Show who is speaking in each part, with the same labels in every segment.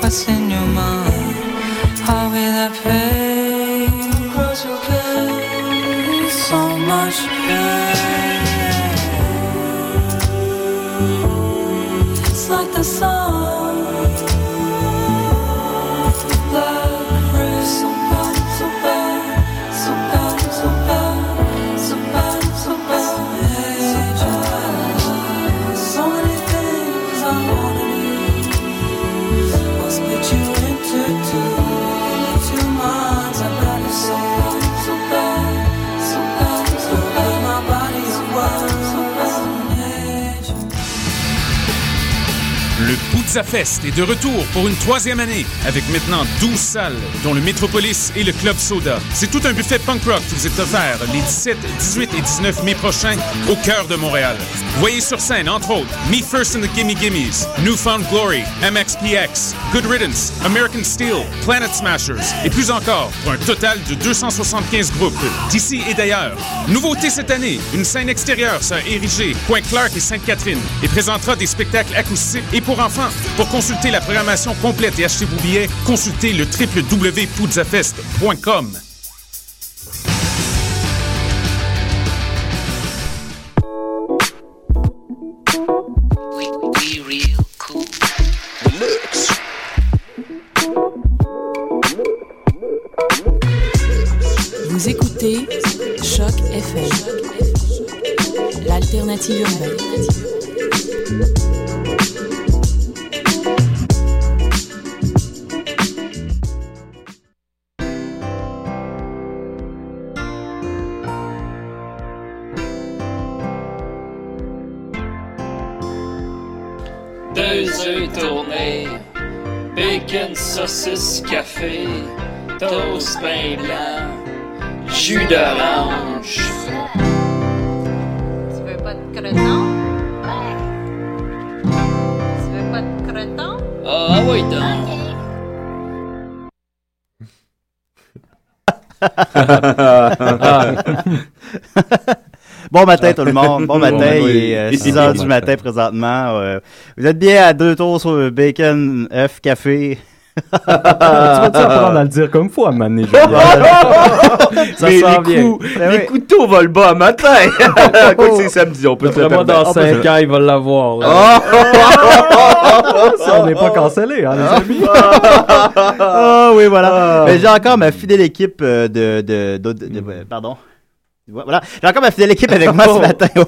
Speaker 1: what's in your mind. How will I pay? Cross your pain, so much pain. It's like the song. Black race, so bad, so bad, so bad, so bad, so bad, so bad. So many things I wanna be. Must put you into two, two minds. I got it so bad, so bad, so bad, so bad. My body's wild, so bad, so bad.
Speaker 2: Le Puzza Fest est de retour pour une troisième année, avec maintenant 12 salles, dont le Métropolis et le Club Soda. C'est tout un buffet punk rock qui vous est offert les 17, 18 et 19 mai prochains au cœur de Montréal. Voyez sur scène, entre autres, Me First and the Gimme Gimmes, Newfound Glory, MXPX, Good Riddance, American Steel, Planet Smashers et plus encore pour un total de 275 groupes d'ici et d'ailleurs. Nouveauté cette année, une scène extérieure sera érigée, Point Clark et Sainte-Catherine, et présentera des spectacles acoustiques et pour enfants. Pour consulter la programmation complète et acheter vos billets, consultez le www.poudzafest.com.
Speaker 3: We, we real cool.
Speaker 4: Vous écoutez Choc FM, l'alternative urbaine.
Speaker 5: Deux œufs tournés, bacon, saucisse, café, toast, pain blanc, jus d'orange.
Speaker 6: Tu veux pas de creton? Tu veux pas de creton?
Speaker 5: Ah, ah oui donc.
Speaker 7: Ah. Bon matin tout le monde, bon matin,
Speaker 8: matin,
Speaker 7: il est
Speaker 8: oui.
Speaker 7: 6h du matin présentement. euh, vous êtes bien à deux tours sur le Bacon F Café.
Speaker 9: Ah, tu vas-tu apprendre à le dire comme faut à m'amener,
Speaker 7: Ça
Speaker 8: Mais
Speaker 7: sent
Speaker 8: les,
Speaker 7: bien.
Speaker 8: coups-
Speaker 7: Ben
Speaker 8: les
Speaker 7: oui. Oh,
Speaker 8: couteaux volent bas à matin. Quoi que c'est samedi, on peut se le
Speaker 10: Vraiment, dans
Speaker 8: permettre. Ah, bah,
Speaker 10: 5 ans, Ah, il va l'avoir. là.
Speaker 7: Oh,
Speaker 9: on n'est pas cancellé, hein, les amis?
Speaker 7: Ah oui, voilà. Mais j'ai encore ma fidèle équipe euh, de. de, d'aud- de- euh, pardon. Voilà, j'ai encore ma fidèle équipe avec moi ce matin. Oh,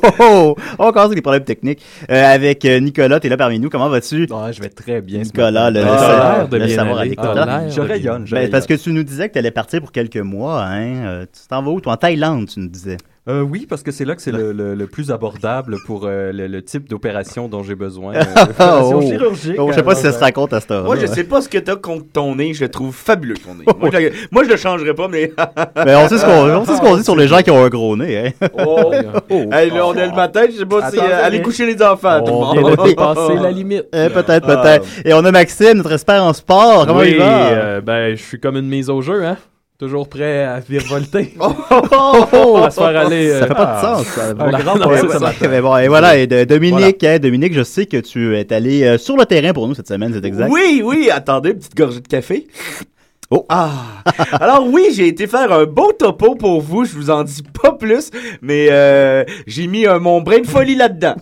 Speaker 7: oh, on commence avec des problèmes techniques. Euh, avec euh, Nicolas, t'es là parmi nous. Comment vas-tu?
Speaker 9: Ah, je vais très bien. ce
Speaker 7: Nicolas, le,
Speaker 9: matin.
Speaker 7: le
Speaker 9: Ah,
Speaker 10: ça a
Speaker 7: savoir-
Speaker 10: l'air de
Speaker 7: le
Speaker 10: bien
Speaker 7: savoir à
Speaker 10: aller.
Speaker 7: l'école.
Speaker 10: Ah, l'air
Speaker 9: Je
Speaker 10: de bien.
Speaker 9: rayonne, je
Speaker 7: Ben,
Speaker 9: rayonne.
Speaker 7: parce que tu nous disais que tu allais partir pour quelques mois. Hein? Euh, Tu t'en vas où? Toi, en Thaïlande, tu nous disais.
Speaker 9: Euh, oui, parce que c'est là que c'est le, le- le plus abordable pour euh, le, le type d'opération dont j'ai besoin. euh, opération
Speaker 7: Oh.
Speaker 9: chirurgique.
Speaker 7: Oh, je sais pas
Speaker 9: euh,
Speaker 7: si ça se raconte à cette heure.
Speaker 8: Moi, je sais pas ce que t'as contre ton nez. Je le trouve fabuleux, ton nez. Moi, je, moi, je le changerais pas, mais.
Speaker 7: Mais Oh, Ben, on sait ce qu'on on sait ce qu'on dit sur les gens qui ont un gros nez. Hein?
Speaker 8: Oh. Hey, là, on est le matin. Je sais pas si.
Speaker 9: Attendez.
Speaker 8: euh, allez coucher les enfants, tout le
Speaker 10: On
Speaker 8: monde.
Speaker 10: vient de dépasser la limite.
Speaker 7: Eh, peut-être, peut-être. Et on a Maxime, notre expert en sport. Comment
Speaker 10: oui,
Speaker 7: il va?
Speaker 10: euh, ben, je suis comme une mise au jeu, hein. Toujours prêt à virevolter.
Speaker 7: Oh,
Speaker 10: oh, à se faire aller. euh,
Speaker 7: Ça fait pas de sens. ça.
Speaker 9: Un
Speaker 7: Voilà.
Speaker 9: grand
Speaker 10: Non,
Speaker 9: poème,
Speaker 10: c'est
Speaker 9: ça.
Speaker 10: ça.
Speaker 7: Mais bon, oh, et voilà, et de- Dominique, hein, Dominique, je sais que tu es allé euh, sur le terrain pour nous cette semaine, c'est exact.
Speaker 8: Oui, oui, attendez, petite gorgée de café. Oh ah! Alors oui, j'ai été faire un beau topo pour vous, je vous en dis pas plus, mais euh, j'ai mis un mon brin de folie là-dedans.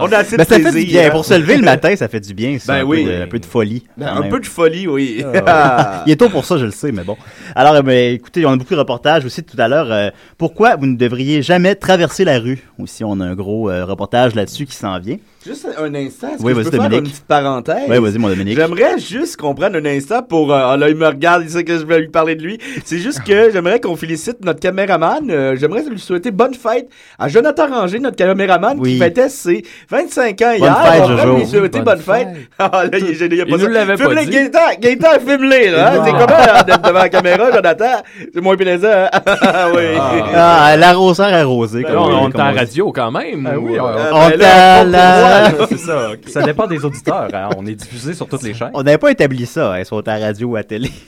Speaker 8: On a assez de
Speaker 7: Mais Ah. Ben, ça fait du
Speaker 8: plaisir,
Speaker 7: bien.
Speaker 8: hein.
Speaker 7: Pour se lever le matin, ça fait du bien, ça.
Speaker 8: Ben
Speaker 7: un,
Speaker 8: oui.
Speaker 7: peu de, un peu de folie.
Speaker 8: Ben,
Speaker 7: quand
Speaker 8: un
Speaker 7: même.
Speaker 8: peu de folie, oui.
Speaker 7: Il est tôt pour ça, je le sais, mais bon. Alors, euh, ben, écoutez, on a beaucoup de reportages aussi tout à l'heure. euh, pourquoi vous ne devriez jamais traverser la rue? Aussi, on a un gros euh, reportage là-dessus qui s'en vient.
Speaker 8: Juste un instant, est-ce
Speaker 7: Oui,
Speaker 8: que je
Speaker 7: vas-y,
Speaker 8: peux faire
Speaker 7: Dominique.
Speaker 8: une petite parenthèse?
Speaker 7: Oui, vas-y, mon Dominique.
Speaker 8: J'aimerais juste qu'on prenne un instant pour... euh, ah là, il me regarde, il sait que je vais lui parler de lui. C'est juste que j'aimerais qu'on félicite notre caméraman. euh, j'aimerais lui souhaiter bonne fête à Jonathan Ranger, notre caméraman,
Speaker 7: Oui.
Speaker 8: qui fêtait ses 25 ans hier.
Speaker 7: fête,
Speaker 8: On va
Speaker 7: Jojo.
Speaker 8: lui souhaiter
Speaker 10: Bonne
Speaker 8: bonne, fête. Ah là, il est gêné, il y a
Speaker 10: Il
Speaker 8: pas
Speaker 10: nous
Speaker 8: ça.
Speaker 10: l'avait pas
Speaker 8: Filme-les,
Speaker 10: dit.
Speaker 8: Gaétan, Gaétan, filme-les, là. hein.
Speaker 10: Ah.
Speaker 8: C'est comment d'être devant la caméra, Jonathan? C'est moins plaisant, hein? Ah, oui.
Speaker 7: Ah, l'arroseur arrosé.
Speaker 10: Ben,
Speaker 7: comme
Speaker 10: on, on
Speaker 7: comme
Speaker 10: est en
Speaker 7: dit.
Speaker 10: radio quand même.
Speaker 9: Ah oui,
Speaker 10: ou, euh,
Speaker 8: Ah,
Speaker 7: on
Speaker 8: ben là,
Speaker 7: t'a
Speaker 8: on
Speaker 7: la-
Speaker 8: comprend, là. C'est ça, ok.
Speaker 9: Ça dépend des auditeurs. hein. On est diffusé sur toutes les chaînes.
Speaker 7: On n'avait pas établi ça, hein, soit à radio ou à télé.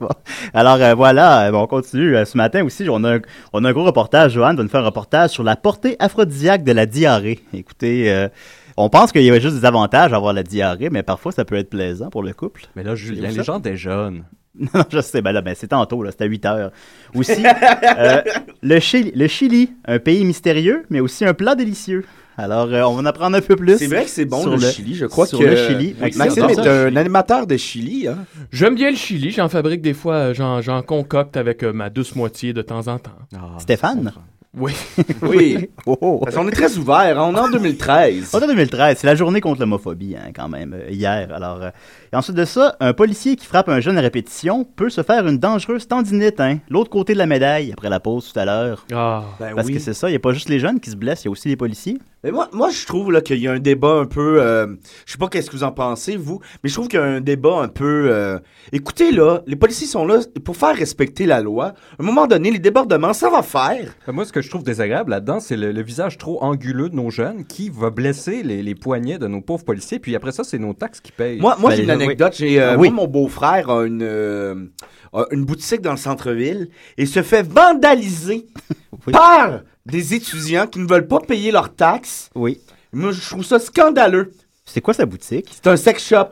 Speaker 7: Bon. Alors euh, voilà, euh, bon, on continue. Euh, ce matin aussi, on a, un, on a un gros reportage. Joanne va nous faire un reportage sur la portée aphrodisiaque de la diarrhée. Écoutez, euh, On pense qu'il y a juste des avantages à avoir la diarrhée, mais parfois ça peut être plaisant pour le couple.
Speaker 9: Mais là, Julien, les gens déjeunent.
Speaker 7: Non, je sais, ben là, ben c'est tantôt, là, c'est à 8 heures. Aussi, euh, le, Chili, le Chili, un pays mystérieux, mais aussi un plat délicieux. Alors, euh, on va en apprendre un peu plus.
Speaker 8: C'est vrai que c'est bon
Speaker 7: sur
Speaker 8: le, Chili, je crois
Speaker 7: sur
Speaker 8: que
Speaker 7: le Chili.
Speaker 8: Maxime est un animateur de Chili. Hein?
Speaker 11: J'aime bien le chili, j'en fabrique des fois, euh, j'en, j'en concocte avec euh, ma douce moitié de temps en temps.
Speaker 7: Ah,
Speaker 11: Ah,
Speaker 7: Stéphane?
Speaker 11: Oui.
Speaker 8: Oui.
Speaker 7: Oh, oh.
Speaker 8: Parce qu'on est très ouvert, hein, on est en 2013.
Speaker 7: On est en 2013, c'est la journée contre l'homophobie, hein, quand même, euh, hier. Alors, euh, et ensuite de ça, un policier qui frappe un jeune à répétition peut se faire une dangereuse tendinite, hein. L'autre côté de la médaille, après la pause tout à l'heure.
Speaker 11: Ah.
Speaker 8: Ben
Speaker 7: Parce
Speaker 8: oui.
Speaker 7: que c'est ça, il n'y a pas juste les jeunes qui se blessent, il y a aussi les policiers.
Speaker 8: Mais moi, moi, je trouve là, qu'il y a un débat un peu. euh, je sais pas qu'est-ce que vous en pensez, vous, mais je trouve qu'il y a un débat un peu. euh, écoutez, là, les policiers sont là pour faire respecter la loi. À un moment donné, les débordements, ça va faire.
Speaker 9: Euh, Moi, ce que je trouve désagréable là-dedans, c'est le, le visage trop anguleux de nos jeunes qui va blesser les, les poignets de nos pauvres policiers. Puis après ça, c'est nos taxes qui payent.
Speaker 8: Moi, moi
Speaker 7: Ben,
Speaker 8: j'ai une
Speaker 7: oui.
Speaker 8: anecdote. J'ai, euh,
Speaker 7: Oui.
Speaker 8: moi, mon beau-frère a une, euh, a une boutique dans le centre-ville et se fait vandaliser
Speaker 7: Oui.
Speaker 8: par des étudiants qui ne veulent pas payer leurs taxes.
Speaker 7: Oui.
Speaker 8: Moi, je trouve ça scandaleux.
Speaker 7: C'est quoi sa boutique?
Speaker 8: C'est un sex shop.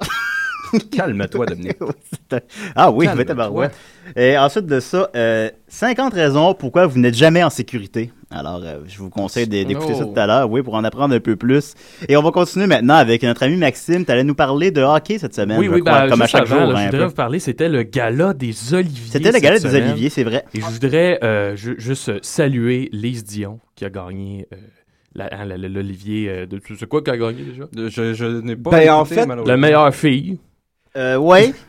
Speaker 9: Calme-toi, Dominique.
Speaker 7: C'est un- ah oui,
Speaker 9: Calme-toi.
Speaker 7: mais tabarouette. Et ensuite de ça, euh, 50 raisons pourquoi vous n'êtes jamais en sécurité. Alors, euh, je vous conseille d'é- d'écouter ça
Speaker 11: Oh.
Speaker 7: tout à l'heure, oui, pour en apprendre un peu plus. Et on va continuer maintenant avec notre ami Maxime. Tu allais nous parler de hockey cette semaine,
Speaker 11: oui,
Speaker 7: je
Speaker 11: oui,
Speaker 7: crois,
Speaker 11: ben,
Speaker 7: comme à
Speaker 11: juste
Speaker 7: chaque
Speaker 11: avant,
Speaker 7: jour.
Speaker 11: là, je
Speaker 7: hein, un
Speaker 11: voudrais
Speaker 7: peu.
Speaker 11: vous parler, c'était le gala des Oliviers.
Speaker 7: C'était le
Speaker 11: cette
Speaker 7: gala des
Speaker 11: semaine.
Speaker 7: Oliviers, c'est vrai.
Speaker 11: Et je voudrais euh, ju- juste saluer Lise Dion qui a gagné euh, la- hein, la- la- l'Olivier. euh, de- c'est quoi qui a gagné déjà
Speaker 9: De- Je, je n'ai pas.
Speaker 8: Ben, en
Speaker 9: écouté,
Speaker 8: fait,
Speaker 9: malheureusement.
Speaker 11: La meilleure fille.
Speaker 7: Euh, oui.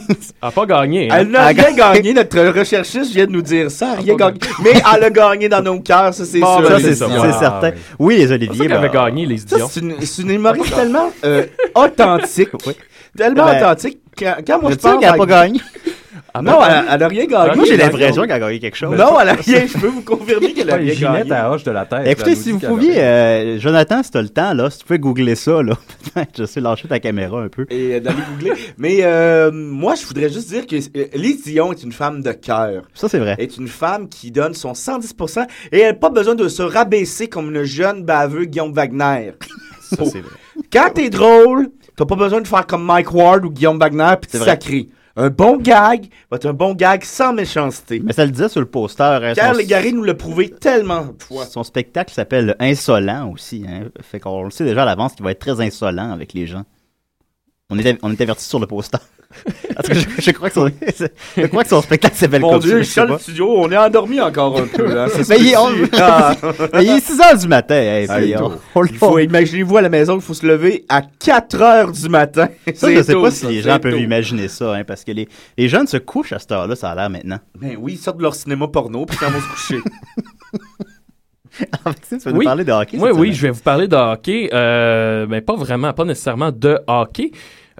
Speaker 11: Elle n'a pas gagné. hein.
Speaker 8: Elle n'a
Speaker 7: Elle a
Speaker 8: rien gagné, notre recherchiste vient de nous dire ça, elle a rien
Speaker 11: Ah, pas
Speaker 8: gagné. Mais elle a gagné dans nos cœurs, ça c'est
Speaker 7: Bon,
Speaker 8: sûr.
Speaker 7: ça,
Speaker 11: les
Speaker 7: c'est c'est
Speaker 11: Oliviers.
Speaker 7: certain. Oui, les
Speaker 11: C'est Ah, ça
Speaker 7: Oliviers.
Speaker 11: qu'elle avait
Speaker 7: ben,
Speaker 11: gagné, Lise
Speaker 8: Ça,
Speaker 11: Dion.
Speaker 8: c'est une, c'est une humoriste tellement euh, authentique,
Speaker 7: Oui.
Speaker 8: tellement
Speaker 7: Ben,
Speaker 8: authentique. Quand, quand moi je
Speaker 7: veux-tu dire
Speaker 12: ben,
Speaker 8: pense,
Speaker 7: qu'elle a pas
Speaker 8: à-
Speaker 7: gagné.
Speaker 11: Ah,
Speaker 8: Non,
Speaker 11: ben,
Speaker 8: elle, elle a rien gagné.
Speaker 7: Moi, j'ai
Speaker 11: elle a
Speaker 7: l'impression qu'elle a gagné quelque chose.
Speaker 8: Non, elle a rien. Je peux vous confirmer qu'elle a
Speaker 9: Ouais,
Speaker 8: rien
Speaker 9: Ginette
Speaker 8: gagné.
Speaker 9: à hoche de la tête.
Speaker 7: Écoutez,
Speaker 9: elle nous
Speaker 7: si
Speaker 9: dit
Speaker 7: vous
Speaker 9: qu'elle
Speaker 7: pouviez,
Speaker 9: aurait-
Speaker 7: euh, Jonathan, si t'as le temps, là, si tu pouvais googler ça, là, peut-être, je sais lâcher ta caméra un peu.
Speaker 8: Et euh, d'aller googler. Mais euh, moi, je voudrais juste dire que euh, Lise Dion est une femme de cœur.
Speaker 7: Ça, c'est vrai.
Speaker 8: est une femme qui donne son 110% et elle n'a pas besoin de se rabaisser comme le jeune baveux Guillaume Wagner.
Speaker 7: Ça, c'est vrai.
Speaker 8: Quand t'es drôle, t'as pas besoin de faire comme Mike Ward ou Guillaume Wagner pis
Speaker 7: C'est
Speaker 8: de
Speaker 7: vrai.
Speaker 8: sacrer. Un bon gag va être un bon gag sans méchanceté.
Speaker 7: Mais ça le disait sur le poster. hein,
Speaker 8: Pierre
Speaker 7: son-
Speaker 8: Légaré nous l'a prouvé tellement de fois.
Speaker 7: Son spectacle s'appelle Insolent aussi. Hein. Fait qu'on le sait déjà à l'avance qu'il va être très insolent avec les gens. On est, on est averti sur le poster. Parce que je, je crois que son, je crois que son spectacle s'appelle
Speaker 8: Mon
Speaker 7: comme ça,
Speaker 8: Dieu,
Speaker 7: je sais
Speaker 8: Charles
Speaker 7: pas.
Speaker 8: Studio, on est endormi encore un peu. Hein, ça se
Speaker 7: Mais il est-
Speaker 8: peut-tu?
Speaker 7: on-
Speaker 8: Ah.
Speaker 7: Mais il est 6 heures du matin. Hey,
Speaker 8: Ah,
Speaker 7: puis
Speaker 8: il est
Speaker 7: on-
Speaker 8: tôt.
Speaker 7: on le
Speaker 8: Il faut, imaginez-vous à la maison, il faut se lever à 4 heures du matin.
Speaker 7: Ça, je
Speaker 8: C'est
Speaker 7: sais
Speaker 8: tôt,
Speaker 7: pas si les
Speaker 8: c'est
Speaker 7: gens
Speaker 8: tôt.
Speaker 7: peuvent imaginer ça, hein, parce que les, les jeunes se couchent à cette heure-là, ça a l'air maintenant.
Speaker 8: Ben oui, ils sortent de leur cinéma porno puis ils s'en vont se coucher.
Speaker 7: Maxime, Ah, tu veux
Speaker 11: Oui.
Speaker 7: nous parler de hockey?
Speaker 11: Oui,
Speaker 7: cette
Speaker 11: oui,
Speaker 7: semaine?
Speaker 11: je vais vous parler de hockey, euh, mais pas vraiment, pas nécessairement de hockey.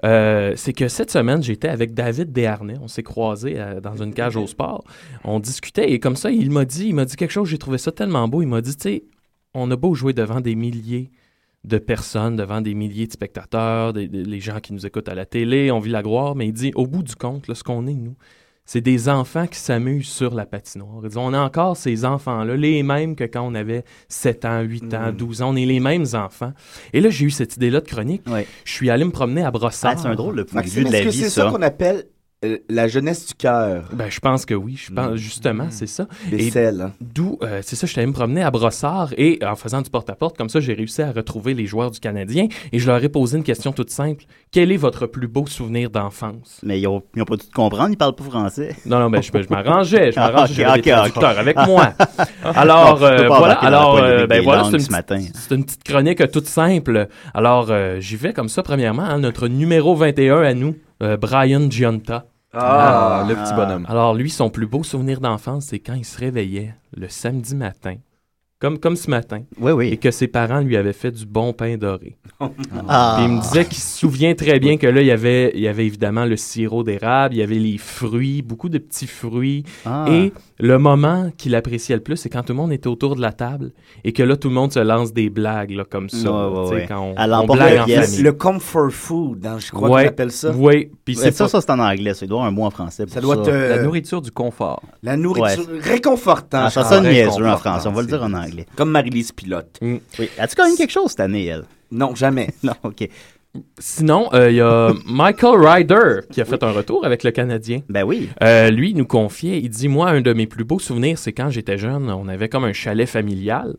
Speaker 11: Euh, c'est que cette semaine, j'étais avec David Desharnais. On s'est croisés euh, dans une cage au sport. On discutait et comme ça, il m'a dit, il m'a dit quelque chose. J'ai trouvé ça tellement beau. Il m'a dit, tu sais, on a beau jouer devant des milliers de personnes, devant des milliers de spectateurs, des, des- les gens qui nous écoutent à la télé, on vit la gloire, mais il dit, au bout du compte, là, ce qu'on est, nous, c'est des enfants qui s'amusent sur la patinoire. Il dit, on a encore ces enfants-là, les mêmes que quand on avait 7 ans, 8 ans,
Speaker 7: Mm.
Speaker 11: 12 ans, on est les mêmes enfants. Et là, j'ai eu cette idée-là de chronique.
Speaker 7: Ouais.
Speaker 11: Je suis allé me promener à Brossard.
Speaker 7: Ah, c'est un drôle le point de
Speaker 8: Maxime,
Speaker 7: vue de
Speaker 8: est-ce
Speaker 7: la
Speaker 8: que
Speaker 7: vie,
Speaker 8: c'est ça,
Speaker 7: ça.
Speaker 8: qu'on appelle euh, la jeunesse du cœur?
Speaker 11: Ben, je pense que oui, je pense, justement, c'est ça.
Speaker 8: Les
Speaker 11: Et-
Speaker 8: selles, hein?
Speaker 11: D'où, euh, c'est ça, je suis allé me promener à Brossard et euh, en faisant du porte-à-porte, comme ça, j'ai réussi à retrouver les joueurs du Canadien et je leur ai posé une question toute simple. Quel est votre plus beau souvenir d'enfance?
Speaker 7: Mais ils ont, ils ont pas dû te comprendre, ils parlent pas français.
Speaker 11: Non, non, mais je, je m'arrangeais, je m'arrangeais,
Speaker 7: Ah,
Speaker 11: j'avais
Speaker 7: ok,
Speaker 11: des
Speaker 7: ok,
Speaker 11: traducteurs avec moi. Alors,
Speaker 7: Non, je peux
Speaker 11: euh, voilà,
Speaker 7: pas embarquer dans la
Speaker 11: alors,
Speaker 7: polémique
Speaker 11: euh, ben
Speaker 7: des
Speaker 11: voilà,
Speaker 7: langues
Speaker 11: c'est une,
Speaker 7: ce matin.
Speaker 11: petite- c'est une petite chronique euh, toute simple. Alors, euh, j'y vais comme ça, premièrement, hein, notre numéro 21 à nous, euh, Brian Gionta.
Speaker 9: Ah, le petit bonhomme.
Speaker 11: Alors, lui, son plus beau souvenir d'enfance, c'est quand il se réveillait le samedi matin, comme, comme ce matin,
Speaker 7: Oui,
Speaker 11: et
Speaker 7: oui.
Speaker 11: que ses parents lui avaient fait du bon pain doré.
Speaker 7: Ah.
Speaker 11: Puis il me disait qu'il se souvient très bien que là, il y avait, il y avait évidemment le sirop d'érable, il y avait les fruits, beaucoup de petits fruits.
Speaker 7: Ah.
Speaker 11: Et le moment qu'il appréciait le plus, c'est quand tout le monde était autour de la table et que là, tout le monde se lance des blagues, là, comme ça.
Speaker 7: Ouais, ouais,
Speaker 11: tu sais,
Speaker 7: ouais.
Speaker 11: Quand on,
Speaker 7: À
Speaker 11: on
Speaker 7: l'emporte
Speaker 11: blague
Speaker 7: la
Speaker 11: en
Speaker 7: pièce.
Speaker 11: famille.
Speaker 8: Le comfort food, hein, je crois
Speaker 11: Ouais.
Speaker 8: qu'on appelle ça.
Speaker 11: Oui, puis
Speaker 7: c'est
Speaker 11: c'est
Speaker 7: ça,
Speaker 11: pas-
Speaker 7: ça c'est en anglais, ça doit avoir un mot en français. Pour
Speaker 8: Ça doit être
Speaker 9: La
Speaker 8: euh,
Speaker 9: nourriture du confort.
Speaker 8: la nourriture réconfortante.
Speaker 7: Ah, ça
Speaker 8: je
Speaker 7: sonne
Speaker 8: crois.
Speaker 7: niaiseux en
Speaker 11: Ah,
Speaker 9: réconfortant,
Speaker 7: français, on va le dire en anglais. anglais.
Speaker 8: Comme Marie-Lise Pilote.
Speaker 11: Mm.
Speaker 7: Oui. As-tu gagné quelque chose cette année, elle?
Speaker 8: Non, jamais.
Speaker 7: non, OK.
Speaker 11: Sinon, euh, il y a Michael Ryder qui a fait un retour avec le Canadien. Euh,
Speaker 7: Ben oui.
Speaker 11: lui, il nous confiait, il dit, moi, un de mes plus beaux souvenirs, c'est quand j'étais jeune, on avait comme un chalet familial.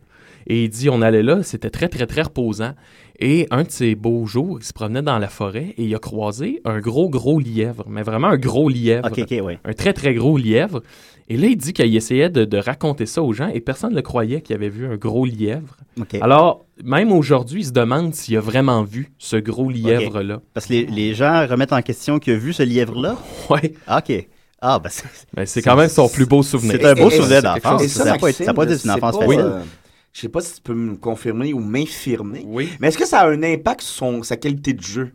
Speaker 11: Et il dit, on allait là, c'était très, très, très reposant. Et un de ces beaux jours, il se promenait dans la forêt et il a croisé un gros, gros lièvre, mais vraiment un gros lièvre.
Speaker 7: Ok, ok, ouais.
Speaker 11: Un très, très gros lièvre. Et là, il dit qu'il essayait de, de raconter ça aux gens et personne ne le croyait qu'il avait vu un gros lièvre.
Speaker 7: OK.
Speaker 11: Alors, même aujourd'hui, il se demande s'il a vraiment vu ce gros lièvre-là.
Speaker 7: Parce que les, les gens remettent en question qui a vu ce lièvre-là.
Speaker 11: Ouais.
Speaker 7: OK. Ah, ben c'est.
Speaker 11: c'est quand même son plus beau souvenir.
Speaker 7: C'est un beau
Speaker 11: Et- et-
Speaker 7: souvenir
Speaker 11: c'est quelque
Speaker 7: d'enfance.
Speaker 11: chose-
Speaker 7: Ça n'a pas été ça a pas été
Speaker 8: c'est
Speaker 7: une enfance
Speaker 8: pas,
Speaker 7: facile.
Speaker 8: euh, je sais pas si tu peux me confirmer ou m'infirmer. Mais est-ce que ça a un impact sur son- sa qualité de jeu?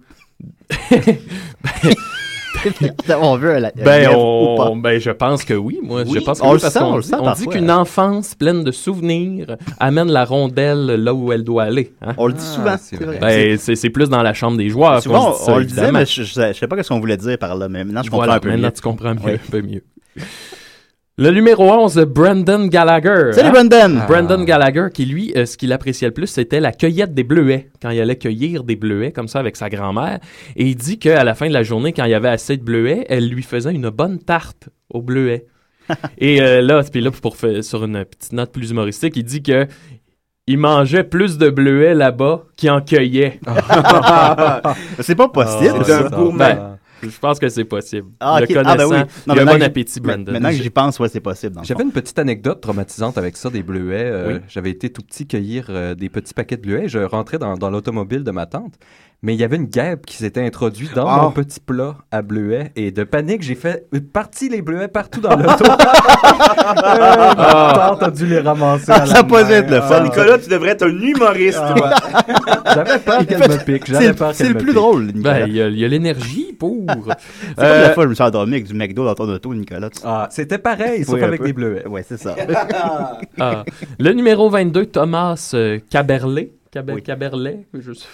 Speaker 7: on veut un, un
Speaker 11: Ben,
Speaker 7: lièvre
Speaker 11: on-
Speaker 7: ou pas.
Speaker 11: ben, je pense que oui, moi.
Speaker 7: Oui.
Speaker 11: je pense que
Speaker 7: On
Speaker 11: oui,
Speaker 7: le
Speaker 11: parce
Speaker 7: sent, on
Speaker 11: qu'on
Speaker 7: le
Speaker 11: dit-
Speaker 7: sent
Speaker 11: on dit
Speaker 7: parfois,
Speaker 11: qu'une enfance pleine de souvenirs amène la rondelle là où elle doit aller. hein.
Speaker 7: On le dit Ah, souvent, c'est c'est vrai. vrai.
Speaker 11: Ben, c'est c'est plus dans la chambre des joueurs. qu'on
Speaker 7: Souvent,
Speaker 11: dit
Speaker 7: on,
Speaker 11: ça,
Speaker 7: le disait,
Speaker 11: évidemment.
Speaker 7: mais je ne sais pas ce qu'on voulait dire par là. Mais maintenant, je comprends
Speaker 11: Voilà,
Speaker 7: un peu
Speaker 11: maintenant,
Speaker 7: mieux.
Speaker 11: tu comprends mieux,
Speaker 7: Oui.
Speaker 11: un peu mieux. Le numéro 11, Brandon Gallagher. hein? Ah.
Speaker 7: Salut, Brandon!
Speaker 11: Brandon Gallagher, qui lui, euh, ce qu'il appréciait le plus, c'était la cueillette des bleuets. Quand il allait cueillir des bleuets, comme ça, avec sa grand-mère. Et il dit qu'à la fin de la journée, quand il y avait assez de bleuets, elle lui faisait une bonne tarte aux bleuets. Et euh, là, puis là, pour faire- sur une petite note plus humoristique, il dit que il mangeait plus de bleuets là-bas qu'il en cueillait.
Speaker 7: C'est pas possible,
Speaker 11: Ah,
Speaker 7: Ah. C'est un
Speaker 11: ça.
Speaker 7: gourmand.
Speaker 11: Ben, je pense que c'est possible.
Speaker 7: Ah,
Speaker 11: Le
Speaker 7: ok.
Speaker 11: connaissant,
Speaker 7: Ah, ben oui.
Speaker 11: il
Speaker 7: Non,
Speaker 11: a un
Speaker 7: maintenant
Speaker 11: bon
Speaker 7: que-
Speaker 11: appétit,
Speaker 7: mais-
Speaker 11: Brandon.
Speaker 7: Maintenant que j'y pense, ouais, c'est possible. dans le
Speaker 9: J'avais une petite anecdote traumatisante avec ça, des bleuets. Euh,
Speaker 7: Oui.
Speaker 9: J'avais été tout petit cueillir euh, des petits paquets de bleuets. Je rentrais dans, dans l'automobile de ma tante, mais il y avait une guêpe qui s'était introduite dans
Speaker 8: Ah.
Speaker 9: mon petit plat à bleuets. Et de panique, j'ai fait euh, partie les bleuets partout dans l'auto. Euh, Ma
Speaker 11: Ah.
Speaker 9: tante a dû les ramasser. à la main. Ah.
Speaker 8: Ça, Nicolas, tu devrais être un humoriste. toi.
Speaker 9: J'avais peur qu'elle me pique. J'avais peur qu'elle me pique.
Speaker 11: Ben, il y a- il y a l'énergie pour. Euh,
Speaker 7: C'est comme la fois où je me suis endormi avec du McDo dans ton auto, Nicolas.
Speaker 9: Ah, c'était pareil, sauf
Speaker 7: Oui, un
Speaker 9: avec
Speaker 7: peu.
Speaker 9: des bleuets.
Speaker 7: Ouais, c'est ça.
Speaker 11: Ah. Le numéro 22, Thomas euh, Caberlet. Caber- Caberlet, je sais-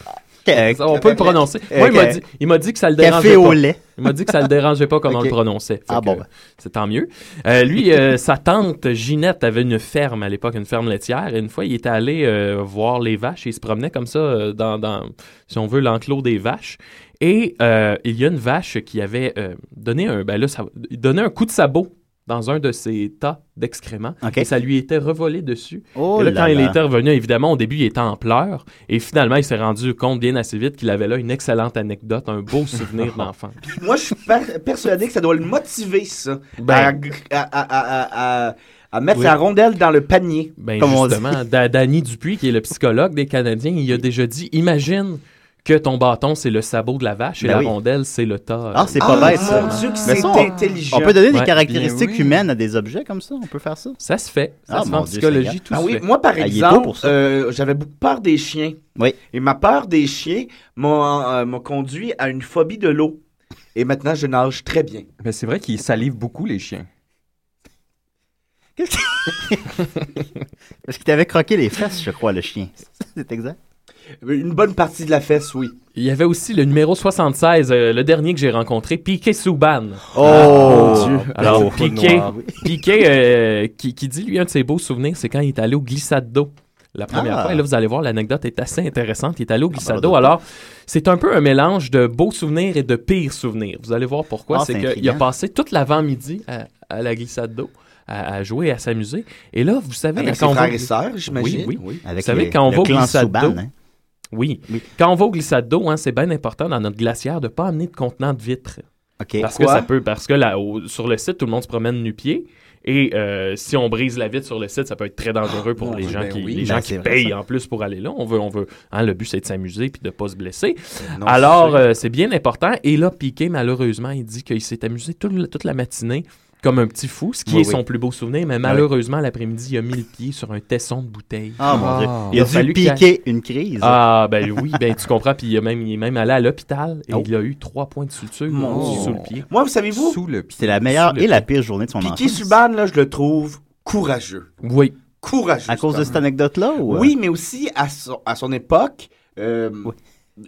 Speaker 7: Ca-
Speaker 11: Ça, on peut le prononcer.
Speaker 7: Euh,
Speaker 11: Moi, il m'a
Speaker 7: ca-
Speaker 11: dit, il m'a dit que ça le
Speaker 7: café
Speaker 11: dérangeait
Speaker 7: au
Speaker 11: pas.
Speaker 7: lait.
Speaker 11: Il m'a dit que ça le dérangeait pas comment on
Speaker 7: Ok.
Speaker 11: le prononçait. Fait
Speaker 7: Ah
Speaker 11: que,
Speaker 7: bon, ben.
Speaker 11: C'est tant mieux. Euh, lui, euh, sa tante Ginette avait une ferme à l'époque, une ferme laitière. Et une fois, il était allé euh, voir les vaches. Et il se promenait comme ça euh, dans, dans, si on veut, l'enclos des vaches. Et euh, il y a une vache qui avait euh, donné un, ben là, ça- il donnait un coup de sabot dans un de ses tas d'excréments.
Speaker 7: Ok.
Speaker 11: Et ça lui était revolé dessus.
Speaker 7: Oh
Speaker 11: et là,
Speaker 7: là
Speaker 11: quand il
Speaker 7: là.
Speaker 11: était revenu, évidemment, au début, il était en pleurs. Et finalement, il s'est rendu compte bien assez vite qu'il avait là une excellente anecdote, un beau souvenir d'enfant.
Speaker 8: Moi, je suis per- persuadé que ça doit le motiver, ça. À,
Speaker 11: Ben.
Speaker 8: à- à- à- à- à mettre
Speaker 11: Oui.
Speaker 8: la rondelle dans le panier.
Speaker 11: Ben justement, Da- Danny Dupuis, qui est le psychologue des Canadiens, il a déjà dit imagine que ton bâton, c'est le sabot de la vache et
Speaker 7: Ben
Speaker 11: la
Speaker 7: oui.
Speaker 11: rondelle, c'est le tas. euh,
Speaker 7: Ah, c'est pas
Speaker 8: Ah,
Speaker 7: bête, ça.
Speaker 8: mon Dieu, que
Speaker 7: Mais
Speaker 8: c'est
Speaker 7: ça, on-
Speaker 8: intelligent.
Speaker 7: On peut donner
Speaker 11: Ouais.
Speaker 7: des caractéristiques
Speaker 11: Bien oui.
Speaker 7: humaines à des objets comme ça. On peut faire ça.
Speaker 11: Ça se fait. Ça
Speaker 7: Ah,
Speaker 11: se fait
Speaker 7: mon
Speaker 11: en
Speaker 7: Dieu,
Speaker 11: psychologie,
Speaker 7: Seigneur.
Speaker 11: tout
Speaker 8: Ah
Speaker 11: se
Speaker 8: oui,
Speaker 11: fait.
Speaker 8: moi par
Speaker 7: Ah, il est beau
Speaker 8: exemple,
Speaker 7: pour ça.
Speaker 8: euh, j'avais beaucoup peur des chiens.
Speaker 7: Oui.
Speaker 8: Et ma peur des chiens m'a euh, m'a conduit à une phobie de l'eau. Et maintenant, je nage très bien.
Speaker 9: Mais c'est vrai qu'ils salivent beaucoup, les chiens.
Speaker 7: Parce qu'il t'avait croqué les fesses, je crois, le chien. C'est exact.
Speaker 8: Euh, Une bonne partie de la fesse, oui.
Speaker 11: Il y avait aussi le numéro 76, euh, le dernier que j'ai rencontré, Piqué Souban. Ah,
Speaker 7: Oh, mon Dieu.
Speaker 11: Alors,
Speaker 7: Oh,
Speaker 11: Piqué,
Speaker 7: noir, oui.
Speaker 11: Piqué, euh, qui, qui dit, lui, un de ses beaux souvenirs, c'est quand il est allé au glissade d'eau. La première
Speaker 7: Ah.
Speaker 11: fois, et là, vous allez voir, l'anecdote est assez intéressante. Il est allé au glissade
Speaker 7: ben,
Speaker 11: d'eau.
Speaker 7: doute pas.
Speaker 11: Alors, c'est un peu un mélange de beaux souvenirs et de pires souvenirs. Vous allez voir pourquoi.
Speaker 7: Ah,
Speaker 11: c'est
Speaker 7: c'est
Speaker 11: qu'il a
Speaker 7: intriguant.
Speaker 11: passé toute l'avant-midi à, à la glissade d'eau, à, à jouer, à s'amuser. Et là, vous savez...
Speaker 8: Avec ses
Speaker 11: quand on va-
Speaker 8: frères et sœurs, j'imagine.
Speaker 11: Oui, oui.
Speaker 8: Oui.
Speaker 11: Vous
Speaker 7: Avec
Speaker 11: savez,
Speaker 7: les-
Speaker 11: quand on
Speaker 7: le
Speaker 11: va au
Speaker 7: clan
Speaker 11: glissade
Speaker 7: Souban,
Speaker 11: d'eau...
Speaker 7: hein.
Speaker 11: Oui. Quand on va au glissade d'eau, hein, c'est bien important dans notre glacière de ne pas amener de contenant de vitre.
Speaker 7: OK.
Speaker 11: Parce que
Speaker 7: Quoi?
Speaker 11: ça peut, parce que là, au- sur le site, tout le monde se promène nu-pied. Et euh, si on brise la vitre sur le site, ça peut être très dangereux pour les gens
Speaker 8: ben
Speaker 11: qui,
Speaker 8: oui.
Speaker 11: les
Speaker 8: Ben,
Speaker 11: gens
Speaker 8: c'est
Speaker 11: qui
Speaker 8: vrai,
Speaker 11: payent
Speaker 8: ça.
Speaker 11: en plus pour aller là. On veut, on veut. hein, le but c'est de s'amuser puis de pas se blesser.
Speaker 8: non,
Speaker 11: Alors
Speaker 8: c'est sûr.
Speaker 11: euh, c'est bien important. Et là, Piqué malheureusement, il dit qu'il s'est amusé tout le- toute la matinée comme un petit fou, ce qui
Speaker 8: Oui,
Speaker 11: est
Speaker 8: oui.
Speaker 11: son plus beau souvenir. Mais malheureusement, l'après-midi, il a mis le pied sur un tesson de bouteille.
Speaker 7: Ah, mon Dieu. Il
Speaker 11: Il
Speaker 7: a
Speaker 11: a fallu
Speaker 7: dû
Speaker 11: qu'il-
Speaker 7: piquer une crise.
Speaker 11: Ah, ben oui, ben tu comprends. Puis il, a même, il est même allé à l'hôpital
Speaker 7: Oh.
Speaker 11: et il a eu trois points de suture
Speaker 8: Mon
Speaker 11: sous le
Speaker 8: Dieu.
Speaker 11: pied.
Speaker 8: Moi, vous savez-vous,
Speaker 9: Sous le pied.
Speaker 7: C'est la meilleure
Speaker 11: Sous le
Speaker 7: et la pire journée de son
Speaker 8: Piqué
Speaker 7: enfance.
Speaker 8: Subban, là, je le trouve courageux.
Speaker 11: Oui.
Speaker 8: Courageux.
Speaker 7: À cause de
Speaker 8: Subban.
Speaker 7: cette anecdote-là? ou, euh,
Speaker 8: Oui, mais aussi à son, à son époque. euh,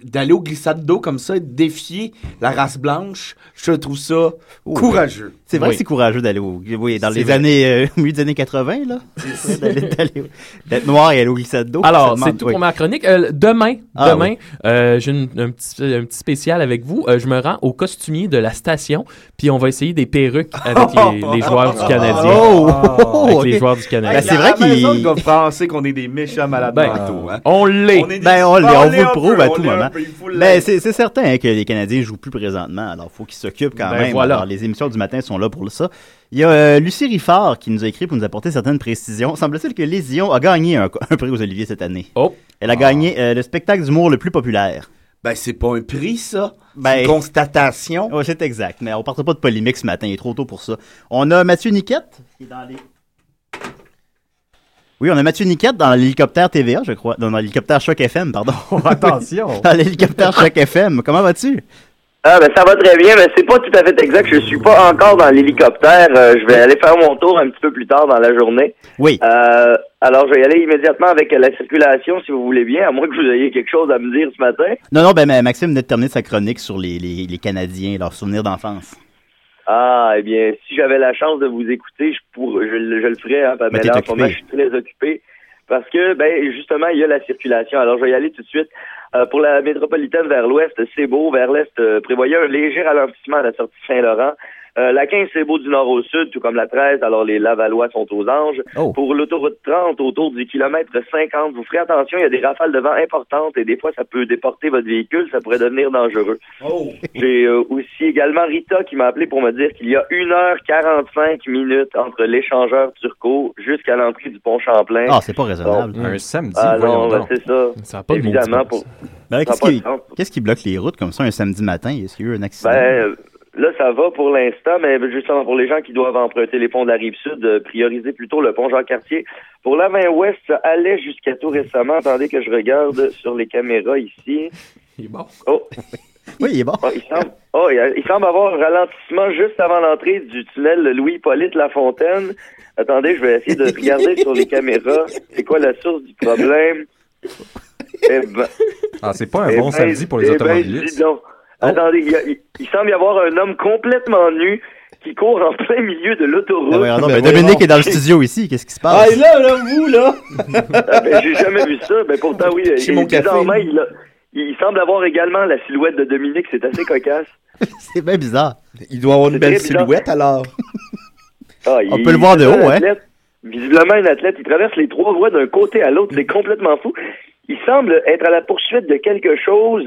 Speaker 8: d'aller aux glissades d'eau comme ça et de défier la race blanche, je trouve ça courageux.
Speaker 7: Oh, ben, C'est vrai
Speaker 8: Oui.
Speaker 7: que c'est courageux d'aller au. Oui, dans
Speaker 8: C'est
Speaker 7: les
Speaker 8: vrai.
Speaker 7: années. euh, au milieu des années 80, là. C'est vrai, d'aller- d'aller au- D'être noir et aller au glissade d'eau. ça
Speaker 11: Alors,
Speaker 7: demande-
Speaker 11: c'est tout
Speaker 7: oui.
Speaker 11: pour ma chronique. Euh, demain,
Speaker 7: Ah,
Speaker 11: demain,
Speaker 7: oui.
Speaker 11: euh, j'ai une- un, petit, un petit spécial avec vous. Euh, je me rends au costumier de la station, puis on va essayer des perruques avec les, les joueurs du Canadien.
Speaker 8: Oh!
Speaker 11: avec
Speaker 8: Ok.
Speaker 11: les joueurs du Canadien.
Speaker 7: Ben,
Speaker 8: Hey, la- la maison doit penser qu'on est des méchants malades
Speaker 11: Ben,
Speaker 8: mentaux, hein.
Speaker 11: on l'est.
Speaker 8: est des-
Speaker 7: Ben, on, l'est, on
Speaker 8: l'est
Speaker 7: vous le
Speaker 8: un
Speaker 7: prouve
Speaker 8: peu,
Speaker 7: à
Speaker 8: on
Speaker 7: tout
Speaker 8: l'est un
Speaker 7: moment.
Speaker 8: peu, il faut
Speaker 7: Ben, c'est c'est certain hein, que les Canadiens jouent plus présentement, alors il faut qu'ils s'occupent quand
Speaker 11: Ben,
Speaker 7: même.
Speaker 11: voilà.
Speaker 7: Alors, les émissions du matin sont là pour ça. Il y a euh, Lucie Riffard qui nous a écrit pour nous apporter certaines précisions. Semble-t-il que Lésion a gagné un, un prix aux Oliviers cette année.
Speaker 8: Oh. Ah.
Speaker 7: Elle a gagné euh, le spectacle d'humour le plus populaire.
Speaker 8: Ben, c'est pas un prix, ça.
Speaker 7: une
Speaker 8: constatation.
Speaker 7: Oui, c'est exact. Mais on ne partira pas de polémique ce matin. Il est trop tôt pour ça. On a Mathieu Niquette. qui est dans les- Oui, on a Mathieu Niquette dans l'hélicoptère TVA, je crois. Non, dans l'hélicoptère Choc FM, pardon.
Speaker 9: attention.
Speaker 7: dans l'hélicoptère Choc FM. Comment vas-tu?
Speaker 13: Ah ben ça va très bien, mais c'est pas tout à fait exact. Je suis pas encore dans l'hélicoptère. Euh, je vais aller faire mon tour un petit peu plus tard dans la journée.
Speaker 7: Oui.
Speaker 13: Euh, alors je vais y aller immédiatement avec la circulation, si vous voulez bien, à moins que vous ayez quelque chose à me dire ce matin.
Speaker 7: Non, non, ben, ben, Maxime venait de terminer sa chronique sur les, les, les Canadiens, leurs souvenirs d'enfance.
Speaker 13: Ah, eh bien, si j'avais la chance de vous écouter, je, pour, je, le- je le ferais, hein,
Speaker 7: Mais
Speaker 13: Pamela.
Speaker 7: t'es
Speaker 13: En ce moment,
Speaker 7: occupé.
Speaker 13: je suis très occupé parce que, ben, justement, il y a la circulation. Alors, je vais y aller tout de suite. Euh, pour la métropolitaine vers l'ouest, c'est beau. Vers l'est, euh, prévoyez un léger ralentissement à la sortie de Saint-Laurent. Euh, la 15, c'est beau du nord au sud, tout comme la 13. Alors, les Lavallois sont aux anges.
Speaker 7: Oh.
Speaker 13: Pour l'autoroute 30, autour du kilomètre 50, vous ferez attention, il y a des rafales de vent importantes et des fois, ça peut déporter votre véhicule. Ça pourrait devenir dangereux. J'ai euh, aussi également Rita qui m'a appelé pour me dire qu'il y a 1h45 minutes entre l'échangeur Turco jusqu'à l'entrée du pont Champlain.
Speaker 7: Ah, c'est pas raisonnable.
Speaker 13: Bon.
Speaker 7: Un samedi,
Speaker 13: ah, non,
Speaker 7: voyons
Speaker 13: ben,
Speaker 7: donc.
Speaker 13: c'est ça.
Speaker 11: Ça
Speaker 7: pas de
Speaker 13: Évidemment,
Speaker 7: maudit
Speaker 13: pour...
Speaker 7: Ben,
Speaker 13: ça a
Speaker 7: Qu'est-ce
Speaker 13: pas de
Speaker 7: qui,
Speaker 13: sens.
Speaker 7: qu'est-ce qui bloque les routes comme ça un samedi matin? Est-ce qu'il y a eu un accident?
Speaker 13: Ben, euh, là, ça va pour l'instant, mais justement, pour les gens qui doivent emprunter les ponts de la rive sud, euh, priorisez plutôt le pont Jean-Cartier. Pour la 20 ouest, ça allait jusqu'à tout récemment. Attendez que je regarde sur les caméras ici.
Speaker 11: Il est bon.
Speaker 13: Oh.
Speaker 7: Oui, il est bon.
Speaker 13: il, semble, oh, il- il semble avoir un ralentissement juste avant l'entrée du tunnel de Louis-Hippolyte Lafontaine. Attendez, je vais essayer de regarder sur les caméras. C'est quoi la source du problème? Eh ben,
Speaker 9: Ah, c'est pas un
Speaker 13: eh
Speaker 9: bon
Speaker 13: ben,
Speaker 9: samedi pour les
Speaker 13: eh ben, dis
Speaker 9: automobilistes.
Speaker 13: donc. Attendez, il, y a- il- il semble y avoir un homme complètement nu qui court en plein milieu de l'autoroute.
Speaker 7: Ben, voyons
Speaker 9: Ah,
Speaker 7: donc, ben, Dominique est dans le studio ici. Qu'est-ce qui se passe?
Speaker 13: Ah, et là, là, vous, là! ben, j'ai jamais vu ça. Ben, pourtant, oui,
Speaker 7: Chez
Speaker 13: il,
Speaker 7: mon café.
Speaker 13: désormais, il, a- il semble avoir également la silhouette de Dominique. C'est assez cocasse.
Speaker 7: C'est bien bizarre.
Speaker 8: Il doit avoir une
Speaker 13: C'est belle très bizarre. silhouette,
Speaker 8: alors.
Speaker 13: Ah,
Speaker 7: On
Speaker 13: il-
Speaker 7: peut le voir de
Speaker 13: visiblement,
Speaker 7: haut,
Speaker 13: un
Speaker 7: hein?
Speaker 13: athlète- Visiblement, un athlète, il traverse les trois voies d'un côté à l'autre. C'est complètement fou. Il semble être à la poursuite de quelque chose.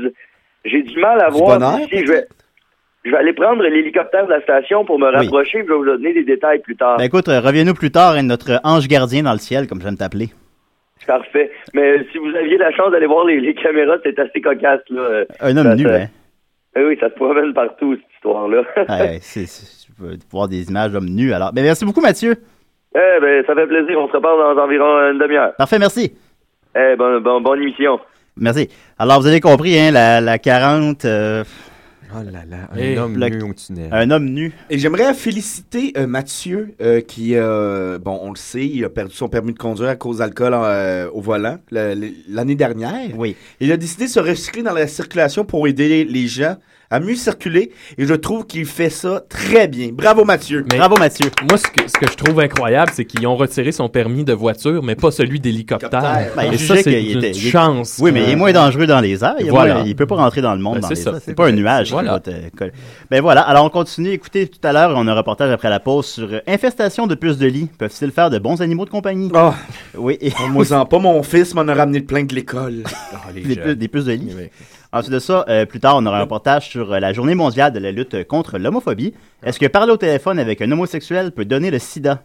Speaker 13: J'ai du mal à
Speaker 8: Du
Speaker 13: voir
Speaker 8: bonheur,
Speaker 13: si je vais... Je vais aller prendre l'hélicoptère de la station pour me rapprocher. puis Je vais vous donner des détails plus tard.
Speaker 7: Ben, écoute, euh, reviens-nous plus tard hein, notre ange gardien dans le ciel, comme j'aime t'appeler.
Speaker 13: Parfait. Mais euh, si vous aviez la chance d'aller voir les, les caméras, c'est assez cocasse. Là. Euh,
Speaker 7: Un homme
Speaker 13: ça-
Speaker 7: nu,
Speaker 13: ça-
Speaker 7: hein?
Speaker 13: Eh oui, ça se promène partout, cette histoire-là.
Speaker 7: Ah Ouais, c'est, c'est- tu peux voir des images d'hommes nus, alors. Ben, merci beaucoup, Mathieu.
Speaker 13: Eh ben, ça fait plaisir. On se reparle dans environ une demi-heure.
Speaker 7: Parfait, merci.
Speaker 13: Eh, bon, bon, bonne émission.
Speaker 7: Merci. Alors, vous avez compris, hein, la, la 40... euh,
Speaker 8: Oh là là,
Speaker 7: un Eh, homme bloc- nu au tunnel. un homme nu.
Speaker 8: Et j'aimerais féliciter euh, Mathieu euh, qui, euh, bon, on le sait, il a perdu son permis de conduire à cause d'alcool euh, au volant le- le- l'année dernière.
Speaker 7: Oui.
Speaker 8: Il a décidé de se recycler dans la circulation pour aider les gens à mieux circuler et je trouve qu'il fait ça très bien. Bravo Mathieu.
Speaker 7: Bravo Mathieu.
Speaker 11: Moi, ce que, ce que je trouve incroyable, c'est qu'ils ont retiré son permis de voiture, mais pas celui d'hélicoptère.
Speaker 7: Ben, il
Speaker 11: Et ça,
Speaker 7: jugeait
Speaker 11: c'est
Speaker 7: qu'il
Speaker 11: une
Speaker 7: était- il-
Speaker 11: chance. euh,
Speaker 7: Oui, mais il est moins dangereux dans les airs. Il, est
Speaker 11: Voilà.
Speaker 7: moins- il peut pas rentrer dans le monde
Speaker 11: Ben,
Speaker 7: dans
Speaker 11: c'est
Speaker 7: les
Speaker 11: ça.
Speaker 7: airs. C'est pas un nuage qui
Speaker 11: Voilà.
Speaker 7: va te coller. Ben voilà. Alors, on continue. Écoutez, tout à l'heure, on a un reportage après la pause sur euh, infestation de puces de lit. Peuvent-ils faire de bons animaux de compagnie?
Speaker 8: Ah.
Speaker 7: Oui. Et...
Speaker 8: Moi, en pas mon fils m'en a ramené plein de l'école. Ah,
Speaker 7: des, pu- des puces de lit. Ensuite de ça, euh, plus tard, on aura un reportage sur euh, la journée mondiale de la lutte contre l'homophobie.
Speaker 8: Ah.
Speaker 7: Est-ce que parler au téléphone avec un homosexuel peut donner le sida?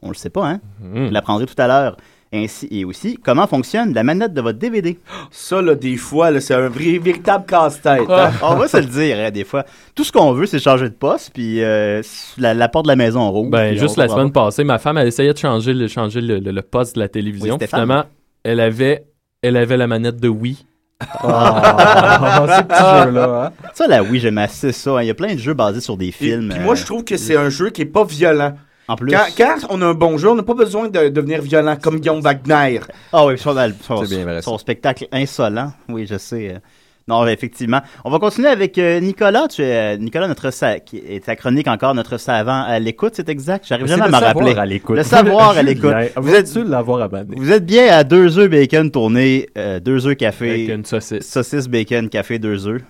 Speaker 7: On le sait pas, hein?
Speaker 11: Mhm.
Speaker 8: Hmm.
Speaker 7: Vous l'apprendrez tout à l'heure. Ainsi et aussi, comment fonctionne la manette de votre DVD?
Speaker 8: Ça, là, des fois, là, c'est un vrai, véritable casse-tête.
Speaker 7: Ah,
Speaker 8: hein.
Speaker 7: on va se le dire, hein, des fois. Tout ce qu'on veut, c'est changer de poste, puis euh, la, la porte de la maison rouge.
Speaker 11: Ben, juste la semaine passée, ma femme, elle essayait de changer le, changer le, le- le poste de la télévision.
Speaker 7: Oui, Stéphane.
Speaker 11: Finalement, elle avait, elle avait la manette de Wii.
Speaker 7: Ah, ce petit jeu-là, Ça, la oui, j'aime assez ça. hein. Il y a plein de jeux basés sur des films.
Speaker 8: Puis moi,
Speaker 7: euh,
Speaker 8: je trouve que c'est un jeu qui est pas violent.
Speaker 7: En plus.
Speaker 8: Quand, quand on a un bon jeu, on n'a pas besoin de devenir violent comme Guillaume Wagner.
Speaker 7: Ah oui, son, al- son-
Speaker 8: C'est bien vrai,
Speaker 7: son spectacle insolent. Oui, je sais. euh. Non, effectivement. On va continuer avec euh, Nicolas. Tu es, euh, Nicolas, notre sa- qui est ta chronique encore, notre savant à l'écoute, c'est exact. J'arrive
Speaker 9: C'est
Speaker 7: jamais à
Speaker 9: le
Speaker 7: m'en
Speaker 9: savoir
Speaker 7: rappeler.
Speaker 9: à l'écoute.
Speaker 7: Le savoir à l'écoute.
Speaker 9: Julien,
Speaker 7: Ah, Vous êtes
Speaker 9: vas-tu l'avoir abandonné?
Speaker 7: Vous êtes bien à deux œufs bacon tourné, euh, deux œufs café. Avec une saucisse. Saucisse bacon café deux œufs.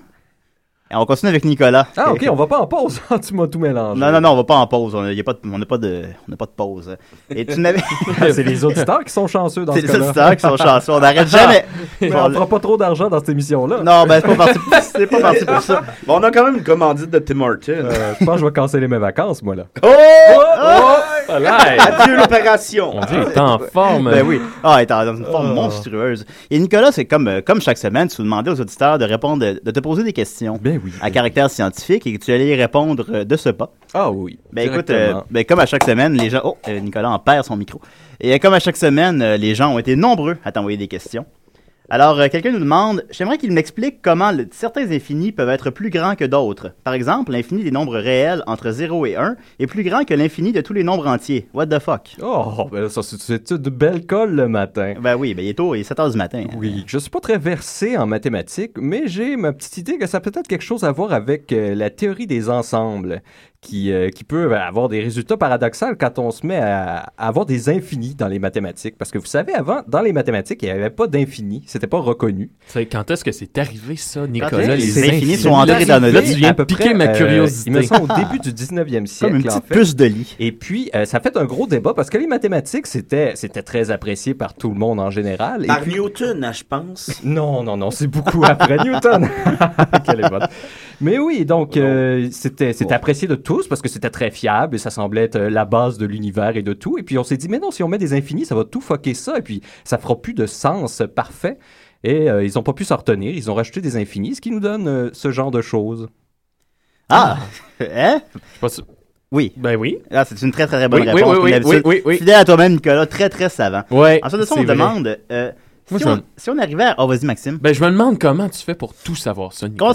Speaker 7: Et on continue avec Nicolas.
Speaker 9: Ah, ok, on va pas en pause. tu m'as tout mélangé.
Speaker 7: Non, non, non, on va pas en pause. On n'a pas, de- on a pas, de- on a pas de pause. hein. Et tu n'avais.
Speaker 9: Ah, C'est les auditeurs qui sont chanceux dans
Speaker 7: C'est
Speaker 9: ce
Speaker 7: les
Speaker 9: cas-là. Ah!
Speaker 7: auditeurs qui sont chanceux. On n'arrête jamais.
Speaker 9: Mais
Speaker 7: Bon,
Speaker 9: on fera pas trop d'argent dans cette émission-là.
Speaker 7: Non, ben, c'est pas parti, c'est pas parti pour ça.
Speaker 8: Bon, on a quand même une commandite de Tim Hortons.
Speaker 7: Euh,
Speaker 9: Je pense que je vais canceller mes vacances, moi, là.
Speaker 8: Oh!
Speaker 7: Oh!
Speaker 8: Adieu l'opération!
Speaker 7: Ben oui. Ah, il est en- dans une forme
Speaker 8: Oh.
Speaker 7: monstrueuse. Et Nicolas, c'est comme, euh, comme chaque semaine, tu demandais aux auditeurs de répondre, euh, de te poser des questions
Speaker 9: Ben
Speaker 7: à caractère scientifique et que tu allais y répondre euh, de ce pas.
Speaker 9: Ah oui.
Speaker 7: Ben écoute, euh,
Speaker 9: Directement.
Speaker 7: ben, comme à chaque semaine, les gens. Oh, euh, Nicolas en perd son micro. Et euh, comme à chaque semaine, euh, les gens ont été nombreux à t'envoyer des questions. Alors, euh, quelqu'un nous demande J'aimerais qu'il m'explique comment le- certains infinis peuvent être plus grands que d'autres. Par exemple, l'infini des nombres réels entre 0 et 1 est plus grand que l'infini de tous les nombres entiers. What the fuck
Speaker 9: Oh, ben là, ça, c'est- c'est de belles colles le matin.
Speaker 7: Ben oui, ben il est tôt, il est 7 h du matin. hein.
Speaker 9: Oui, je suis pas très versé en mathématiques, mais j'ai ma petite idée que ça a peut-être quelque chose à voir avec euh, la théorie des ensembles, qui, euh, qui peut euh, avoir des résultats paradoxaux quand on se met à, à avoir des infinis dans les mathématiques. Parce que vous savez, avant, dans les mathématiques, il n'y avait pas d'infini, c'était pas reconnu.
Speaker 11: Quand est-ce que c'est arrivé ça,
Speaker 9: Quand
Speaker 11: Nicolas?
Speaker 9: est-ce que
Speaker 11: les
Speaker 9: les
Speaker 11: infinis
Speaker 9: infinis sont entrés dans notre
Speaker 11: Là,
Speaker 9: vie?
Speaker 11: tu viens
Speaker 9: À peu
Speaker 11: piquer
Speaker 9: près,
Speaker 11: ma
Speaker 9: euh,
Speaker 11: curiosité.
Speaker 9: il me semble au début du 19e siècle,
Speaker 7: Comme une
Speaker 9: en
Speaker 7: petite
Speaker 9: fait.
Speaker 7: puce de lit.
Speaker 9: Et puis, euh, ça a fait un gros débat parce que les mathématiques, c'était c'était très apprécié par tout le monde en général. Et
Speaker 8: Par
Speaker 9: puis-
Speaker 8: Newton, hein, je pense.
Speaker 9: non, non, non, c'est beaucoup après Newton. Quelle est bonne. Mais oui, donc euh, c'était c'était apprécié de tous parce que c'était très fiable et ça semblait être euh, la base de l'univers et de tout. Et puis on s'est dit, mais non, si on met des infinis, ça va tout fucker ça et puis ça fera plus de sens parfait. Et euh, ils n'ont pas pu s'en retenir, ils ont rajouté des infinis, ce qui nous donne euh, ce genre de choses.
Speaker 7: Ah! hein? Oui.
Speaker 11: Ben oui.
Speaker 7: Ah, c'est une très très bonne
Speaker 9: Oui, oui,
Speaker 7: réponse.
Speaker 9: oui,
Speaker 7: comme
Speaker 9: oui,
Speaker 7: d'habitude.
Speaker 9: oui, oui, oui.
Speaker 7: Fidèle à toi-même, Nicolas, très très savant.
Speaker 11: Ouais,
Speaker 7: Ensuite de ça, on
Speaker 11: c'est vrai.
Speaker 7: demande euh,
Speaker 11: Moi,
Speaker 7: si,
Speaker 11: je
Speaker 7: on,
Speaker 11: me-
Speaker 7: si on arrivait à. Oh, vas-y, Maxime.
Speaker 11: Ben, je me demande comment tu fais pour tout savoir ça, Nicolas.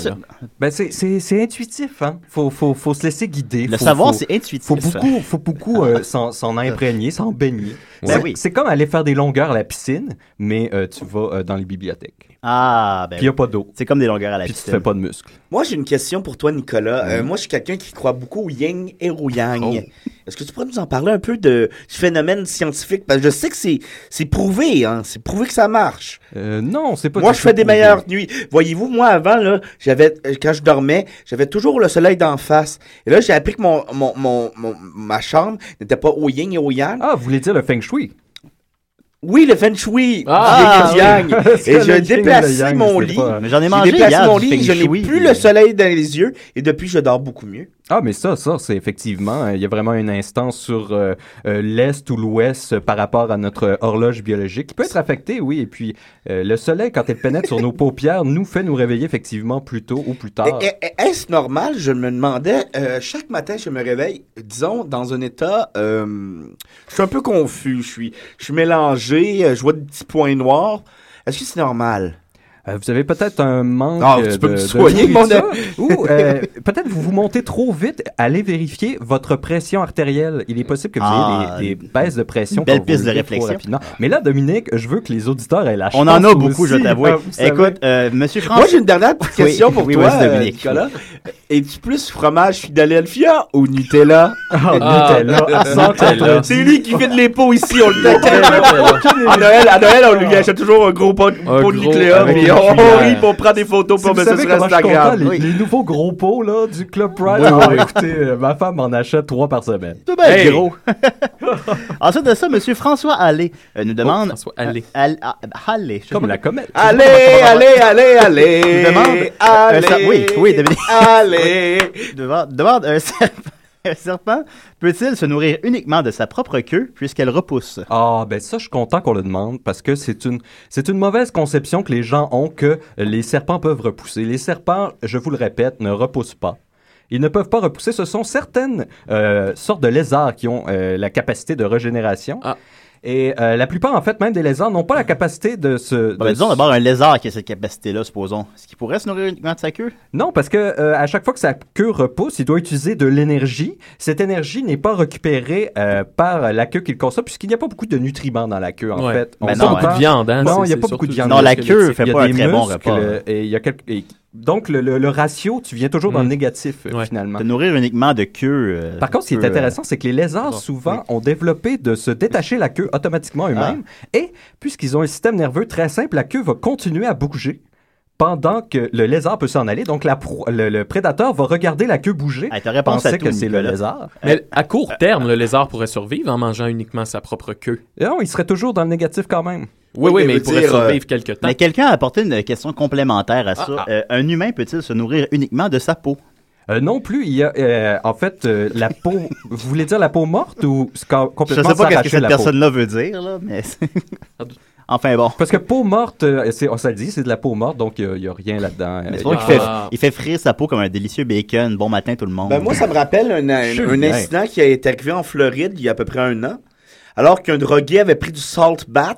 Speaker 9: Ben, c'est- c'est c'est intuitif, hein? Faut, faut, faut se laisser guider.
Speaker 11: Le
Speaker 9: Faut-
Speaker 11: savoir,
Speaker 9: faut-
Speaker 11: c'est intuitif.
Speaker 9: Faut beaucoup, faut beaucoup euh, s'en s'en imprégner, s'en baigner.
Speaker 7: Ben
Speaker 9: C'est-
Speaker 7: oui.
Speaker 9: C'est comme aller faire des longueurs à la piscine, mais euh, tu vas euh, dans les bibliothèques.
Speaker 7: Ah, ben.
Speaker 9: Puis il n'y a pas d'eau.
Speaker 7: C'est comme des longueurs à la
Speaker 9: Puis tu te
Speaker 7: piscine.
Speaker 9: fais pas de muscles.
Speaker 8: Moi, j'ai une question pour toi, Nicolas. Euh,
Speaker 9: Mm.
Speaker 8: moi, je suis quelqu'un qui croit beaucoup au yin et au yang.
Speaker 9: Oh.
Speaker 8: Est-ce que tu pourrais nous en parler un peu de du phénomène scientifique? Parce que je sais que c'est, c'est prouvé, hein. C'est prouvé que ça marche.
Speaker 9: Euh, non, c'est pas
Speaker 8: Moi,
Speaker 9: du
Speaker 8: je
Speaker 9: tout
Speaker 8: fais des
Speaker 9: prouvé.
Speaker 8: meilleures nuits. Voyez-vous, moi, avant, là, j'avais, euh, quand je dormais, j'avais toujours le soleil d'en face. Et là, j'ai appris que mon, mon, mon- mon- ma chambre n'était pas au yin et au yang.
Speaker 9: Ah, vous voulez dire le feng shui?
Speaker 8: Oui, le feng shui.
Speaker 9: Ah,
Speaker 8: du yin et
Speaker 9: oui.
Speaker 8: du yang.
Speaker 9: C'est
Speaker 8: et
Speaker 9: le yin et
Speaker 8: j'ai
Speaker 9: le
Speaker 8: déplacé
Speaker 9: yang,
Speaker 8: mon
Speaker 9: c'est
Speaker 8: lit.
Speaker 9: pas- Mais j'en ai
Speaker 8: J'ai
Speaker 9: mangé
Speaker 8: déplacé
Speaker 9: hier,
Speaker 8: mon
Speaker 9: du
Speaker 8: lit,
Speaker 9: feng
Speaker 8: je n'ai
Speaker 9: shui,
Speaker 8: plus
Speaker 9: puis-
Speaker 8: le soleil dans les yeux. Et depuis, je dors beaucoup mieux.
Speaker 9: Ah, mais ça, ça, c'est effectivement, euh, il y a vraiment une instance sur euh, euh, l'Est ou l'Ouest euh, par rapport à notre euh, horloge biologique qui peut être affectée, oui. Et puis, euh, le soleil, quand il pénètre sur nos paupières, nous fait nous réveiller effectivement plus tôt ou plus tard.
Speaker 8: Et- et- et- Est-ce normal? Je me demandais, euh, chaque matin, je me réveille, disons, dans un état. euh, je suis un peu confus, je suis, je suis mélangé, euh, je vois des petits points noirs. Est-ce que c'est normal?
Speaker 9: Euh, vous avez peut-être un manque
Speaker 8: Ah,
Speaker 9: euh,
Speaker 8: tu peux
Speaker 9: de,
Speaker 8: me
Speaker 9: de
Speaker 8: soigner, mon
Speaker 9: nourriture,
Speaker 8: ami.
Speaker 9: ou euh, peut-être vous vous montez trop vite. Allez vérifier votre pression artérielle. Il est possible que vous
Speaker 7: Ah,
Speaker 9: ayez des, des baisses de pression.
Speaker 7: belle
Speaker 9: quand vous
Speaker 7: piste de
Speaker 9: levez trop
Speaker 7: réflexion.
Speaker 9: rapidement. Mais là, Dominique, je veux que les auditeurs aient la chance.
Speaker 7: On en a beaucoup,
Speaker 9: aussi,
Speaker 7: je t'avoue.
Speaker 9: hein, vous savez.
Speaker 7: Écoute, euh, monsieur François.
Speaker 8: Moi, j'ai une dernière petite
Speaker 7: Oui,
Speaker 8: question pour
Speaker 7: oui,
Speaker 8: toi,
Speaker 7: vas-y,
Speaker 8: euh,
Speaker 7: Dominique.
Speaker 8: Nicolas. Es-tu plus fromage Philadelphia ou Nutella?
Speaker 9: Ah, Nutella, sans Nutella.
Speaker 8: C'est lui qui fait de l'épo ici, on le taquine.
Speaker 9: Nutella.
Speaker 8: à, Noël, à Noël, on
Speaker 7: Ah.
Speaker 8: lui achète toujours un gros pot, pot de
Speaker 9: gros-
Speaker 8: Nucléa,
Speaker 9: avec
Speaker 8: puis
Speaker 9: une
Speaker 8: on,
Speaker 9: cuillère.
Speaker 8: rit, puis on prend des photos
Speaker 9: Si
Speaker 8: pour
Speaker 9: vous
Speaker 8: mettre
Speaker 9: savez
Speaker 8: sur
Speaker 9: comment je suis
Speaker 8: Instagram.
Speaker 9: content, les, les nouveaux gros pots là, du Club Pride.
Speaker 7: Oui,
Speaker 9: Ah,
Speaker 7: oui.
Speaker 9: Écoutez, euh, ma femme en achète trois par semaine.
Speaker 7: Tout bien gros. Ensuite de ça, monsieur François Allé euh, nous demande. Euh, ah, François
Speaker 11: Allé.
Speaker 7: Allé.
Speaker 9: Oh, Comme la comète.
Speaker 8: Allez, allez, allez, allez.
Speaker 7: Il demande. un ser-
Speaker 8: Allez.
Speaker 7: oui, oui, Dominique.
Speaker 8: Allez.
Speaker 7: demande, demande, un serpent. Un serpent peut-il se nourrir uniquement de sa propre queue puisqu'elle repousse?
Speaker 9: Ah, ben ça, je suis content qu'on le demande parce que c'est une, c'est une mauvaise conception que les gens ont que les serpents peuvent repousser. Les serpents, je vous le répète, ne repoussent pas. Ils ne peuvent pas repousser. Ce sont certaines euh, sortes de lézards qui ont euh, la capacité de régénération. Et euh, la plupart, en fait, même des lézards n'ont pas la capacité de se.
Speaker 7: Bon, ben,
Speaker 9: de
Speaker 7: disons
Speaker 9: se-
Speaker 7: d'abord un lézard qui a cette capacité-là, supposons. Est-ce qu'il pourrait se nourrir uniquement de sa queue?
Speaker 9: Non, parce que euh, à chaque fois que sa queue repousse, il doit utiliser de l'énergie. Cette énergie n'est pas récupérée euh, par la queue qu'il consomme, puisqu'il n'y a pas beaucoup de nutriments dans la queue, en
Speaker 11: Ouais.
Speaker 9: fait.
Speaker 11: Mais non, hein. Beaucoup de viande, hein.
Speaker 9: Non,
Speaker 11: C'est-
Speaker 9: il n'y a
Speaker 11: c'est
Speaker 9: pas beaucoup de viande.
Speaker 11: surtout du- Non, la
Speaker 9: Il y a des-
Speaker 11: queue fait
Speaker 9: il y a
Speaker 11: pas un
Speaker 9: des
Speaker 11: très bon hein.
Speaker 9: muscles,
Speaker 11: repas.
Speaker 9: euh, Et il y a quelques- et donc, le, le- le ratio, tu viens toujours dans le
Speaker 7: Mm.
Speaker 9: négatif, euh, finalement.
Speaker 7: Se nourrir uniquement de queue. euh,
Speaker 9: Par contre, ce qui est
Speaker 7: peut, euh,
Speaker 9: intéressant, c'est que les lézards, souvent, ont développé de se détacher la queue automatiquement eux-mêmes. Et puisqu'ils ont un système nerveux très simple, la queue va continuer à bouger pendant que le lézard peut s'en aller. Donc, la proie- le, le prédateur va regarder la queue bouger.
Speaker 11: pense
Speaker 9: penser que c'est le lézard. Euh,
Speaker 11: Mais à court terme, le lézard pourrait survivre en mangeant uniquement sa propre queue.
Speaker 9: Non, il serait toujours dans le négatif quand même.
Speaker 11: Oui, oui, mais il
Speaker 7: veut
Speaker 11: pourrait
Speaker 7: dire, euh,
Speaker 11: survivre quelque temps.
Speaker 7: Mais quelqu'un a apporté une question complémentaire à
Speaker 9: Ah,
Speaker 7: ça. Euh, un humain peut-il se nourrir uniquement de sa peau?
Speaker 9: Euh, non plus, il y a euh, en fait euh, la peau. Vous voulez dire la peau morte ou c'est quand-
Speaker 7: Je sais
Speaker 9: complètement
Speaker 7: pas ce que
Speaker 9: s'arracher
Speaker 7: cette
Speaker 9: la peau?
Speaker 7: personne-là veut dire, là, mais c'est- enfin bon.
Speaker 9: Parce que peau morte, euh, c'est- on ça le dit, c'est de la peau morte, donc il n'y a, rien là-dedans.
Speaker 7: Mais c'est
Speaker 9: Euh,
Speaker 7: vrai qu'il fait, il fait frire sa peau comme un délicieux bacon. Bon matin tout le monde.
Speaker 8: Ben, moi, ça me rappelle un, un-
Speaker 7: Chut,
Speaker 8: un
Speaker 7: hey.
Speaker 8: incident qui est arrivé en Floride il y a à peu près un an, alors qu'un drogué avait pris du salt bat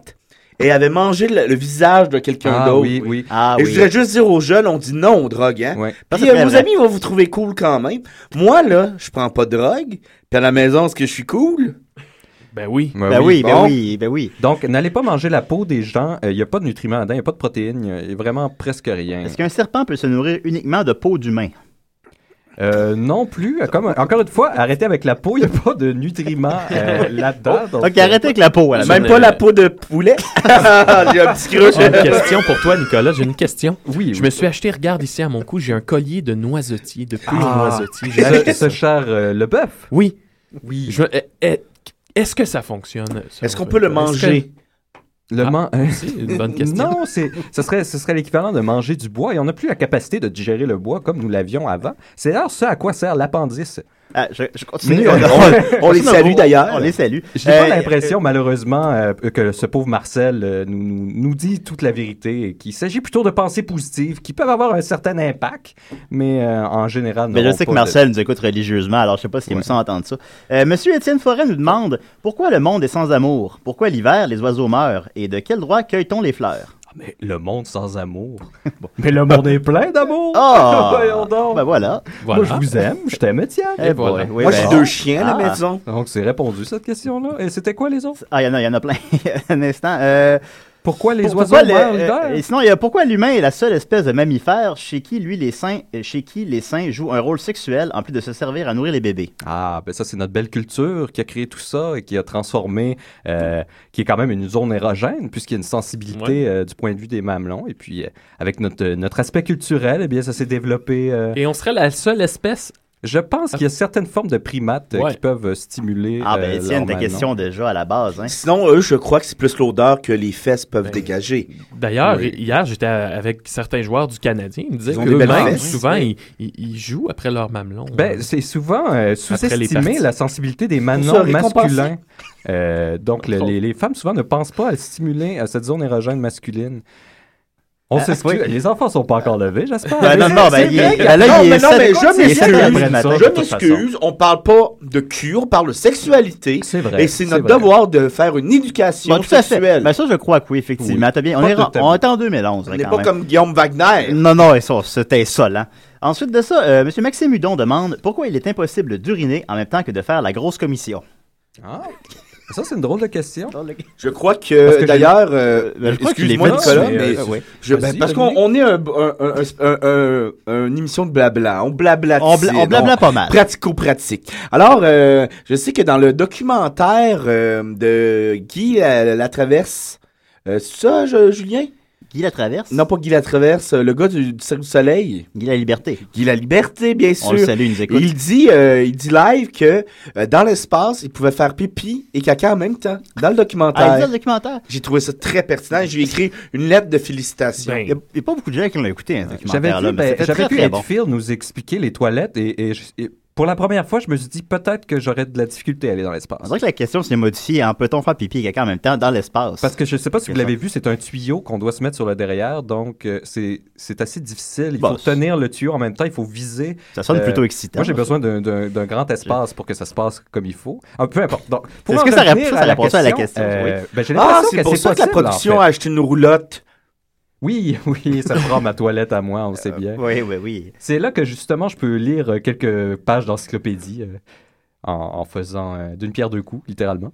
Speaker 8: et avait mangé le, le visage de quelqu'un
Speaker 9: Ah,
Speaker 8: d'autre.
Speaker 9: oui, oui.
Speaker 7: Ah,
Speaker 8: et
Speaker 9: oui.
Speaker 8: je voudrais juste dire aux jeunes, on dit non aux drogues. Hein?
Speaker 9: Ça,
Speaker 8: Puis
Speaker 9: c'est
Speaker 8: euh,
Speaker 9: très
Speaker 8: vos
Speaker 9: vrai.
Speaker 8: amis vont vous trouver cool quand même. Moi, là, je prends pas de drogue. Puis à la maison, est-ce que je suis cool?
Speaker 11: Ben oui.
Speaker 9: Ouais,
Speaker 8: Bon.
Speaker 7: ben oui.
Speaker 9: Donc, n'allez pas manger la peau des gens. Il n'y a pas de nutriments dedans, il n'y a pas de protéines, il n'y a vraiment presque rien.
Speaker 7: Est-ce qu'un serpent peut se nourrir uniquement de peau d'humain?
Speaker 9: Euh, non plus. Comme, encore une fois, arrêtez avec la peau, il n'y a pas de nutriments euh, là-dedans. donc,
Speaker 7: Oh. ok,
Speaker 9: euh,
Speaker 7: arrêtez avec la peau. alors.
Speaker 8: Même pas la peau de poulet. J'ai un petit creux.
Speaker 11: J'ai une question pour toi, Nicolas. J'ai une question.
Speaker 9: Oui.
Speaker 11: Je me suis acheté, regarde ici à mon cou, j'ai un collier de noisetier, de pluie
Speaker 9: Ah.
Speaker 11: noisetier. J'ai
Speaker 9: Ce-
Speaker 11: acheté
Speaker 9: ce
Speaker 11: ça.
Speaker 9: cher euh, le bœuf.
Speaker 11: Oui.
Speaker 9: Oui.
Speaker 11: Je me- eh, eh, Est-ce que ça fonctionne?
Speaker 9: Est-ce
Speaker 11: selon
Speaker 9: qu'on peut le
Speaker 11: toi? Est-ce
Speaker 9: manger?
Speaker 11: que-
Speaker 9: Le
Speaker 11: Ah,
Speaker 9: man-
Speaker 11: C'est une bonne question.
Speaker 9: Non, c'est, ce serait, ce serait l'équivalent de manger du bois et on n'a plus la capacité de digérer le bois comme nous l'avions avant. C'est alors ce à quoi sert l'appendice.
Speaker 7: Ah, je, je continue.
Speaker 9: Nous, on- on- on les salue d'ailleurs.
Speaker 7: On les salue.
Speaker 9: J'ai
Speaker 7: Euh,
Speaker 9: pas l'impression, malheureusement, euh, que ce pauvre Marcel euh, nous, nous- nous dit toute la vérité et qu'il s'agit plutôt de pensées positives qui peuvent avoir un certain impact, mais euh, en général,
Speaker 7: Mais je
Speaker 9: n'auront
Speaker 7: sais que
Speaker 9: pas de-
Speaker 7: Marcel nous écoute religieusement, alors je sais pas s'il aime ça entendre ça. Euh, Monsieur Étienne Forêt nous demande pourquoi le monde est sans amour, pourquoi l'hiver les oiseaux meurent et de quel droit cueille-t-on les fleurs
Speaker 9: Ah, Mais le monde sans amour. Mais le monde est plein d'amour.
Speaker 7: Ah!
Speaker 9: Voyons donc.
Speaker 7: Ben voilà.
Speaker 9: Moi, je vous aime, je t'aime, Étienne.
Speaker 7: Eh boy, oui, ben- Ah.
Speaker 9: Donc, c'est répondu cette question-là. Et c'était quoi les autres?
Speaker 7: Ah, il y en a, il y en a plein. Un instant. euh,
Speaker 9: Pourquoi les
Speaker 7: pour-
Speaker 9: oiseaux
Speaker 7: pourquoi le-
Speaker 9: meurent
Speaker 7: euh,
Speaker 9: l'hiver?
Speaker 7: et Sinon, il y a pourquoi l'humain est la seule espèce de mammifère chez qui, lui, les saints, chez qui les saints jouent un rôle sexuel en plus de se servir à nourrir les bébés.
Speaker 9: Ah, ben ça, c'est notre belle culture qui a créé tout ça et qui a transformé, euh, qui est quand même une zone érogène, puisqu'il y a une sensibilité euh, du point de vue des mamelons. Et puis, euh, avec notre, euh, notre aspect culturel, eh bien, ça s'est développé. euh.
Speaker 11: Et on serait la seule espèce.
Speaker 9: Je pense qu'il y a certaines formes de primates euh,
Speaker 7: Ouais.
Speaker 9: qui peuvent euh, stimuler.
Speaker 7: Ah, ben,
Speaker 9: euh,
Speaker 7: Étienne,
Speaker 9: leur
Speaker 7: ta
Speaker 9: mamelon.
Speaker 7: question déjà à la base. Hein. Ben,
Speaker 8: Sinon, eux, je crois que c'est plus l'odeur que les fesses peuvent dégager.
Speaker 11: D'ailleurs,
Speaker 8: Oui.
Speaker 11: hier, j'étais à- avec certains joueurs du Canadien. Ils me disaient
Speaker 8: Ils ont des belles
Speaker 11: que
Speaker 8: fesses.
Speaker 11: souvent,
Speaker 8: Oui.
Speaker 11: ils, ils- ils jouent après leur mamelon.
Speaker 9: Ben, c'est souvent euh, sous-estimé
Speaker 11: parties.
Speaker 9: la sensibilité des
Speaker 11: Pour
Speaker 9: manons
Speaker 11: se récompenser.
Speaker 9: masculins. Euh, donc, le- les, les femmes souvent ne pensent pas à stimuler à cette zone érogène masculine. On
Speaker 7: Ah,
Speaker 9: s'excuse.
Speaker 7: oui.
Speaker 9: Les enfants sont pas encore levés, j'espère.
Speaker 7: Ben, non, non, ben, il- ben, là,
Speaker 8: non,
Speaker 7: il
Speaker 8: mais
Speaker 7: est
Speaker 8: non,
Speaker 7: sept-
Speaker 8: mais
Speaker 7: il est sept
Speaker 8: je
Speaker 7: après le matin,
Speaker 8: m'excuse.
Speaker 7: de
Speaker 8: Je
Speaker 7: toute
Speaker 8: m'excuse. On parle pas de cure, on parle de sexualité. C'est
Speaker 9: vrai,
Speaker 8: Et c'est
Speaker 9: c'est
Speaker 8: notre
Speaker 9: vrai.
Speaker 8: devoir de faire une éducation
Speaker 7: Bon, tout à fait.
Speaker 8: sexuelle.
Speaker 7: Ben, ça, je crois que oui, effectivement.
Speaker 8: Oui.
Speaker 7: T'as bien. On
Speaker 8: Pas
Speaker 7: est,
Speaker 8: tout
Speaker 7: ren-
Speaker 8: à
Speaker 7: on est en 2011.
Speaker 8: On n'est pas comme Guillaume Wagner.
Speaker 7: Euh, Non, non, et ça, c'était insolent. Ensuite de ça, euh, M. Maxime Hudon demande pourquoi il est impossible d'uriner en même temps que de faire la grosse commission.
Speaker 9: Ah, ça, c'est une drôle de question.
Speaker 8: Je crois
Speaker 7: Parce que
Speaker 8: que,
Speaker 7: j'ai-
Speaker 8: d'ailleurs, euh,
Speaker 7: Ben, je crois que je l'ai
Speaker 8: excuse-moi
Speaker 7: fait,
Speaker 8: Nicolas,
Speaker 7: mais,
Speaker 8: mais
Speaker 7: euh, ouais.
Speaker 8: je- ben,
Speaker 7: Vas-y,
Speaker 8: parce qu'on on est un, un- un- un- un- un- une émission de blabla, on blabla,
Speaker 7: On bla- on blabla pas mal.
Speaker 8: pratico-pratique. Alors, euh, je sais que dans le documentaire euh, de Guy La- Latraverse, euh, c'est ça, je- Julien?
Speaker 7: Guy Latraverse?
Speaker 8: Non, pas Guy Latraverse, euh, le gars du, du Cirque du Soleil.
Speaker 7: Guy La Liberté.
Speaker 8: Guy La Liberté, bien sûr.
Speaker 7: On le salue, il nous écoute.
Speaker 8: Il dit, euh, il dit live que euh, dans l'espace, il pouvait faire pipi et caca en même temps, dans le documentaire.
Speaker 7: Ah, il dit dans le documentaire.
Speaker 8: J'ai trouvé ça très pertinent. J'ai écrit une lettre de félicitations.
Speaker 11: Ben.
Speaker 7: Il n'y a, il y a pas beaucoup de gens qui l'ont écouté, hein, ce
Speaker 9: J'avais
Speaker 7: documentaire-là,
Speaker 9: vu,
Speaker 7: mais
Speaker 9: ben,
Speaker 7: c'était
Speaker 9: j'avais
Speaker 7: très,
Speaker 9: vu
Speaker 7: très bon.
Speaker 9: Edfield nous expliquer les toilettes et, et je- et pour la première fois, je me suis dit peut-être que j'aurais de la difficulté à aller dans l'espace.
Speaker 7: On dirait que la question s'est modifiée en peut-on faire pipi et caca en même temps dans l'espace?
Speaker 9: Parce que je ne sais pas si vous l'avez vu, c'est un tuyau qu'on doit se mettre sur le derrière, donc euh, c'est c'est assez difficile. Il
Speaker 7: Bon,
Speaker 9: faut tenir le tuyau en même temps, il faut viser. euh,
Speaker 7: Ça sonne plutôt excitant.
Speaker 9: Moi, j'ai besoin d'un- d'un d'un grand espace pour que ça se passe comme il faut. Ah, peu importe. Donc, pour
Speaker 7: Est-ce
Speaker 9: en
Speaker 7: que ça
Speaker 9: revenir
Speaker 7: répond- ça répond à la question,
Speaker 9: euh,
Speaker 7: oui.
Speaker 9: ben, j'ai
Speaker 7: Ah,
Speaker 9: l'impression
Speaker 7: c'est pour
Speaker 9: c'est
Speaker 7: ça que la
Speaker 9: possible, en
Speaker 7: production
Speaker 9: fait.
Speaker 7: a
Speaker 8: acheté une roulotte.
Speaker 9: Oui, oui, ça prend ma toilette à moi, on sait bien.
Speaker 7: Euh, oui, oui, oui.
Speaker 9: C'est là que justement je peux lire euh, quelques pages d'encyclopédie euh, en, en faisant euh, d'une pierre deux coups, littéralement.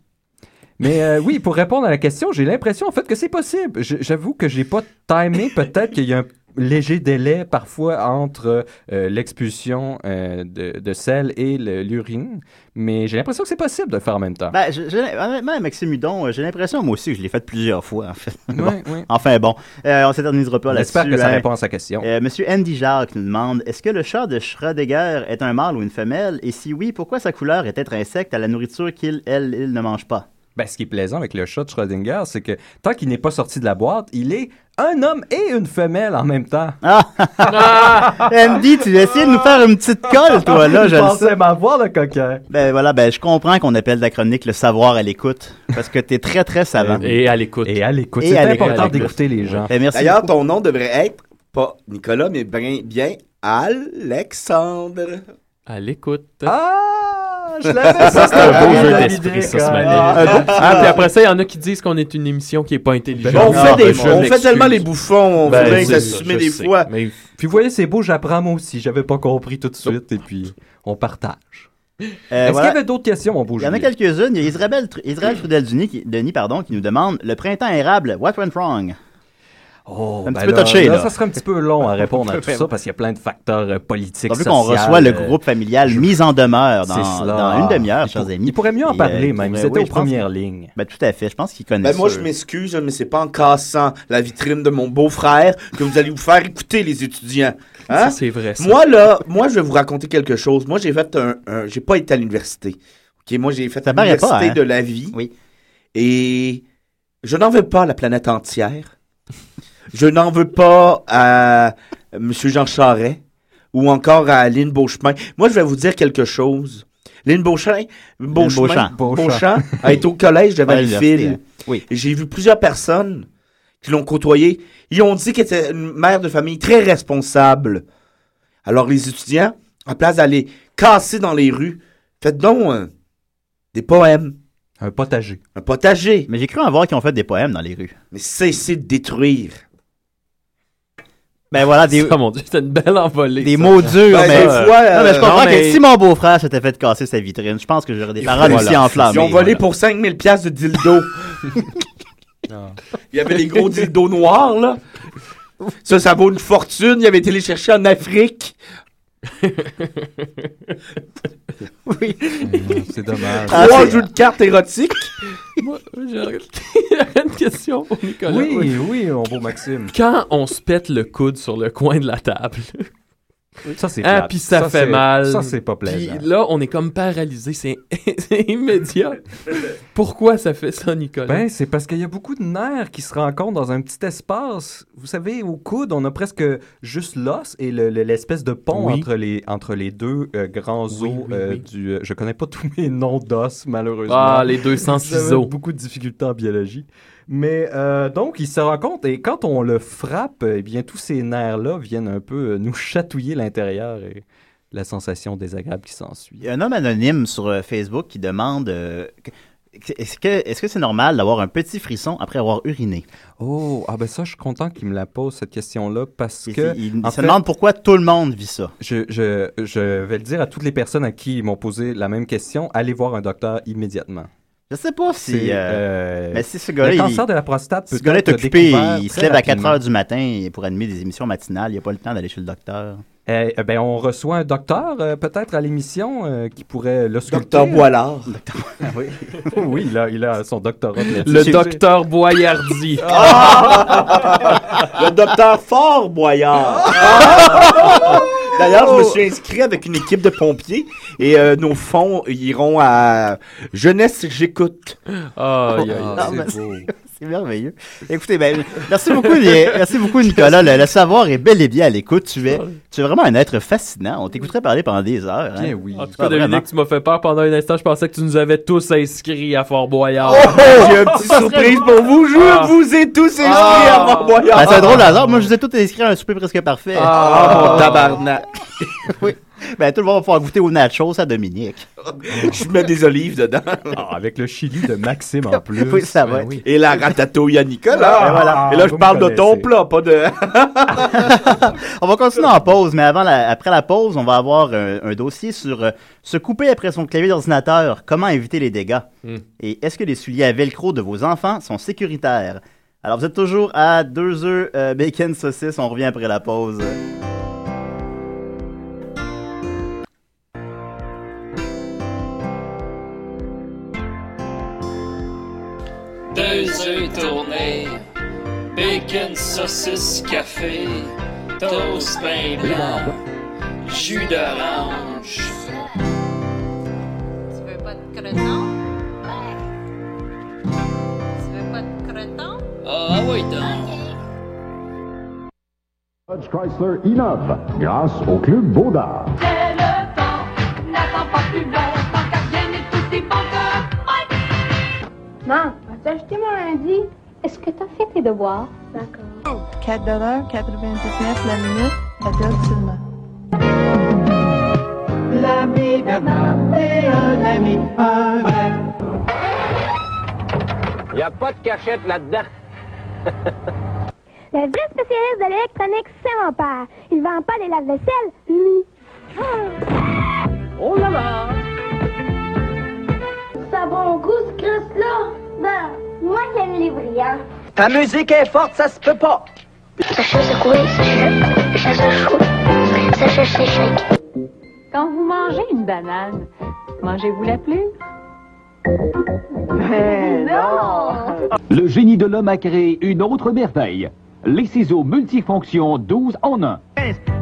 Speaker 9: Mais euh, oui, pour répondre à la question, j'ai l'impression en fait que c'est possible. Je- J'avoue que j'ai pas timé, peut-être qu'il y a un léger délai parfois entre euh, l'expulsion euh, de, de sel et le- l'urine, mais j'ai l'impression que c'est possible de le faire en même temps.
Speaker 7: Ben, je- je- honnêtement, Maxime Hudon, euh, j'ai l'impression, moi aussi, que je l'ai fait plusieurs fois, en fait. Bon.
Speaker 9: oui.
Speaker 7: Enfin, bon, euh, on s'éternisera pas
Speaker 9: On
Speaker 7: là-dessus.
Speaker 9: espère que ça
Speaker 7: hein.
Speaker 9: répond à sa question.
Speaker 7: Euh, Monsieur Andy Jacques nous demande Est-ce que le chat de Schrödinger est un mâle ou une femelle Et si oui, pourquoi sa couleur est intrinsèque à la nourriture qu'il, elle, il ne mange pas
Speaker 9: Ben, ce qui est plaisant avec le chat de Schrödinger, c'est que tant qu'il n'est pas sorti de la boîte, il est un homme et une femelle en même temps.
Speaker 7: Ah! Andy, tu essayes de nous faire une petite colle, toi, là,
Speaker 9: Il
Speaker 7: je le
Speaker 9: pensait
Speaker 7: sais.
Speaker 9: Ah! m'avoir, le coquin.
Speaker 7: Ben voilà, ben je comprends qu'on appelle la chronique le savoir à l'écoute, parce que t'es très très savant.
Speaker 11: Et à l'écoute.
Speaker 9: Et à l'écoute.
Speaker 7: Et à l'écoute. Ben, merci.
Speaker 8: D'ailleurs, ton nom devrait être pas Nicolas, mais bien, bien Alexandre.
Speaker 11: À l'écoute.
Speaker 9: Ah,
Speaker 11: je l'avais, ça, c'était un beau jeu d'esprit, ça, ce matin. Ah, puis après ça, il y en a qui disent qu'on est une émission qui n'est pas intelligente.
Speaker 8: euh, Ben, on fait
Speaker 11: Ah,
Speaker 8: des-
Speaker 11: je
Speaker 8: on fait
Speaker 11: m'excuse. Ben,
Speaker 8: tellement les bouffons, on veut bien
Speaker 11: c'est
Speaker 8: s'assumer
Speaker 11: ça, je
Speaker 8: des
Speaker 11: sais.
Speaker 8: fois.
Speaker 11: Mais
Speaker 9: Puis vous voyez, c'est beau, j'apprends moi aussi. J'avais pas compris tout de suite. Et puis, on partage.
Speaker 8: Euh,
Speaker 9: Est-ce
Speaker 7: Euh, voilà.
Speaker 9: qu'il y avait d'autres questions, mon beau
Speaker 7: Il y en a
Speaker 9: Julien?
Speaker 7: quelques-unes. Il y a Israël, Tr- Israël Trudel-Denis qui, Denis, pardon, qui nous demande Le printemps érable, what went wrong
Speaker 9: Oh,
Speaker 7: Un
Speaker 9: ben
Speaker 7: petit peu
Speaker 9: là,
Speaker 7: touché,
Speaker 9: là,
Speaker 7: là.
Speaker 9: Ça serait un petit peu long à répondre à tout ça parce qu'il y a plein de facteurs euh, politiques,
Speaker 7: Vu
Speaker 9: sociaux. euh,
Speaker 7: qu'on reçoit le groupe familial Mise en demeure
Speaker 9: C'est
Speaker 7: dans,
Speaker 9: cela.
Speaker 7: dans une demi-heure,
Speaker 9: Il
Speaker 7: chers
Speaker 9: pour-
Speaker 7: amis.
Speaker 9: il pourrait mieux en
Speaker 7: Et,
Speaker 9: parler,
Speaker 7: il
Speaker 9: même.
Speaker 7: pourrait-
Speaker 9: C'était
Speaker 7: oui,
Speaker 9: aux
Speaker 7: je pense
Speaker 9: premières
Speaker 7: qu'il-
Speaker 9: lignes.
Speaker 7: Ben, tout à fait. Je pense qu'il connaît
Speaker 8: Ben moi,
Speaker 7: ça.
Speaker 8: je m'excuse, mais c'est pas en cassant la vitrine de mon beau-frère que vous allez vous faire écouter, les étudiants. Hein?
Speaker 11: Ça, c'est vrai, ça.
Speaker 8: Moi, là, moi, je vais vous raconter quelque chose. Moi, j'ai fait un... un- j'ai pas été à l'université. OK, moi, j'ai fait
Speaker 7: Ça paraît
Speaker 8: l'université
Speaker 7: pas, hein?
Speaker 8: de la vie.
Speaker 7: Oui.
Speaker 8: Et je n'en veux pas à la planète entière. je n'en veux pas à M. Jean Charret ou encore à Lynn Beauchemin. Moi, je vais vous dire quelque chose. Lynn Beauchemin, Beauchemin,
Speaker 7: Beauchamp.
Speaker 8: Beauchamp a été au collège de
Speaker 7: Ouais, l'université,
Speaker 8: Valleyfield.
Speaker 7: hein. Oui.
Speaker 8: J'ai vu plusieurs personnes qui l'ont côtoyé. Ils ont dit qu'elle était une mère de famille très responsable. Alors, les étudiants, à place d'aller casser dans les rues, faites donc euh, des poèmes.
Speaker 9: Un potager.
Speaker 8: Un potager.
Speaker 7: Mais j'ai cru en voir qu'ils ont fait des poèmes dans les rues.
Speaker 8: Mais cessez de détruire.
Speaker 7: Ben voilà, des,
Speaker 11: Ah mon dieu, c'était une belle envolée.
Speaker 7: des
Speaker 11: ça.
Speaker 7: mots durs,
Speaker 8: Ben,
Speaker 7: mais.
Speaker 8: des fois, euh,
Speaker 7: non, mais je comprends
Speaker 11: non, mais-
Speaker 7: que si mon beau-frère s'était fait casser sa vitrine, je pense que j'aurais des paroles
Speaker 8: Voilà.
Speaker 7: aussi enflammées.
Speaker 8: Ils ont volé pour 5000 pièces de dildo. Il y avait les gros dildos noirs, là. Ça, ça vaut une fortune. Il avait été les chercher en Afrique.
Speaker 9: C'est dommage.
Speaker 7: Ah,
Speaker 8: Trois
Speaker 7: c'est-
Speaker 8: jeux de cartes érotiques.
Speaker 11: Moi, j'ai j'ai une question pour Nicolas.
Speaker 9: Oui, oui, mon beau Maxime.
Speaker 11: Quand on se pète le coude sur le coin de la table,
Speaker 9: Ça, c'est
Speaker 11: ah,
Speaker 9: plate.
Speaker 11: puis ça, fait
Speaker 9: c'est-
Speaker 11: mal.
Speaker 9: Ça, c'est pas plaisant.
Speaker 11: Puis là, on est comme paralysé. C'est c'est immédiat. Pourquoi ça fait ça, Nicolas?
Speaker 9: Ben, c'est parce qu'il y a beaucoup de nerfs qui se rencontrent dans un petit espace. Vous savez, au coude, on a presque juste l'os et le- le- l'espèce de pont
Speaker 11: Oui.
Speaker 9: entre, les, entre les deux euh, grands os
Speaker 11: oui,
Speaker 9: euh,
Speaker 11: oui.
Speaker 9: du... euh, je connais pas tous mes noms d'os, malheureusement.
Speaker 11: ah, les 200
Speaker 9: J'avais
Speaker 11: ciseaux.
Speaker 9: beaucoup de difficultés en biologie. Mais euh, donc, il se rend compte, et quand on le frappe, eh bien, tous ces nerfs-là viennent un peu euh, nous chatouiller l'intérieur et la sensation désagréable qui s'ensuit.
Speaker 7: Il y a un homme anonyme sur euh, Facebook qui demande euh, que- Est-ce que est-ce que c'est normal d'avoir un petit frisson après avoir uriné
Speaker 9: Oh, ah ben ça, je suis content qu'il me la pose, cette question-là, parce
Speaker 7: Il-
Speaker 9: que...
Speaker 7: Il, il
Speaker 9: en
Speaker 7: se
Speaker 9: fait-
Speaker 7: demande pourquoi tout le monde vit ça.
Speaker 9: Je, je, je vais le dire à toutes les personnes à qui ils m'ont posé la même question, allez voir un docteur immédiatement.
Speaker 7: Je sais pas si.
Speaker 9: C'est,
Speaker 7: euh,
Speaker 9: euh,
Speaker 7: mais si ce gars-là.
Speaker 9: le
Speaker 7: il-
Speaker 9: cancer de la prostate peut
Speaker 7: Ce gars-là est
Speaker 9: être
Speaker 7: occupé,
Speaker 9: découvert
Speaker 7: il se
Speaker 9: très
Speaker 7: lève à 4
Speaker 9: rapidement.
Speaker 7: heures du matin pour animer des émissions matinales, il n'y a pas le temps d'aller chez le docteur.
Speaker 9: Eh, eh ben, on reçoit un docteur euh, peut-être à l'émission euh, qui pourrait l'ausculter.
Speaker 8: Docteur Boilard.
Speaker 9: oui, il a, il a son doctorat. de médecine.
Speaker 11: Le docteur Boyardi.
Speaker 8: Ah! Le docteur Fort Boyard. D'ailleurs, je me suis inscrit avec une équipe de pompiers et euh, nos fonds iront à Jeunesse J'écoute.
Speaker 11: Ah, aïe, aïe,
Speaker 9: Ah,
Speaker 11: aïe.
Speaker 9: c'est beau.
Speaker 7: C'est merveilleux. Écoutez, ben, merci beaucoup, les- merci beaucoup Nicolas. Le, le savoir est bel et bien à l'écoute. Tu es, tu es vraiment un être fascinant. On t'écouterait parler pendant des heures. hein.
Speaker 10: Bien oui. En tout
Speaker 7: Ah,
Speaker 10: cas,
Speaker 7: vraiment.
Speaker 10: Dominique, tu m'as fait peur pendant un instant. Je pensais que tu nous avais tous inscrits à Fort
Speaker 8: Oh,
Speaker 10: Boyard.
Speaker 8: J'ai une petite surprise pour vous. Je
Speaker 10: Ah.
Speaker 8: vous ai tous inscrits
Speaker 7: Ah.
Speaker 8: à Fort Boyard.
Speaker 7: Ben, c'est un drôle de hasard. Moi, je vous ai tous inscrits à un souper presque parfait.
Speaker 8: Ah, mon tabarnak.
Speaker 7: oui. Ben, tout le monde va pouvoir goûter aux nachos à Dominique.
Speaker 8: Je mets des olives dedans.
Speaker 9: Ah, avec le chili de Maxime en plus. Ben
Speaker 7: Oui, ça va. être-
Speaker 8: Et la ratatouille à Nicolas.
Speaker 7: Ah, voilà.
Speaker 8: Et là, je
Speaker 7: Vous me
Speaker 8: parle de ton
Speaker 7: connaissez.
Speaker 8: plat, pas de.
Speaker 7: On va continuer en pause, mais avant la- après la pause, on va avoir un, un dossier sur euh, se couper après son clavier d'ordinateur, comment éviter les dégâts.
Speaker 10: Hmm.
Speaker 7: Et est-ce que les souliers à velcro de vos enfants sont sécuritaires? Alors, vous êtes toujours à deux œufs, euh, bacon, saucisse. On revient après la pause.
Speaker 5: Deux œufs tournés, bacon, saucisse, café, toast, pain blanc, jus d'orange.
Speaker 6: Tu veux pas de creton? Tu veux pas de creton?
Speaker 5: Ah oui donc!
Speaker 14: Dodge Chrysler innove grâce au club Baudard.
Speaker 1: C'est le temps, n'attends pas plus longtemps, car bien et tout est bon
Speaker 15: Maman, vas-tu acheter mon lundi? Est-ce que t'as fait tes devoirs? D'accord. 4,99 la minute, adulte seulement.
Speaker 1: L'ami Bernard est un ami, un vrai.
Speaker 16: Il a pas de cachette là-dedans.
Speaker 15: Le vrai spécialiste de l'électronique, c'est mon père. Il vend pas les lave-vaisselle, lui. Oh là là! Ça va au goût, ce Chris-là? Ben, moi qui aime les brillants.
Speaker 1: Ta musique est forte, ça se peut pas. Sachez secouer, sachez, sachez secouer, sachez sécher.
Speaker 6: Quand vous mangez une banane, mangez-vous la plus? non!
Speaker 17: Le génie de l'homme a créé une autre merveille. Les ciseaux multifonctions 12 en 1.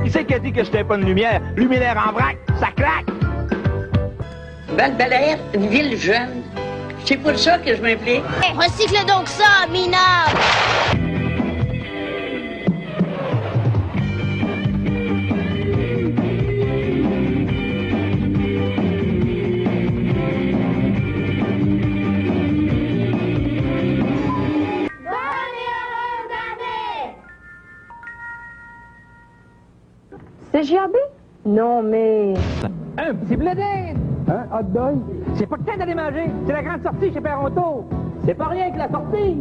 Speaker 16: Qui c'est qui a dit que j'étais pas de lumière? Luminaire en vrac, ça claque!
Speaker 12: Val-Belair, une ville jeune. C'est pour ça que je m'implique.
Speaker 15: Eh, recycle donc ça, minable! C'est GAB? Non, mais...
Speaker 16: Un petit blé d'Inde! Un Hein, hot dog? Hein, C'est pas le temps d'aller manger! C'est la grande sortie chez Perronto! C'est pas rien que la sortie!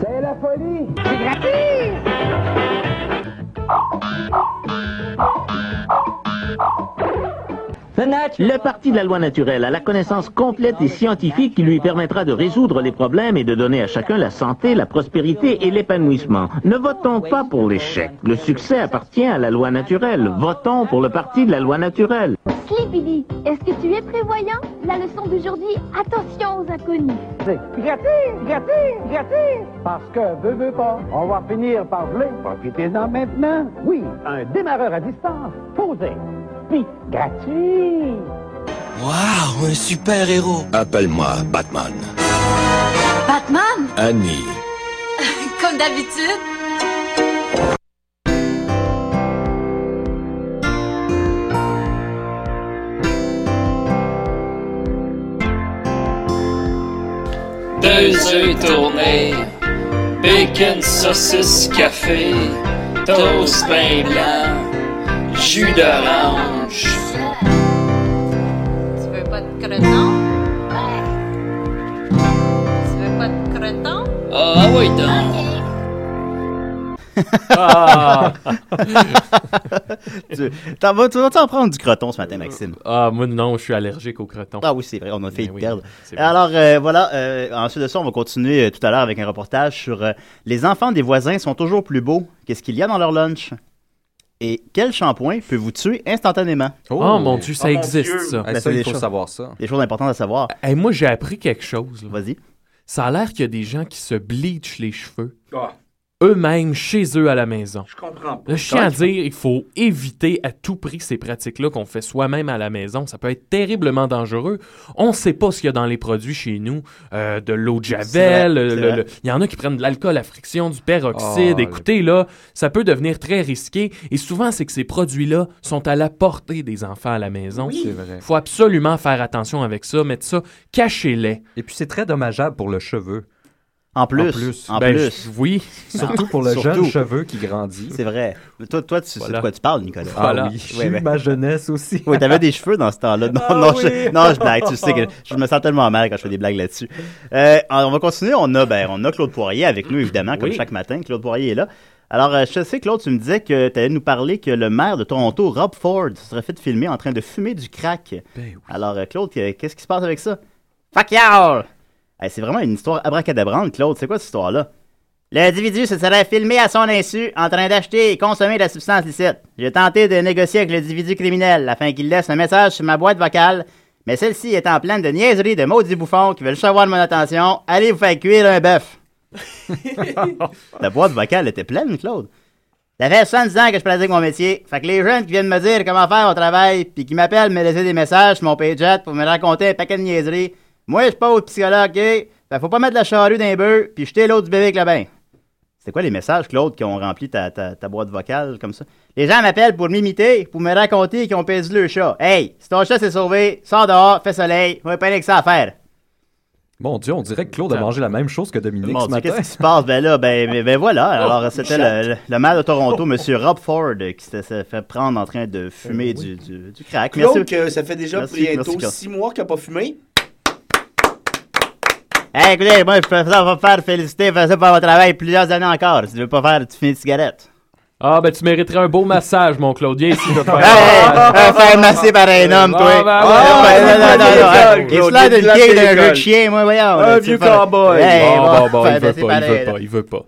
Speaker 16: C'est la folie! C'est
Speaker 18: Le Parti de la loi naturelle a la connaissance complète et scientifique qui lui permettra de résoudre les problèmes et de donner à chacun la santé, la prospérité et l'épanouissement. Ne votons pas pour l'échec. Le succès appartient à la loi naturelle. Votons pour le Parti de la loi naturelle.
Speaker 15: Sleepy est-ce que tu es prévoyant La leçon d'aujourd'hui, attention aux inconnus.
Speaker 16: Gratis! Gratis! Gratis! Parce que, veux, veux pas, on va finir par blé. Profitez-en Ah, maintenant. Oui, un démarreur à distance, posé. Puis, gratuit!
Speaker 19: Waouh, un super héros. Appelle-moi Batman.
Speaker 6: Batman,
Speaker 19: Annie.
Speaker 6: comme d'habitude.
Speaker 5: Deux œufs tournés, bacon, saucisse, café, toast, pain blanc, jus d'orange.
Speaker 6: Tu veux pas de creton? Tu veux pas de creton?
Speaker 5: Ah oui donc!
Speaker 9: Ah.
Speaker 7: tu t'en vas, tu vas en prendre du croton ce matin, Maxime?
Speaker 11: Ah, moi non, je suis allergique au croton.
Speaker 7: Ah oui, c'est vrai, on a
Speaker 11: Ben
Speaker 7: failli te
Speaker 11: oui,
Speaker 7: perdre.
Speaker 11: c'est vrai.
Speaker 7: Alors euh, voilà, euh, ensuite de ça, on va continuer euh, tout à l'heure avec un reportage sur euh, les enfants des voisins sont toujours plus beaux. Qu'est-ce qu'il y a dans leur lunch? Et quel shampoing peut vous tuer instantanément?
Speaker 11: Oh, Oh, mon Dieu, ça existe,
Speaker 9: Eh,
Speaker 11: ça.
Speaker 7: Ben,
Speaker 11: Ah, ça,
Speaker 7: c'est
Speaker 11: il
Speaker 7: des
Speaker 11: faut
Speaker 7: choses-
Speaker 11: savoir ça.
Speaker 7: Des choses importantes à savoir.
Speaker 11: Eh, Hey, moi, j'ai appris quelque chose.
Speaker 7: Vas-y.
Speaker 11: Ça a l'air qu'il y a des gens qui se bleachent les cheveux. eux-mêmes chez eux à la maison. Je
Speaker 8: Ah. comprends pas.
Speaker 11: Le chien à
Speaker 8: Comment tu
Speaker 11: dire, il faut éviter à tout prix ces pratiques-là qu'on fait soi-même à la maison. Ça peut être terriblement dangereux. On ne sait pas ce qu'il y a dans les produits chez nous. Euh, de l'eau de
Speaker 8: C'est vrai,
Speaker 11: javel, le-
Speaker 8: c'est
Speaker 11: le-
Speaker 8: vrai.
Speaker 11: le- il y en a qui prennent de l'alcool à friction, du peroxyde.
Speaker 8: Oh,
Speaker 11: Écoutez, là, ça peut devenir très risqué. Et souvent, c'est que ces produits-là sont à la portée des enfants à la maison.
Speaker 9: Oui. C'est vrai.
Speaker 11: faut absolument faire attention avec ça, mettre ça, cachez-les.
Speaker 9: Et puis, c'est très dommageable pour le cheveu.
Speaker 7: En plus. En
Speaker 11: Ben,
Speaker 7: plus.
Speaker 11: je- oui.
Speaker 9: Surtout pour le jeune cheveu qui grandit.
Speaker 7: C'est vrai. Mais Toi, toi tu sais de quoi tu parles, Nicolas.
Speaker 9: Ah Voilà. oui, j'ai eu ma jeunesse aussi.
Speaker 7: Oui, t'avais des cheveux dans ce temps-là. Non,
Speaker 9: Ah
Speaker 7: non,
Speaker 9: oui.
Speaker 7: je, non, je blague. Tu sais que je me sens tellement mal quand je fais des blagues là-dessus. Euh, on va continuer. On a, ben, on a Claude Poirier avec nous, évidemment, comme
Speaker 11: Oui.
Speaker 7: chaque matin. Claude Poirier est là. Alors, euh, je sais, Claude, tu me disais que tu allais nous parler que le maire de Toronto, Rob Ford, se serait fait filmer en train de fumer du crack. Alors, euh, Claude, que- qu'est-ce qui se passe avec ça? Fuck y'all! Eh, c'est vraiment une histoire abracadabrante, Claude. C'est quoi cette histoire-là? L'individu se serait filmé à son insu en train d'acheter et consommer de la substance licite. J'ai tenté de négocier avec l'individu criminel afin qu'il laisse un message sur ma boîte vocale, mais celle-ci est en pleine de niaiseries de maudits bouffons qui veulent juste avoir de mon attention. Allez vous faire cuire un bœuf. La boîte vocale était pleine, Claude. Ça fait 70 ans que je pratique mon métier. Fait que les jeunes qui viennent me dire comment faire au travail, puis qui m'appellent me laisser des messages sur mon pagejet pour me raconter un paquet de niaiseries, moi, je suis pas au psychologue, OK? Fait que faut pas mettre la charrue d'un bœuf, puis jeter l'autre du bébé avec le bain. C'était quoi les messages, Claude, qui ont rempli ta, ta- ta boîte vocale comme ça? Les gens m'appellent pour m'imiter, pour me raconter qu'ils ont perdu le chat. Hey, si ton chat s'est sauvé, sors dehors, fais soleil, on a pas rien que ça à faire.
Speaker 9: Mon Dieu, on dirait que Claude a mangé la même chose que Dominique
Speaker 7: Mon
Speaker 9: ce
Speaker 7: Dieu,
Speaker 9: matin.
Speaker 7: qu'est-ce qui se passe? Ben là, ben, ben, ben voilà.
Speaker 9: Oh,
Speaker 7: Alors, c'était le, le-
Speaker 9: chat.
Speaker 7: le maire de Toronto, M. Rob Ford, qui s'est s'est fait prendre en train de fumer
Speaker 9: Ben
Speaker 7: du, du, du crack.
Speaker 8: Claude,
Speaker 7: Merci.
Speaker 9: euh,
Speaker 8: que ça fait déjà
Speaker 7: Merci,
Speaker 8: bientôt
Speaker 7: merci, Claude.
Speaker 8: six mois qu'il n'a pas fumé.
Speaker 7: Hey, écoutez, moi, je peux ça, va faire féliciter, faire ça pour votre travail plusieurs années encore. Si tu veux pas faire, tu finis de cigarette.
Speaker 11: Ah, ben tu mériterais un beau massage, mon Claude. Viens ici, je vais te faire.
Speaker 7: Euh, faire masser par un homme, toi.
Speaker 11: Ah, ben, ouais.
Speaker 7: Ah,
Speaker 11: Ouais,
Speaker 7: non, non,
Speaker 11: ouais,
Speaker 7: non,
Speaker 11: ouais,
Speaker 7: non,
Speaker 11: ouais,
Speaker 7: hey, Il
Speaker 11: Claude,
Speaker 7: se l'air
Speaker 11: il
Speaker 7: d'une
Speaker 11: te lâche
Speaker 7: vieille
Speaker 11: les
Speaker 7: d'un jeu de
Speaker 11: gueules.
Speaker 7: chien, moi, voyons.
Speaker 11: Un
Speaker 7: là, tu
Speaker 11: vieux
Speaker 7: fais pas-
Speaker 11: cowboy.
Speaker 7: Hey,
Speaker 11: Bon,
Speaker 7: va
Speaker 11: bon, bon,
Speaker 7: faire
Speaker 11: il veut pas,
Speaker 7: masser
Speaker 11: il
Speaker 7: pareil,
Speaker 11: veut
Speaker 7: là.
Speaker 11: pas, il veut pas.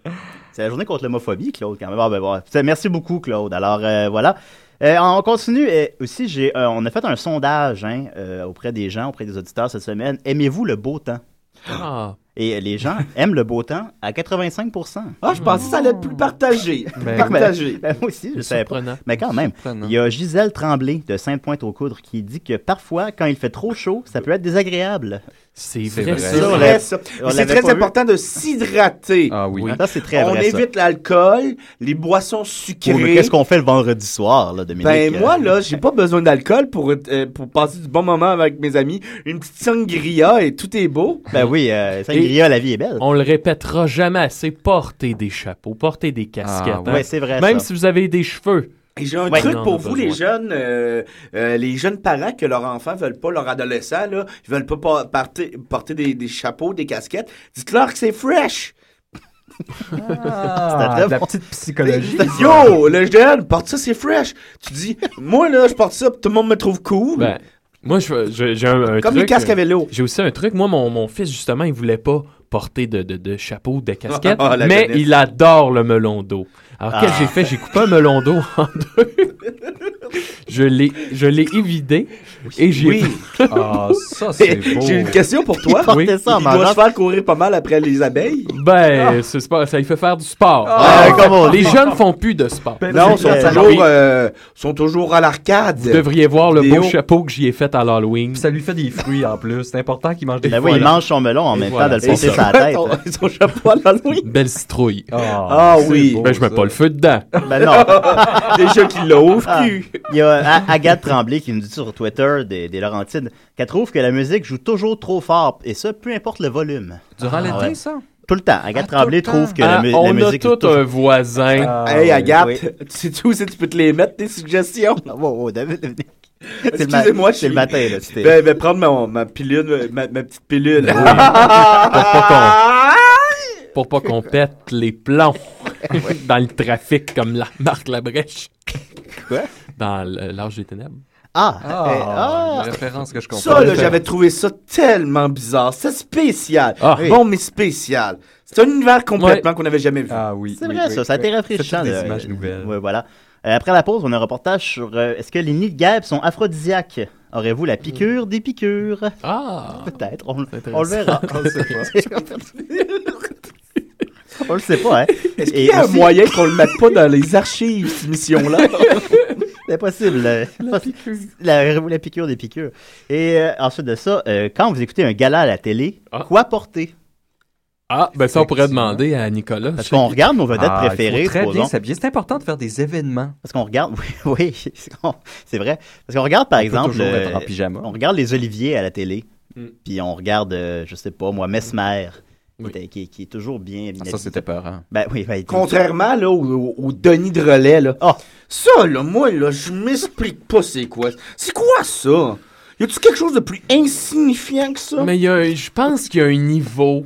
Speaker 7: C'est la journée contre l'homophobie, Claude, quand même. Ah, ben, voilà. C'est- Merci beaucoup, Claude. Alors, euh, voilà. Euh, on continue. Euh, aussi, j'ai, euh, on a fait un sondage hein, euh, auprès des gens, auprès des auditeurs cette semaine. Aimez-vous le beau temps?
Speaker 11: Ah.
Speaker 7: Et euh, les gens aiment le beau temps à 85
Speaker 8: Ah, je pensais que ça allait être plus partagé. Plus
Speaker 7: Ben,
Speaker 8: partagé.
Speaker 7: ben, moi aussi, je savais pas.
Speaker 8: surprenant.
Speaker 7: Mais quand même,
Speaker 8: Surprenant.
Speaker 7: il y a Gisèle Tremblay de Sainte-Pointe-aux-Coudres qui dit que parfois, quand il fait trop chaud, ça peut être désagréable.
Speaker 11: C'est
Speaker 8: vrai, ça. C'est vrai, ça. Mais c'est très important de s'hydrater.
Speaker 7: Ah oui. Ça, c'est très
Speaker 8: On
Speaker 7: vrai, ça.
Speaker 8: évite l'alcool, les boissons sucrées.
Speaker 7: Oh, mais Qu'est-ce qu'on fait le vendredi soir, là, Dominique?
Speaker 8: Ben
Speaker 7: Euh,
Speaker 8: moi là, j'ai pas besoin d'alcool pour euh, pour passer du bon moment avec mes amis. Une petite sangria et tout est beau.
Speaker 7: Ben oui, euh, sangria, la vie est belle.
Speaker 11: On le répétera jamais assez, portez des chapeaux, portez des casquettes. hein.
Speaker 7: Ah, ouais. Ouais, c'est vrai,
Speaker 11: Même
Speaker 7: ça.
Speaker 11: si vous avez des cheveux.
Speaker 8: Et j'ai un
Speaker 11: Ouais.
Speaker 8: truc
Speaker 11: On en a
Speaker 8: pour vous, les
Speaker 11: besoin.
Speaker 8: jeunes, euh, euh, les jeunes parents que leurs enfants veulent pas, leurs adolescents, là, ils veulent pas pa- porter, porter des, des chapeaux, des casquettes. Dites-leur que c'est fresh.
Speaker 9: Ah, de la petite psychologie.
Speaker 8: Yo, le jeune, porte ça, c'est fresh. Tu dis, moi, là, je porte ça, puis tout le monde me trouve cool.
Speaker 11: Ben, moi, je- je- j'ai un, un truc.
Speaker 8: Comme les casques à
Speaker 11: vélo. J'ai aussi un truc. Moi, mon, mon fils, justement, il voulait pas porter de, de, de chapeau, de casquette,
Speaker 8: Ah, la
Speaker 11: mais
Speaker 8: jeunesse.
Speaker 11: il adore le melon d'eau. Alors,
Speaker 8: Ah.
Speaker 11: qu'est-ce que j'ai fait? J'ai coupé un melon d'eau en deux. je l'ai je l'ai évidé et j'ai...
Speaker 8: Oui.
Speaker 11: Ah, ça,
Speaker 8: J'ai une question pour toi.
Speaker 11: Oui.
Speaker 8: Il doit se faire courir pas mal après les abeilles.
Speaker 11: Ben, c'est pas- ça lui fait faire du sport.
Speaker 8: Ah,
Speaker 11: Alors,
Speaker 8: comme on dit.
Speaker 11: les jeunes font plus de sport.
Speaker 8: non, ils sont
Speaker 11: Alors,
Speaker 8: toujours,
Speaker 11: ils-
Speaker 8: euh, sont toujours à l'arcade.
Speaker 11: Vous devriez voir le
Speaker 8: Léo.
Speaker 11: beau chapeau que j'y ai fait à l'Halloween.
Speaker 9: Ça lui fait des fruits en plus. C'est important qu'il mange des
Speaker 11: Ben
Speaker 9: fruits.
Speaker 11: oui, il mange
Speaker 7: son melon en même temps de le
Speaker 11: porter sur la tête.
Speaker 8: Son chapeau à l'Halloween.
Speaker 11: Belle citrouille.
Speaker 8: Ah, c'est oui. beau,
Speaker 11: ben, je mets pas le feu dedans.
Speaker 7: Ben non.
Speaker 8: Déjà qu'il l'a au
Speaker 7: Ah,
Speaker 8: cul.
Speaker 7: Il y a A- Agathe Tremblay qui nous dit sur Twitter des, des Laurentides qu'elle trouve que la musique joue toujours trop fort, et ça, peu importe le volume. Ah,
Speaker 11: Durant l'été,
Speaker 7: ouais.
Speaker 11: ça?
Speaker 7: Tout le temps. Agathe Tremblay trouve que la,
Speaker 11: Ah,
Speaker 7: mu- la
Speaker 11: on a
Speaker 7: musique... Ah,
Speaker 11: tout un voisin.
Speaker 8: Ah, hey, Agathe,
Speaker 7: oui.
Speaker 8: tu sais où c'est tu peux te les mettre, tes suggestions?
Speaker 7: le ma-
Speaker 8: Excusez-moi, je
Speaker 7: c'est le
Speaker 8: suis-
Speaker 7: matin, là, c'était-
Speaker 8: Ben, ben, prendre ma, ma pilule, ma, ma petite pilule.
Speaker 11: Pour pas qu'on pète les plombs dans le trafic comme la Marc Labrèche.
Speaker 7: Quoi?
Speaker 11: Dans l- l'âge des ténèbres.
Speaker 7: Ah!
Speaker 9: Ah,
Speaker 7: eh, ah.
Speaker 9: une référence que je comprends.
Speaker 8: Ça, là, j'avais trouvé ça tellement bizarre. C'est spécial.
Speaker 7: Ah.
Speaker 8: Bon, mais spécial. C'est un univers complètement qu'on n'avait jamais vu.
Speaker 9: Ah oui.
Speaker 7: C'est vrai, ça. Ça a été rafraîchissant. là. Ouais, voilà. Euh, après la pause, on a un reportage sur euh, est-ce que les nids de guêpes sont aphrodisiaques? Aurez-vous la piqûre des piqûres?
Speaker 11: Ah!
Speaker 7: Peut-être. On, on le verra.
Speaker 11: intéressant.
Speaker 7: On le sait pas. On le sait pas, hein.
Speaker 8: Est-ce qu'il y a un moyen qu'on le mette pas dans les archives, cette mission-là?
Speaker 7: C'est possible. La, la, la- la piqûre des piqûres. Et euh, ensuite de ça, euh, quand vous écoutez un gala à la télé, quoi porter?
Speaker 11: Ah, ben ça, on pourrait demander à Nicolas.
Speaker 7: Parce qu'on regarde nos vedettes
Speaker 11: Ah, il faut
Speaker 7: préférées.
Speaker 11: très bien
Speaker 7: s'habiller. C'est important de faire des événements. Parce qu'on regarde, oui, oui c'est qu'on- c'est vrai. Parce qu'on regarde, par
Speaker 9: On peut
Speaker 7: exemple, euh,
Speaker 9: toujours être en pyjama.
Speaker 7: on regarde les oliviers à la télé.
Speaker 11: Hmm.
Speaker 9: Mm.
Speaker 7: Puis on regarde, euh, je sais pas, moi, Mesmer, qui était- qui, qui est toujours bien.
Speaker 9: Ah, ça, c'était peur, hein.
Speaker 7: Ben oui, ben, il-
Speaker 8: Contrairement là, au, au- au Denis de Relais, là.
Speaker 11: Ah.
Speaker 8: Ça, là, moi, là, je m'explique pas c'est quoi. C'est quoi ça? Y a-tu quelque chose de plus insignifiant que ça?
Speaker 11: Mais il y a- je pense qu'il y a un niveau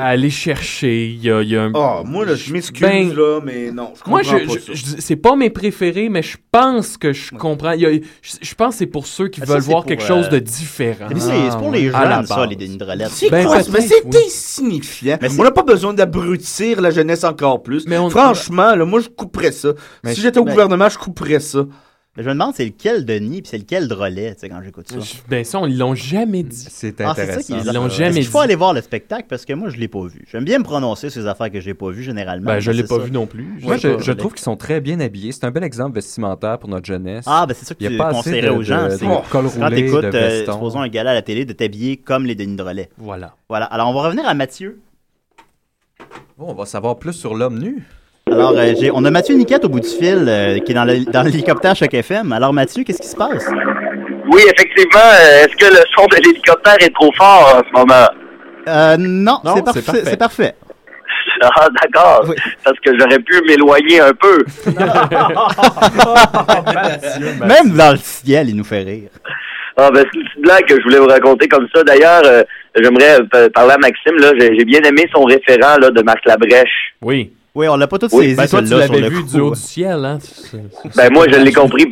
Speaker 11: à aller chercher. Il y a, il y a un...
Speaker 7: Oh,
Speaker 8: Ah, moi, là, je m'excuse,
Speaker 11: Ben,
Speaker 8: là, mais non, je comprends
Speaker 11: Moi,
Speaker 8: pas
Speaker 11: je, je-
Speaker 8: ça.
Speaker 11: je- c'est pas mes préférés, mais je pense que je comprends. Il y a- je, je pense que c'est pour ceux qui
Speaker 7: Ah, ça,
Speaker 11: veulent
Speaker 7: c'est
Speaker 11: voir
Speaker 7: pour,
Speaker 11: quelque
Speaker 7: euh,
Speaker 11: chose de différent.
Speaker 7: Mais c'est c'est pour les
Speaker 11: Ah, à la
Speaker 7: jeunes, ça,
Speaker 11: base.
Speaker 7: les Denis de Relais.
Speaker 8: C'est
Speaker 11: Ben,
Speaker 8: quoi?
Speaker 11: peut-être,
Speaker 8: Mais c'est
Speaker 11: oui.
Speaker 8: insignifiant. on n'a pas besoin d'abrutir la jeunesse encore plus. Franchement, là, moi, je couperais ça. si j'étais au gouvernement, je couperais ça.
Speaker 7: Mais ben je me demande c'est lequel Denis puis c'est lequel de relais, tu sais, quand j'écoute ça.
Speaker 11: Je- Ben ça, on- ils l'ont jamais dit.
Speaker 9: C'est
Speaker 7: Ah, c'est ça qui est
Speaker 11: Ils
Speaker 7: bizarre.
Speaker 11: l'ont
Speaker 7: Est-ce
Speaker 11: jamais
Speaker 7: qu'il
Speaker 11: dit.
Speaker 7: faut aller voir le spectacle parce que moi, je l'ai pas vu. J'aime bien me prononcer sur les affaires que j'ai pas vues généralement.
Speaker 9: Ben, je
Speaker 7: mais
Speaker 9: l'ai
Speaker 7: c'est
Speaker 9: pas
Speaker 7: ça.
Speaker 9: vu non plus. Moi, je, je trouve qu'ils sont très bien habillés. C'est un bel exemple vestimentaire pour notre jeunesse.
Speaker 7: Ah, ben c'est ça que
Speaker 9: Il y a
Speaker 7: tu
Speaker 9: pas assez
Speaker 7: conseillerais
Speaker 9: de-
Speaker 7: aux gens.
Speaker 9: de-
Speaker 7: c'est-
Speaker 9: de col
Speaker 7: Quand
Speaker 9: roulé,
Speaker 7: t'écoutes,
Speaker 9: de
Speaker 7: euh,
Speaker 9: veston.
Speaker 7: supposons un gala à la télé, de t'habiller comme les Denis de relais.
Speaker 11: Voilà.
Speaker 7: Voilà. Alors, on va revenir à Mathieu.
Speaker 9: Bon, Oh, on va savoir plus sur l'homme nu.
Speaker 7: Alors, euh, j'ai- on a Mathieu Niquette au bout du fil euh, qui est dans le- dans l'hélicoptère Choc FM. Alors, Mathieu, qu'est-ce qui se passe?
Speaker 13: Oui, effectivement. euh, Est-ce que le son de l'hélicoptère est trop fort en ce moment?
Speaker 7: Euh, non,
Speaker 13: Non,
Speaker 7: c'est
Speaker 13: c'est
Speaker 7: parfait.
Speaker 13: parfait.
Speaker 7: C'est parfait.
Speaker 13: Ah, d'accord. Parce que j'aurais pu m'éloigner un peu.
Speaker 7: Même dans le ciel, il nous fait rire.
Speaker 13: Ah, ben, c'est une petite blague que je voulais vous raconter comme ça. D'ailleurs, euh, j'aimerais euh, pa- parler à Maxime. Là, j'ai, j'ai bien aimé son référent là, de Marc Labrèche.
Speaker 11: Oui.
Speaker 7: Oui, on l'a pas tous
Speaker 13: Oui,
Speaker 7: saisi,
Speaker 11: ben, toi, tu
Speaker 7: celle-là, sur
Speaker 11: l'avais
Speaker 7: le
Speaker 11: vu
Speaker 7: coup.
Speaker 11: du haut du ciel, hein? C'est- c'est-
Speaker 13: Ben moi, je l'ai compris.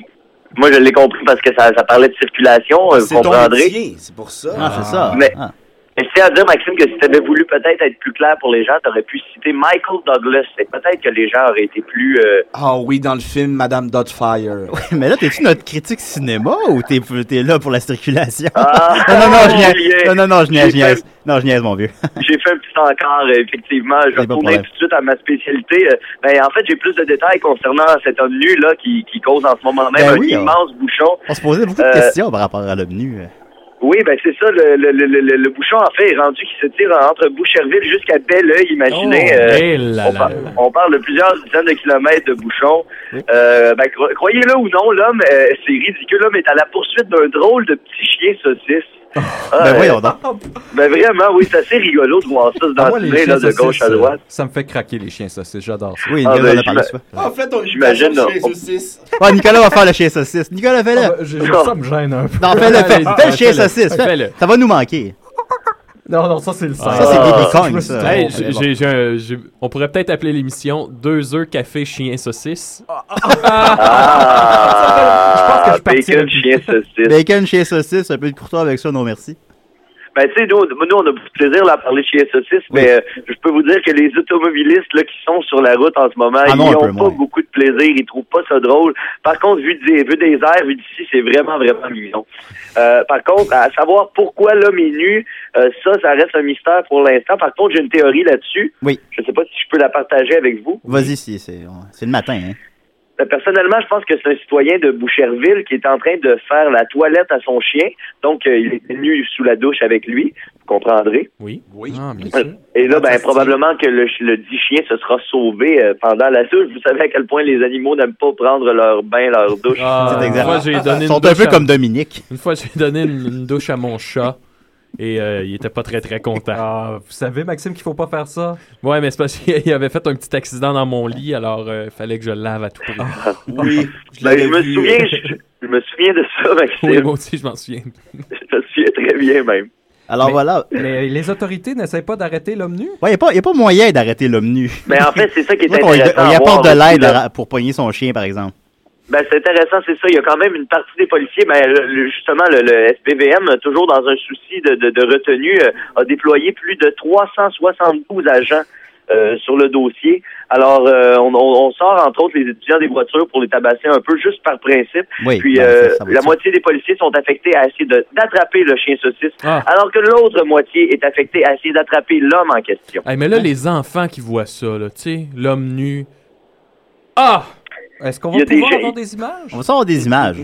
Speaker 13: Moi, je l'ai compris parce que ça, ça parlait de circulation, euh, vous
Speaker 8: C'est ton
Speaker 13: comprendrez.
Speaker 8: métier, c'est pour ça.
Speaker 13: Ah, c'est ça. Mais- Mais c'est à dire, Maxime, que si tu avais voulu peut-être être plus clair pour les gens, tu aurais pu citer Michael Douglas. Et peut-être que les gens auraient été plus... euh,
Speaker 8: Ah oui, dans le film Madame Dotfire.
Speaker 7: Mais là, t'es-tu notre critique cinéma ou t'es t'es là pour la circulation?
Speaker 13: Ah,
Speaker 7: non, non, non, je niaise.
Speaker 13: Julien.
Speaker 7: Non, non, non, je niaise, je
Speaker 13: J'ai
Speaker 7: niaise. Non, je niaise, mon vieux.
Speaker 13: J'ai fait un petit encart, euh, effectivement. Je vais
Speaker 7: pas de
Speaker 13: retourner
Speaker 7: problème.
Speaker 13: tout de suite à ma spécialité. Euh, Ben, en fait, j'ai plus de détails concernant cet homme nu là qui, qui cause en ce moment même
Speaker 7: Ben
Speaker 13: un
Speaker 7: oui, hein.
Speaker 13: immense bouchon.
Speaker 7: On se posait beaucoup de
Speaker 13: Euh,
Speaker 7: questions par rapport à l'OVNU.
Speaker 13: Oui, ben c'est ça. Le, le, le, le, le bouchon, en fait, est rendu qui se tire entre Boucherville jusqu'à Belleuil, imaginez.
Speaker 11: Oh,
Speaker 13: Euh,
Speaker 11: eh là
Speaker 13: on,
Speaker 11: là
Speaker 13: par-
Speaker 11: là.
Speaker 13: on parle de plusieurs dizaines de kilomètres de bouchon. Euh, ben, cro- croyez-le ou non, l'homme, euh, c'est ridicule, l'homme est à la poursuite d'un drôle de petit chien saucisse. Ah,
Speaker 9: ben
Speaker 13: euh,
Speaker 9: voyons donc.
Speaker 13: Ben vraiment, oui, c'est assez rigolo de voir ça se
Speaker 9: Ah, moi, les
Speaker 13: danser
Speaker 9: chiens
Speaker 13: là, de gauche
Speaker 9: saucisses,
Speaker 13: à
Speaker 9: euh,
Speaker 13: droite.
Speaker 9: Ça me fait craquer les chiens saucisses, j'adore ça.
Speaker 7: Oui, Ah, Nicolas ben, en a parlé j'ima- souvent.
Speaker 8: En fait, on
Speaker 13: J'imagine, là, on-
Speaker 7: Ah, Nicolas va faire le chien saucisse. Nicolas,
Speaker 9: Ah,
Speaker 7: fais-le.
Speaker 9: ben, ça me gêne un peu.
Speaker 7: Non, fais-le, fais,
Speaker 9: Allez,
Speaker 7: fais le
Speaker 9: fais-le.
Speaker 7: chien saucisse. fais-
Speaker 11: Fais-le.
Speaker 7: ça va nous manquer.
Speaker 9: Non, non, ça c'est le
Speaker 7: Ah.
Speaker 9: Ah,
Speaker 7: Ça, c'est Diddy Kong, ça.
Speaker 11: Ah. Hey, j'ai- j'ai- j'ai un- j'ai- on pourrait peut-être appeler l'émission Deux œufs, café, chien, saucisse.
Speaker 7: ah,
Speaker 13: Ah, bacon, chien, saucisse.
Speaker 7: Bacon, chien saucisse, un peu de courtois avec ça, non merci.
Speaker 13: Ben, tu sais, nous, nous, on a beaucoup de plaisir là, à parler de chien saucisse, mais euh, je peux vous dire que les automobilistes là, qui sont sur la route en ce moment,
Speaker 7: Ah non,
Speaker 13: ils
Speaker 7: un peu
Speaker 13: n'ont pas beaucoup de plaisir, ils trouvent pas ça drôle. Par contre, vu, des, vu des airs, vu d'ici, c'est vraiment, vraiment mignon. Euh, par contre, à savoir pourquoi l'homme est nu, euh, ça, ça reste un mystère pour l'instant. Par contre, j'ai une théorie là-dessus.
Speaker 7: Oui.
Speaker 13: Je sais pas si je peux la partager avec vous.
Speaker 7: Vas-y, si, c'est on- c'est le matin. Hein.
Speaker 13: Ben, Personnellement, je pense que c'est un citoyen de Boucherville qui est en train de faire la toilette à son chien. Donc, euh, il est nu sous la douche avec lui. Vous comprendrez.
Speaker 11: Oui.
Speaker 8: Oui.
Speaker 7: Ah,
Speaker 13: Et là, ben, probablement que le, ch- le dit chien se sera sauvé euh, pendant la douche. Vous savez à quel point les animaux n'aiment pas prendre leur bain, leur douche.
Speaker 11: Ah, une fois, j'ai donné
Speaker 7: Ils
Speaker 11: une
Speaker 7: sont un
Speaker 11: douche
Speaker 7: peu
Speaker 11: à-
Speaker 7: comme Dominique.
Speaker 11: Une fois, j'ai donné une, une douche à mon chat et euh, il était pas très très content.
Speaker 9: Ah, vous savez, Maxime, qu'il faut pas faire ça.
Speaker 11: Ouais, mais c'est parce qu'il avait fait un petit accident dans mon lit, alors il fallait que je le lave à tout prix.
Speaker 7: Ah,
Speaker 13: oui, je, Ben, je me souviens, je, je me souviens de ça, Maxime.
Speaker 11: Oui, moi aussi, je m'en souviens.
Speaker 13: je me souviens très bien même.
Speaker 7: Alors
Speaker 9: Mais-
Speaker 7: voilà.
Speaker 9: Mais les autorités n'essayent pas d'arrêter l'homme nu.
Speaker 7: Ouais, il n'y a, pas moyen d'arrêter l'homme nu.
Speaker 13: Mais en fait, c'est ça qui est
Speaker 7: On y-
Speaker 13: intéressant
Speaker 7: on y
Speaker 13: à voir
Speaker 7: apporte de
Speaker 13: aussi,
Speaker 7: l'aide
Speaker 13: là.
Speaker 7: à- pour poigner son chien, par exemple.
Speaker 13: Ben, c'est intéressant, c'est ça. Il y a quand même une partie des policiers, ben, le- le- justement, le, le SPVM, euh, toujours dans un souci de, de, de retenue, euh, a déployé plus de 372 agents euh, sur le dossier. Alors, euh, on, on- on sort entre autres les étudiants des voitures pour les tabasser un peu, juste par principe.
Speaker 7: Oui,
Speaker 13: Puis
Speaker 7: ben,
Speaker 13: euh,
Speaker 7: ça, ça va
Speaker 13: la
Speaker 7: être ça.
Speaker 13: moitié des policiers sont affectés à essayer de- d'attraper le chien saucisse,
Speaker 11: Ah.
Speaker 13: alors que l'autre moitié est affectée à essayer d'attraper l'homme en question.
Speaker 11: Hey, mais là, les enfants qui voient ça, là, tu sais, l'homme nu. Ah!
Speaker 9: Est-ce
Speaker 13: qu'on va Il y a des pouvoir gens- avoir
Speaker 9: des images?
Speaker 7: On va savoir des images.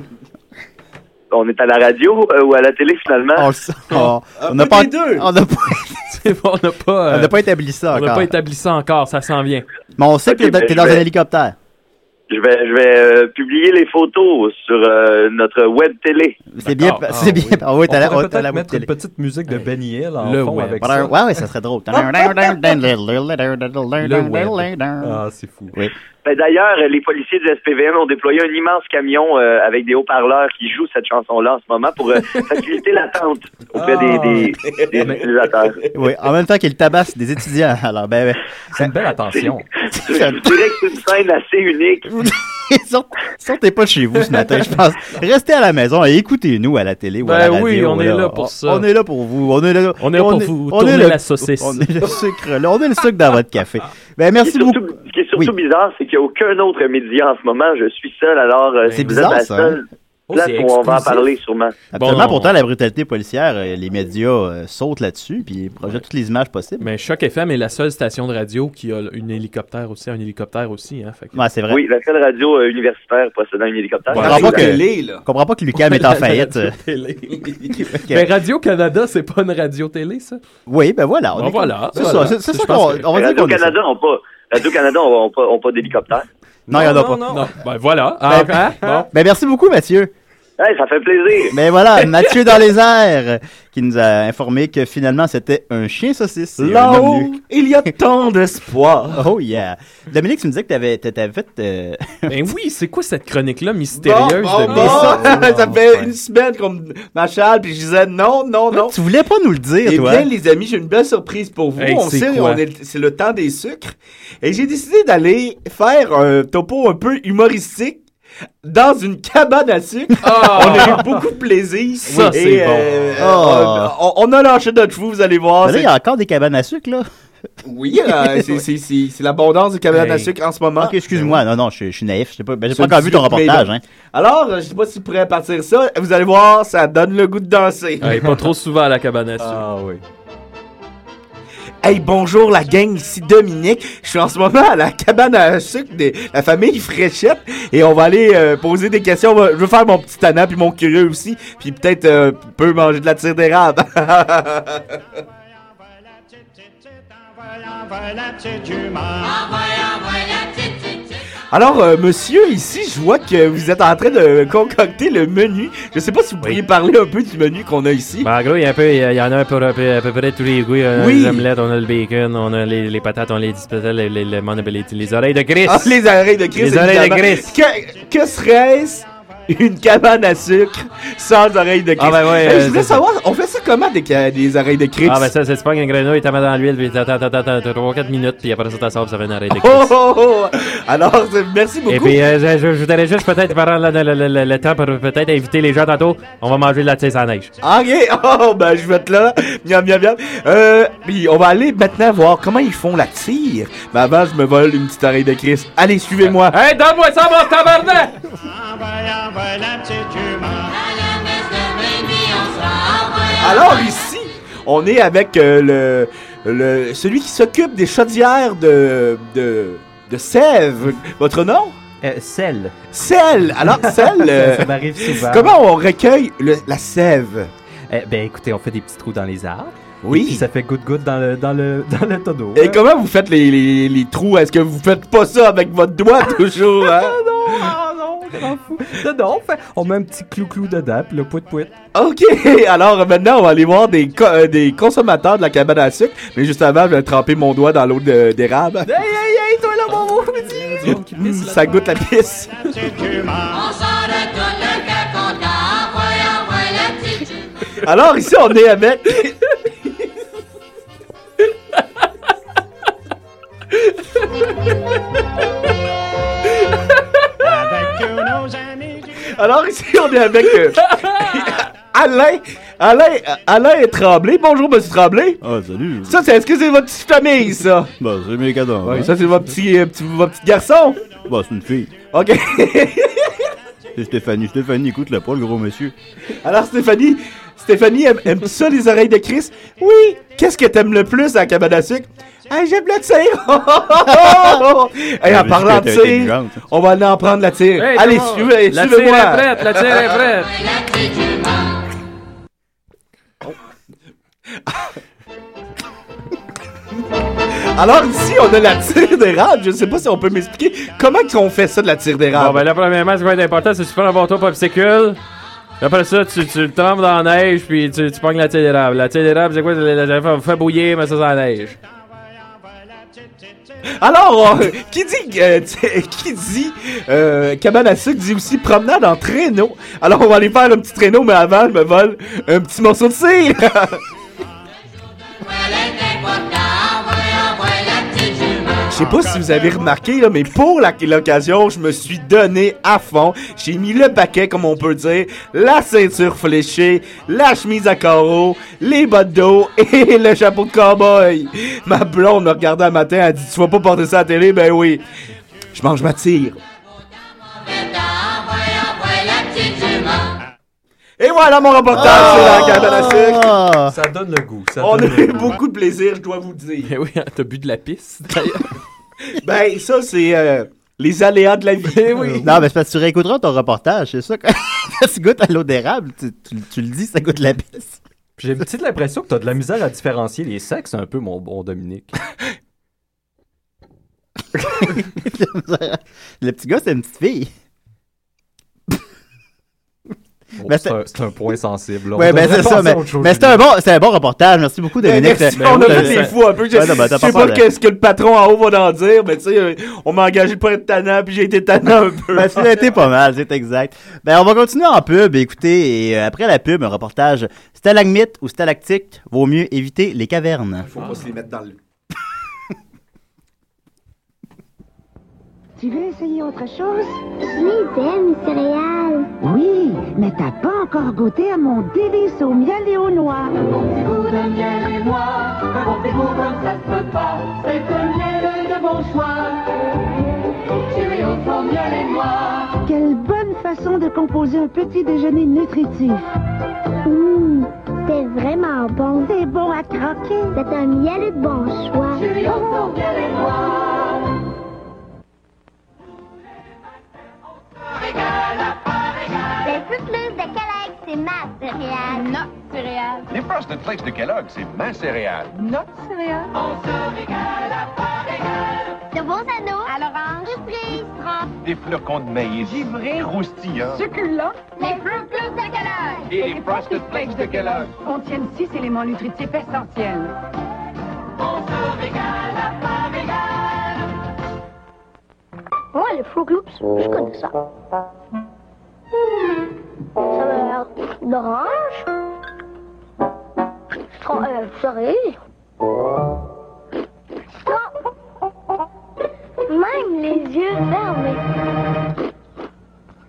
Speaker 13: On est à la radio euh, ou à la télé finalement.
Speaker 7: On le sait.
Speaker 9: Ah,
Speaker 7: On on n'a pas. On n'a pas.
Speaker 11: on n'a pas. euh,
Speaker 7: On n'a pas établi ça
Speaker 11: On n'a
Speaker 7: encore.
Speaker 11: pas établi ça encore, ça s'en vient.
Speaker 7: Mais on sait
Speaker 13: Ok,
Speaker 7: que
Speaker 13: ben,
Speaker 7: t'es
Speaker 13: je
Speaker 7: dans un
Speaker 13: vais-
Speaker 7: hélicoptère.
Speaker 13: Je vais, je vais euh, publier les photos sur euh, notre web télé.
Speaker 7: C'est bien. C'est bien. Ah oui, t'as la,
Speaker 9: pourrait
Speaker 7: t'as la
Speaker 9: peut-être mettre
Speaker 7: télé.
Speaker 9: une petite musique de Benny Hill en
Speaker 7: Le
Speaker 9: fond
Speaker 7: web.
Speaker 9: avec
Speaker 7: Ouais,
Speaker 9: ça.
Speaker 7: ouais, ouais, ça serait drôle.
Speaker 9: Le web. Ah, c'est fou.
Speaker 7: Oui.
Speaker 13: Ben, D'ailleurs, les policiers du SPVM ont déployé un immense camion euh, avec des haut-parleurs qui jouent cette chanson-là en ce moment pour euh, faciliter l'attente auprès des,
Speaker 7: Ah.
Speaker 13: des,
Speaker 9: Ah,
Speaker 13: des utilisateurs.
Speaker 7: Oui, en même temps qu'il tabasse des étudiants. Alors, ben, c'est une
Speaker 9: belle attention.
Speaker 13: Je dirais que c'est une scène assez unique.
Speaker 7: Sortez pas de chez vous ce matin, je pense. Restez à la maison et écoutez-nous à la télé ou à la
Speaker 11: Ben
Speaker 7: radio.
Speaker 11: oui, on est là pour
Speaker 7: On-
Speaker 11: ça.
Speaker 7: On est là pour vous. On est là,
Speaker 11: On est là pour vous tourner
Speaker 7: le-
Speaker 11: la saucisse.
Speaker 7: On est le sucre là. On est le sucre dans votre café. Ben,
Speaker 13: Ce
Speaker 7: merci
Speaker 13: qui est
Speaker 7: beaucoup.
Speaker 13: surtout, ce qui est surtout bizarre, c'est qu'il n'y a aucun autre média en ce moment. Je suis seul, alors euh,
Speaker 7: C'est
Speaker 13: si vous
Speaker 7: bizarre,
Speaker 13: êtes la
Speaker 7: ça,
Speaker 13: seule
Speaker 7: hein?
Speaker 9: Oh,
Speaker 13: place
Speaker 9: c'est
Speaker 13: où on va en
Speaker 9: exclusif.
Speaker 13: parler sûrement.
Speaker 7: Absolument, pourtant, la brutalité policière, euh, les médias euh, sautent là-dessus puis projettent toutes les images possibles.
Speaker 11: Mais Choc FM est la seule station de radio qui a une hélicoptère aussi, un hélicoptère aussi. Hein, fait que-
Speaker 7: Ouais, c'est vrai.
Speaker 13: Oui, la seule radio euh, universitaire possédant un hélicoptère.
Speaker 7: Je comprends pas que- je comprends pas que Lucam est en faillite. euh.
Speaker 11: Mais Radio-Canada, Ben, c'est pas une radio-télé, ça?
Speaker 7: Oui, ben voilà. on
Speaker 11: Bon,
Speaker 7: est-
Speaker 11: Ah, voilà,
Speaker 7: C'est
Speaker 11: voilà.
Speaker 7: ça, c'est- c'est
Speaker 11: Je
Speaker 7: ça
Speaker 11: pense
Speaker 7: qu'on
Speaker 11: que-
Speaker 7: on va dire qu'on est ça.
Speaker 13: Radio-Canada n'a pas. Radio-Canada n'a pas, ont pas d'hélicoptère.
Speaker 7: Non, il n'y en a pas.
Speaker 11: Ben voilà.
Speaker 7: Ben, ben, merci beaucoup, Mathieu.
Speaker 13: Hey, ça fait plaisir.
Speaker 7: Mais Ben voilà, Mathieu dans les airs, euh, qui nous a informé que finalement c'était un chien saucisse. et un homme nu.
Speaker 8: Là-haut, il y a tant d'espoir.
Speaker 7: Oh yeah. Dominique, tu me disais que t'avais, t'avais t'avais fait. euh,
Speaker 11: Ben oui, c'est quoi cette chronique-là mystérieuse
Speaker 8: Bon,
Speaker 11: de
Speaker 8: bon,
Speaker 11: Bill?
Speaker 8: bon. ça fait une semaine qu'on me m'achale, puis je disais non, non, non.
Speaker 7: Tu voulais pas nous le dire,
Speaker 8: Eh
Speaker 7: toi.
Speaker 8: bien, les amis, j'ai une belle surprise pour vous.
Speaker 7: Hey,
Speaker 8: on
Speaker 7: c'est
Speaker 8: sait,
Speaker 7: quoi?
Speaker 8: on est- c'est le temps des sucres. Et j'ai décidé d'aller faire un topo un peu humoristique dans une cabane à sucre. On a eu beaucoup de plaisir.
Speaker 7: Ça,
Speaker 8: Et,
Speaker 7: c'est bon.
Speaker 8: euh,
Speaker 7: Ah. hein.
Speaker 8: on, on a lâché notre chou, vous allez voir.
Speaker 7: Mais là, il y
Speaker 8: C'est-
Speaker 7: a encore des cabanes à sucre, là.
Speaker 8: Oui, euh, c'est- c'est- c'est c'est l'abondance de cabanes
Speaker 11: Ben,
Speaker 8: à
Speaker 7: Hey.
Speaker 8: sucre en ce moment.
Speaker 7: Ok, excuse-moi. Non, non, je, je suis naïf. Je sais pas- ben, J'ai
Speaker 8: Ce
Speaker 7: pas, encore vu ton
Speaker 8: 18 mai,
Speaker 7: reportage.
Speaker 8: là.
Speaker 7: Hein.
Speaker 8: Alors, euh, je sais pas si vous pourrez partir ça. Vous allez voir, ça donne le goût de danser.
Speaker 11: Hey, pas trop souvent à la cabane à sucre.
Speaker 13: Ah
Speaker 8: Hey, bonjour la gang, ici Dominique. Je suis en ce moment à la cabane à sucre de la famille Fréchette et on va aller euh, poser des questions. Je veux faire mon petit tannant puis mon curieux aussi, puis peut-être euh, peut manger de la tire d'érable. Alors, euh, monsieur, ici, je vois que vous êtes en train de concocter le menu. Je sais pas si vous pourriez parler un peu du menu qu'on a ici.
Speaker 20: Ben, en gros, il y, a un peu, il y a- il y en a un peu, à peu, à peu près tous les goûts. On a
Speaker 8: Oui.
Speaker 20: les omelettes, on a le bacon, on a les, les patates, on a les dispatelles, les, les, les, les, les oreilles de Chris.
Speaker 8: Ah, les oreilles de Chris.
Speaker 20: Les oreilles de
Speaker 8: évidemment.
Speaker 20: Chris.
Speaker 8: Que, que serait-ce une cabane à sucre sans oreilles de Chris?
Speaker 20: Ah, ben ouais,
Speaker 8: Hey,
Speaker 20: euh,
Speaker 8: je voulais
Speaker 20: c'est ça.
Speaker 8: savoir, on fait ça comment des, ca- des oreilles de Chris?
Speaker 20: Ah, ben ça, c'est tu pognes une grenouille, t'as mets dans l'huile, puis t'attends, t'attends, t'attends 3-4 minutes, puis après ça, t'assembles, ça fait une arrêt de Chris.
Speaker 8: Oh, oh, oh. Alors, c'est- merci beaucoup.
Speaker 20: Et puis, euh, je, je- je voudrais juste peut-être prendre le, le- le- le- le temps pour peut-être inviter les gens tantôt. On va manger de la tisse à neige.
Speaker 8: Ok, oh, ben je vais être là. Miam, miam, miam. Euh, puis on va aller maintenant voir comment ils font la tire. Mais avant, je me vole une petite oreille de Chris. Allez, suivez-moi.
Speaker 11: Hey, donne-moi ça, mon tabarnak!
Speaker 8: Alors ici, on est avec euh, le, le celui qui s'occupe des chaudières de de, de Sèvres. Votre nom
Speaker 9: Euh, Sel.
Speaker 8: Sel. Alors Sel. euh,
Speaker 9: Ça m'arrive souvent.
Speaker 8: Comment on recueille le- la sève
Speaker 9: Eh ben écoutez, on fait des petits trous dans les arbres.
Speaker 8: Oui.
Speaker 9: Et puis ça fait goutte goutte dans le dans le dans le tonneau.
Speaker 8: Et comment vous faites les, les- les trous Est-ce que vous faites pas ça avec votre doigt toujours
Speaker 9: Ah
Speaker 8: hein?
Speaker 9: Dedans, on, fait- on met un petit clou-clou dedans, puis le pouet-pouet.
Speaker 8: Ok, alors euh, maintenant on va aller voir des, co- euh, des consommateurs de la cabane à sucre, mais juste avant je vais tremper mon doigt dans l'eau de- d'érable.
Speaker 9: Hey, hey, hey, toi là, mon mot,
Speaker 8: Mm, ça goûte la pisse. Alors ici on est avec. Alors ici on est avec euh, Alain Alain, Alain Tremblay. Bonjour, monsieur Tremblay.
Speaker 7: Ah, salut.
Speaker 8: Ça, c'est, est-ce que c'est votre petite famille, ça?
Speaker 7: Bah, c'est mes cadeaux.
Speaker 8: Ouais, ça, c'est votre petit, euh, petit- votre petit garçon?
Speaker 7: Bah, c'est une fille.
Speaker 8: OK.
Speaker 7: C'est Stéphanie. Stéphanie, écoute-la pas, le gros monsieur.
Speaker 8: Alors, Stéphanie, Stéphanie, aime- aimes-tu ça, les oreilles de Chris? Oui! Qu'est-ce que t'aimes le plus à la cabane à sucre? Ah, j'aime le
Speaker 7: Ah,
Speaker 8: tir! Hey,
Speaker 7: Elle
Speaker 8: en
Speaker 7: avait
Speaker 8: parlant
Speaker 7: dit
Speaker 8: de
Speaker 7: qu'elle
Speaker 8: tir,
Speaker 7: était intelligente.
Speaker 8: on va aller en prendre la tire.
Speaker 7: Hey,
Speaker 8: Allez,
Speaker 7: tout le monde,
Speaker 8: suivez,
Speaker 7: la
Speaker 8: suivez-moi!
Speaker 7: tire est prête, la tire est prête.
Speaker 8: Alors ici, on a la tire d'érable. Je sais pas si on peut m'expliquer comment qu'on fait ça de la tire d'érable.
Speaker 11: Bon, ben là, premièrement, ce qui va être important, c'est que tu prends un bâton popsicle. Après ça, tu, tu le tombes dans la neige, puis tu, tu pognes la tête d'érable. La tête d'érable, c'est quoi? C'est La, la, la- fait bouillir, mais ça dans la neige.
Speaker 8: Alors, on- qui dit, euh, t- qui dit euh, cabane à sucre dit aussi promenade en traîneau. Alors, on va aller faire un petit traîneau, mais avant, je me vole un petit morceau de cire. Je sais pas si vous avez remarqué, là, mais pour la- l'occasion, je me suis donné à fond. J'ai mis le paquet, comme on peut dire, la ceinture fléchée, la chemise à carreaux, les bottes d'eau et le chapeau de cowboy. Ma blonde me regardait un matin, elle dit Tu vas pas porter ça à la télé Ben oui. Je mange ma tire. Et voilà mon reportage sur la cabane à
Speaker 9: Ah!
Speaker 8: sucre.
Speaker 21: Ça donne le goût. Ça
Speaker 8: On a
Speaker 21: donne
Speaker 8: eu
Speaker 21: le goût.
Speaker 8: beaucoup de plaisir, je dois vous le dire.
Speaker 21: Ben
Speaker 9: hein,
Speaker 21: oui, t'as bu de la pisse.
Speaker 8: ben, ça, c'est euh, les aléas de la vie. oui.
Speaker 7: Non, mais c'est parce que tu réécouteras ton reportage, c'est ça. Quand tu goûtes à l'eau d'érable, tu, tu- tu le dis, ça goûte la pisse.
Speaker 9: J'ai une petite l'impression que t'as de la misère à différencier les sexes un peu, mon bon Dominique.
Speaker 7: le petit gars, c'est une petite fille.
Speaker 9: Oh,
Speaker 7: Mais
Speaker 9: c'est un- c'est un, point sensible. là. On
Speaker 7: Ouais, ben
Speaker 9: devrait
Speaker 7: c'est ça,
Speaker 9: passer
Speaker 7: mais,
Speaker 9: à autre chose,
Speaker 7: mais c'était un,
Speaker 9: Julien.
Speaker 7: bon, c'était un bon reportage. Merci beaucoup,
Speaker 8: Ben,
Speaker 7: Dominique.
Speaker 8: merci,
Speaker 7: Ben,
Speaker 8: on a
Speaker 7: ben,
Speaker 8: fait
Speaker 7: ben,
Speaker 8: des fois un peu. Je,
Speaker 7: ouais, non, ben,
Speaker 8: je
Speaker 7: t'as
Speaker 8: sais pas
Speaker 7: peur de-
Speaker 8: qu'est-ce que le patron en haut va en dire, mais tu sais, euh, on m'a engagé pour être tannant, puis j'ai été tannant un peu.
Speaker 7: Ben, ça a été pas mal, c'est exact. Ben, on va continuer en pub. Écoutez, et, euh, après la pub, un reportage stalagmite ou stalactique, vaut mieux éviter les cavernes.
Speaker 8: Faut pas se les mettre dans le.
Speaker 15: Tu veux essayer autre chose? J'ai des céréales. Oui, mais t'as pas encore goûté à mon délice au miel et au noir.
Speaker 1: de miel et noir, un bon petit goût comme ça se peut pas, c'est un miel de bon choix. Cheerios au miel et noir.
Speaker 15: Quelle bonne façon de composer un petit déjeuner nutritif. Hum, c'est vraiment bon. C'est bon à croquer. C'est un miel de bon choix.
Speaker 1: Cheerios au miel et noir.
Speaker 5: C'est plus plus de Kellogg's, c'est ma céréale. Notre céréale.
Speaker 22: Les Frosted Flakes de Kellogg, c'est ma céréale.
Speaker 5: Notre céréale. On se régale, à pas régale. De beaux anneaux. À l'orange. Surprise. Franc.
Speaker 22: Des flocons de maïs. Givrés. Croustillants.
Speaker 5: Succulent. Les plus plus de Kellogg's.
Speaker 22: Et les Frosted Flakes de Kellogg.
Speaker 5: Contiennent six éléments nutritifs essentiels. On se régale, à pas régale.
Speaker 23: Oh, les Froux Loops, je connais ça.
Speaker 5: euh,
Speaker 23: Saveur d'orange. Tro- euh, cerise. Tro- Même les yeux fermés.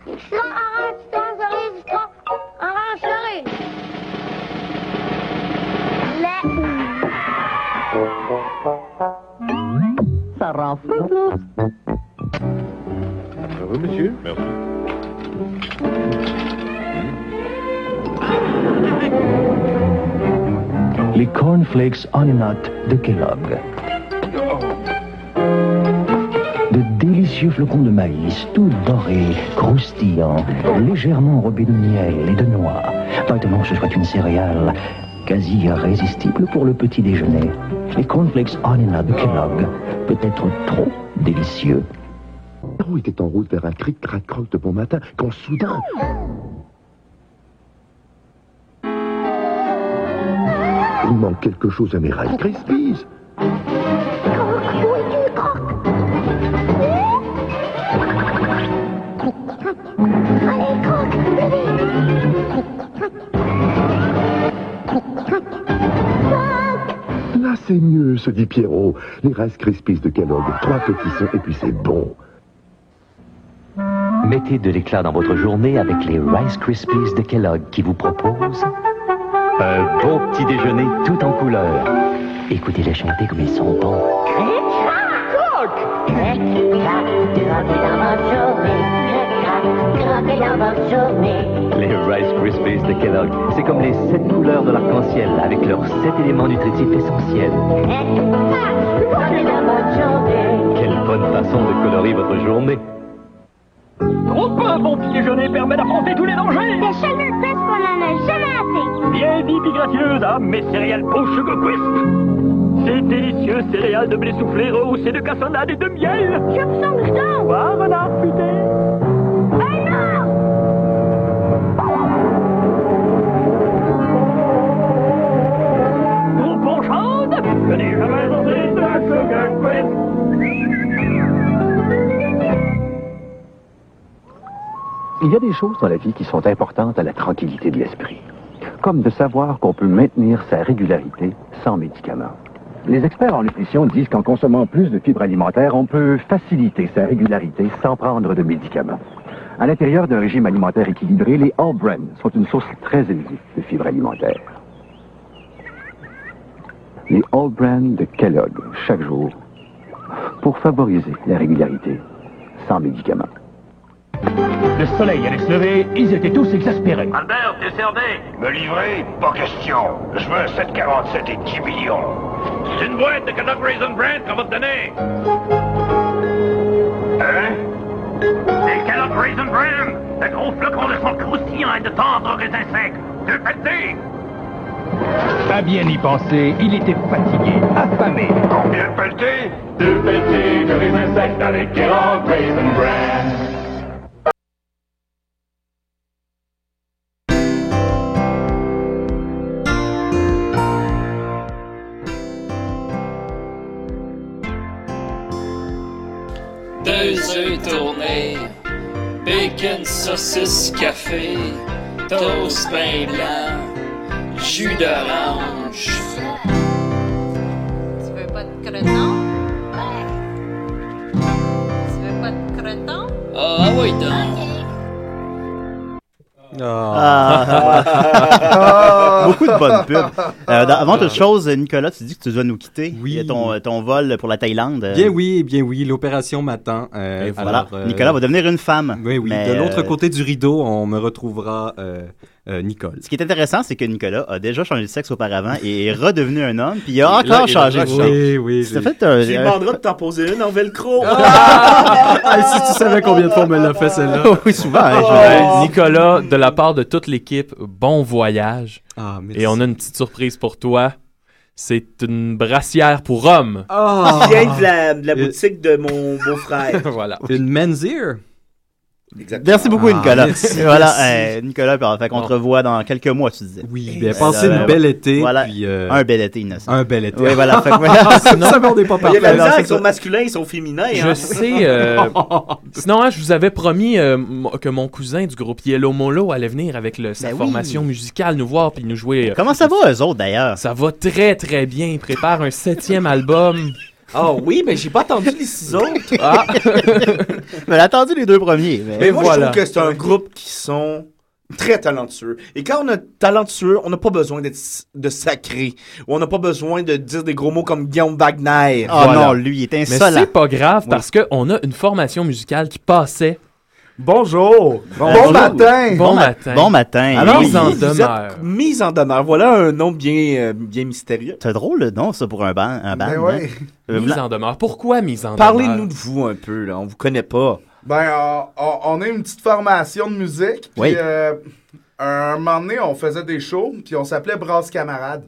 Speaker 5: Citron, orange, citron, cerise, citron, orange, cerise. Lait.
Speaker 17: Ça rend fou,
Speaker 22: Heureux, monsieur. Merci.
Speaker 17: Les cornflakes Honey Nut de Kellogg. De délicieux flocons de maïs, tout dorés, croustillants, légèrement enrobés de miel et de noix. Maintenant, ce soit une céréale quasi irrésistible pour le petit déjeuner. Les cornflakes Honey Nut de Kellogg, peut-être trop délicieux.
Speaker 24: Caro était en route vers un cric-crac-croc de bon matin quand soudain. Il manque quelque chose à mes rails. Crispies Là, c'est mieux, se dit Pierrot. Les Rice Krispies de Kellogg, trois petits sons et puis c'est bon.
Speaker 17: Mettez de l'éclat dans votre journée avec les Rice Krispies de Kellogg qui vous proposent Un bon petit déjeuner tout en couleur. Écoutez-les chanter comme ils sont bons. ah. Les Rice Krispies de Kellogg, c'est comme les sept couleurs de l'arc-en-ciel avec leurs sept éléments nutritifs essentiels. Quelle bonne façon de colorer votre journée.
Speaker 1: Trop un bon petit déjeuner permet d'affronter tous les dangers. La chalut parce qu'on en a jamais assez. Bien dit, Pigracieuse, hein, mes céréales pour Sugar Crisp. Ces délicieux céréales de blé soufflé rehaussées de cassonade et de miel. Je sens que je Voir renard futé. Trop en chante, je n'ai jamais osé de Sugar
Speaker 17: Il y a des choses dans la vie qui sont importantes à la tranquillité de l'esprit, comme de savoir qu'on peut maintenir sa régularité sans médicaments. Les experts en nutrition disent qu'en consommant plus de fibres alimentaires, on peut faciliter sa régularité sans prendre de médicaments. À l'intérieur d'un régime alimentaire équilibré, les all bran sont une source très élevée de fibres alimentaires. Les all bran de Kellogg, chaque jour, pour favoriser la régularité sans médicaments.
Speaker 2: Le soleil allait se lever, ils étaient tous exaspérés.
Speaker 25: Albert, décerné Me livrer Pas question. Je veux un 747 et 10 millions. C'est une boîte de Canuck Raisin Brand qu'on va te donner. Hein Des Canuck Raisin Brand De gros flocons de sang croustillant et de tendres raisins secs. De pâté
Speaker 2: Pas bien y penser, il était fatigué, affamé.
Speaker 25: Combien de pelletés Deux pelletés de raisins secs dans les Canuck Raisin Brand.
Speaker 5: Deux œufs tournés, bacon, saucisse, café, toast pain blanc, jus d'orange.
Speaker 3: Tu veux pas de creton? Tu veux pas de creton?
Speaker 5: Ah oui donc.
Speaker 7: Ah. Beaucoup de bonnes pubs. Euh, dans- avant toute chose, Nicolas, tu dis que tu dois nous quitter. Oui. Ton, euh, ton vol pour la Thaïlande. euh,
Speaker 4: Bien oui, bien oui, l'opération m'attend. euh,
Speaker 7: Et voilà.
Speaker 4: alors, euh,
Speaker 7: Nicolas va devenir une femme.
Speaker 4: Oui, oui.
Speaker 7: Mais,
Speaker 4: de l'autre
Speaker 7: euh,
Speaker 4: côté du rideau, on me retrouvera euh, euh, Nicole.
Speaker 7: Ce qui est intéressant, c'est que Nicolas a déjà changé de sexe auparavant et est redevenu un homme, puis il a
Speaker 4: Et là,
Speaker 7: encore
Speaker 4: il a
Speaker 7: changé de
Speaker 4: déjà
Speaker 7: sexe.
Speaker 4: changé. Oui, oui,
Speaker 7: Ça
Speaker 4: j'ai-
Speaker 7: fait un- euh,
Speaker 8: Tu lui
Speaker 7: un-
Speaker 8: demanderas de t'en poser une en velcro.
Speaker 7: Ah,
Speaker 4: Hey, Ah, si tu savais combien de fois on me l'a fait celle-là.
Speaker 7: oui, souvent.
Speaker 4: hein,
Speaker 8: Oh!
Speaker 11: Euh, Nicolas, de la part de toute l'équipe, bon voyage.
Speaker 4: Ah, merci.
Speaker 11: Et on a une petite surprise pour toi. C'est une brassière pour hommes.
Speaker 8: Je viens de la, de la boutique de mon beau-frère.
Speaker 11: Ah! voilà.
Speaker 4: Une men's ear.
Speaker 7: Merci beaucoup,
Speaker 4: Ah,
Speaker 7: Nicolas.
Speaker 4: merci,
Speaker 7: Et voilà,
Speaker 4: merci.
Speaker 7: euh, Nicolas, puis on fait qu'on te
Speaker 4: Bon.
Speaker 7: revoit dans quelques mois, tu disais. Eh,
Speaker 4: Oui, bien, passez une belle été,
Speaker 7: Voilà,
Speaker 4: puis, euh,
Speaker 7: un bel été innocent.
Speaker 4: un bel été.
Speaker 7: Oui, voilà. fait que-
Speaker 4: Sinon- Ça, mais on n'est pas
Speaker 8: Il y a de la
Speaker 4: parfait.
Speaker 8: misère
Speaker 4: Non,
Speaker 8: avec
Speaker 4: c'est
Speaker 8: son
Speaker 4: ça.
Speaker 8: masculin et son féminin.
Speaker 11: Je
Speaker 8: hein.
Speaker 11: sais. euh, sinon, hein, je vous avais promis euh, m- que mon cousin du groupe Yellow Molo allait venir avec le- sa
Speaker 7: Ben oui.
Speaker 11: formation musicale nous voir puis nous jouer. euh,
Speaker 7: Comment ça va, eux autres, d'ailleurs?
Speaker 11: Ça va très très bien. Il prépare un septième album.
Speaker 8: Ah oui, mais j'ai pas entendu les six autres.
Speaker 11: Ah.
Speaker 7: Mais l'a attendu les deux premiers. Mais,
Speaker 8: Mais moi, je trouve que c'est un groupe qui sont très talentueux. Et quand on est talentueux, on n'a pas besoin d'être s- de sacré. Ou on n'a pas besoin de dire des gros mots comme Guillaume Wagner.
Speaker 7: Ah
Speaker 11: Voilà. Mais
Speaker 8: Mais
Speaker 11: c'est pas grave parce qu'on a une formation musicale qui passait.
Speaker 8: Bonjour. Bon,
Speaker 7: Ben,
Speaker 8: matin.
Speaker 11: Bon matin.
Speaker 8: Alors,
Speaker 11: mise en
Speaker 8: vous êtes
Speaker 11: demeure.
Speaker 8: mise en demeure. Voilà un nom bien, euh, bien mystérieux. Ben
Speaker 7: C'est drôle le nom, ça, pour un band. Un band,
Speaker 8: ouais.
Speaker 7: hein? Euh,
Speaker 11: Mise en demeure. Pourquoi mise en demeure?
Speaker 8: Parlez-nous de vous un peu, là. On vous connaît pas.
Speaker 12: Ben, euh, on, on a une petite formation de musique. Puis,
Speaker 8: Oui.
Speaker 12: euh, un moment donné, on faisait des shows, puis on s'appelait Brasse Camarade.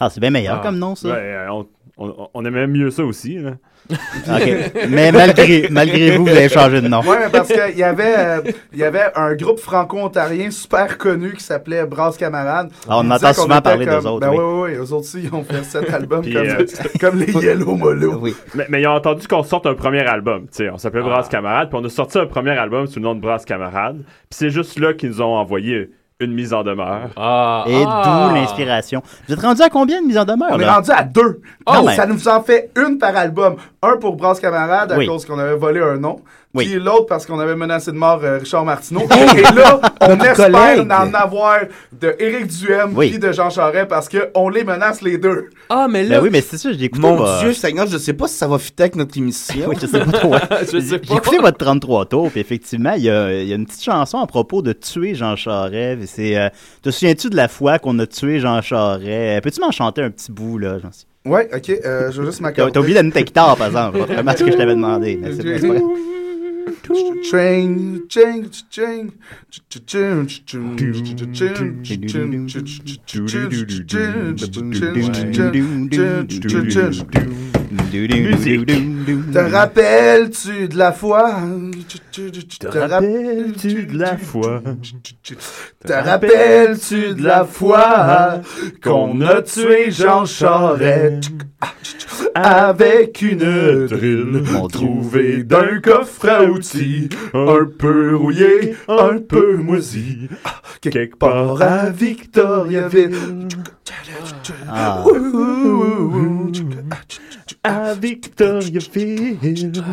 Speaker 7: Ah, c'est bien meilleur comme nom, ça.
Speaker 21: Ouais, euh, on, on, on aimait mieux ça aussi. hein. Là.
Speaker 7: OK. Mais malgré- malgré vous, vous avez changé de nom.
Speaker 12: Oui, mais parce qu'il y, avait, euh, il y avait un groupe franco-ontarien super connu qui s'appelait Brasse Camarade.
Speaker 7: Ah, on
Speaker 12: Ils
Speaker 7: entend
Speaker 12: disaient qu'on
Speaker 7: souvent
Speaker 12: était
Speaker 7: parler
Speaker 12: comme-
Speaker 7: d'eux autres,
Speaker 12: Ben
Speaker 7: oui.
Speaker 12: oui, oui, oui. Eux autres aussi, ils ont fait cet album
Speaker 21: Puis,
Speaker 12: comme,
Speaker 21: euh,
Speaker 12: comme les Yellow Molo.
Speaker 21: Mais, mais ils ont entendu qu'on sorte un premier album. tu sais, on
Speaker 7: Ah.
Speaker 21: s'appelait Brasse Camarade, puis on a sorti un premier album sous le nom de Brasse Camarade. Puis c'est juste là qu'ils nous ont envoyé une mise en demeure.
Speaker 7: Et d'où l'inspiration. Vous êtes rendu à combien de mises en demeure?
Speaker 12: On est
Speaker 7: là?
Speaker 12: rendu à deux.
Speaker 7: Ah
Speaker 12: Donc,
Speaker 7: ouais.
Speaker 12: ça nous en fait une par album. Un pour Brasse Camarade, à
Speaker 7: Oui.
Speaker 12: cause qu'on avait volé un nom.
Speaker 7: Oui.
Speaker 12: Puis l'autre parce qu'on avait menacé de mort euh, Richard Martineau. Et là, on
Speaker 7: Notre
Speaker 12: espère
Speaker 7: collègue.
Speaker 12: en avoir de Éric Duhem
Speaker 7: Oui.
Speaker 12: puis de Jean Charest parce qu'on les menace les deux.
Speaker 9: Ah, mais
Speaker 7: Ben oui, mais c'est ça, je l'ai écouté.
Speaker 12: Mon
Speaker 7: bah.
Speaker 12: Dieu,
Speaker 7: Seigneur, je sais pas si ça va fitter avec notre émission. oui, je sais pas trop. hein.
Speaker 12: Je sais
Speaker 7: J'ai écouté votre 33 tours, puis effectivement, il y, a, il y a une petite chanson à propos de tuer Jean Charest. puis C'est, euh, te souviens-tu de la fois qu'on a tué Jean Charest? Euh, Peux-tu m'en chanter un petit bout, là? J'en sais-
Speaker 12: Ouais, ok, euh, je veux juste
Speaker 7: T'as,
Speaker 12: m'accorder.
Speaker 7: t'as oublié d'amener ta guitare, par exemple. C'est vraiment ce que je t'avais demandé. mais c'est- c'est pas grave.
Speaker 12: Train, train, train, train, train, train,
Speaker 9: Ah,
Speaker 12: train, train, Te rappelles-tu de la foi? Hmm. Te rappelles-tu de la foi? Te rappelles-tu de la foi qu'on a tué Jean Charest avec une drille trouvée d'un coffre à outils, un peu rouillé, un peu moisi, Ah, quelque part à Victoriaville.
Speaker 7: Ah.
Speaker 12: À Victoriaville.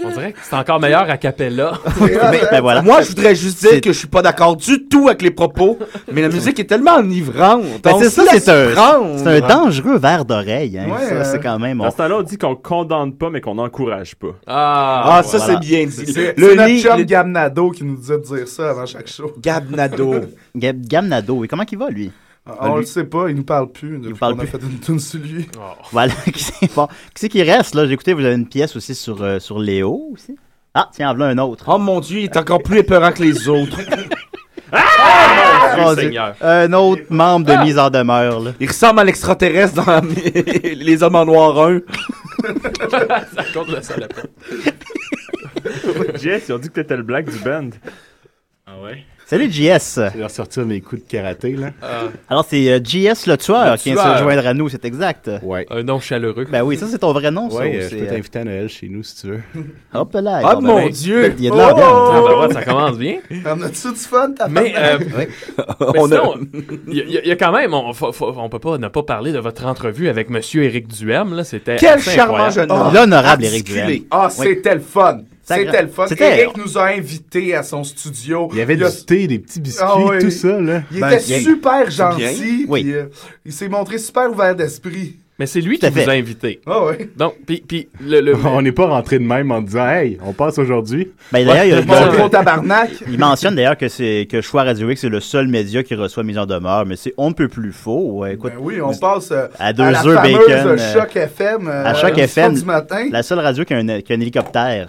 Speaker 11: On dirait que c'est encore meilleur à Capella.
Speaker 7: Ben,
Speaker 8: Moi, je voudrais juste dire que je suis pas d'accord du tout avec les propos, mais la musique est tellement enivrante.
Speaker 7: Ben,
Speaker 8: on
Speaker 7: c'est
Speaker 8: se
Speaker 7: ça,
Speaker 8: laisse
Speaker 7: c'est un,
Speaker 8: prendre.
Speaker 7: c'est un dangereux verre d'oreille. Hein,
Speaker 21: Ouais,
Speaker 7: ça,
Speaker 21: euh,
Speaker 7: c'est quand même.
Speaker 21: Dans ce temps-là, on dit qu'on condamne pas, mais qu'on n'encourage pas.
Speaker 8: Ah, ça, c'est bien dit.
Speaker 12: C'est
Speaker 8: Le
Speaker 12: c'est notre
Speaker 8: lit-
Speaker 12: chum
Speaker 8: le-
Speaker 12: Gabnado qui nous disait de dire ça avant chaque show.
Speaker 7: Gabnado. Gabnado. Et comment il va, lui?
Speaker 6: Bah,
Speaker 12: Ah, on
Speaker 7: Lui-
Speaker 12: le sait pas, il nous parle plus. Depuis
Speaker 7: parle
Speaker 12: qu'on a
Speaker 7: plus.
Speaker 12: fait une tune sur lui.
Speaker 7: Voilà, qui c'est bon. Qui c'est qui reste, là? J'ai écouté, vous avez une pièce aussi sur, euh, sur Léo, aussi. Ah, tiens, en voilà un autre.
Speaker 8: Oh mon Dieu, il est encore plus épeurant que les autres.
Speaker 7: Mon Dieu. Un autre membre de mise en demeure, là.
Speaker 8: Ah, Il ressemble à l'extraterrestre dans Les Hommes en Noir 1.
Speaker 11: ça compte le salopette.
Speaker 21: Jess, ils ont dit que t'étais le black du band.
Speaker 6: Ah ouais?
Speaker 7: Salut, JS.
Speaker 6: Je vais ressortir mes coups de karaté, là.
Speaker 7: Alors, c'est euh, JS le tueur
Speaker 6: Le
Speaker 7: qui vient
Speaker 6: tueur.
Speaker 7: se joindre à nous, c'est exact.
Speaker 6: Ouais.
Speaker 11: Un nom chaleureux.
Speaker 7: Ben oui, ça, c'est ton vrai nom, ça.
Speaker 6: ouais,
Speaker 7: ou
Speaker 6: euh, je
Speaker 7: c'est,
Speaker 6: peux
Speaker 7: euh,
Speaker 6: t'inviter à Noël chez nous, si tu veux.
Speaker 7: Hop là.
Speaker 6: Ah,
Speaker 7: bon,
Speaker 6: mon
Speaker 7: ben,
Speaker 6: Dieu!
Speaker 7: Il y a de la
Speaker 6: Oh!
Speaker 7: dame.
Speaker 6: Ah, ben ouais, ça
Speaker 11: commence bien.
Speaker 12: T'en as-tu du fun, ta
Speaker 11: Mais, euh,
Speaker 7: hein?
Speaker 12: femme?
Speaker 11: mais sinon, il y, a- il y a quand même, on, faut- faut- on peut pas ne pas parler de votre entrevue avec Monsieur Éric Duhem, là, c'était
Speaker 12: Quel
Speaker 11: assez
Speaker 12: charmant
Speaker 11: incroyable.
Speaker 12: jeune homme. Articulé. Ah, c'était le fun.
Speaker 11: Ça
Speaker 12: C'était
Speaker 11: gratte.
Speaker 12: le fun.
Speaker 11: C'était-
Speaker 12: Eric nous a invités à son studio.
Speaker 6: Il y avait
Speaker 12: a-
Speaker 6: du thé, des petits biscuits,
Speaker 12: Ah oui.
Speaker 6: tout ça, là.
Speaker 12: Il
Speaker 6: Ben,
Speaker 12: était
Speaker 6: bien.
Speaker 12: super
Speaker 6: C'est bien.
Speaker 12: gentil.
Speaker 6: Oui.
Speaker 12: puis, euh, il s'est montré super ouvert d'esprit.
Speaker 11: Mais c'est lui
Speaker 6: Tout à
Speaker 11: qui vous
Speaker 6: fait.
Speaker 11: a invité.
Speaker 12: Ah ouais.
Speaker 11: Donc, puis, puis le, le-
Speaker 6: On n'est pas rentré de même en disant, hey, on passe aujourd'hui.
Speaker 7: Ben, d'ailleurs, il y a-
Speaker 6: Ouais.
Speaker 7: il y a-
Speaker 12: tabarnak.
Speaker 7: Il mentionne d'ailleurs que c'est que Choix Radio X c'est le seul média qui reçoit mise en demeure, mais c'est on ne peut plus faux. Ouais, écoute,
Speaker 12: Ben oui, on passe euh,
Speaker 7: à deux
Speaker 12: la
Speaker 7: œufs
Speaker 12: fameuse
Speaker 7: bacon. euh,
Speaker 12: Choc FM. euh,
Speaker 7: à chaque
Speaker 12: le soir
Speaker 7: FM,
Speaker 12: du matin.
Speaker 7: la seule radio qui a un, qui a un hélicoptère.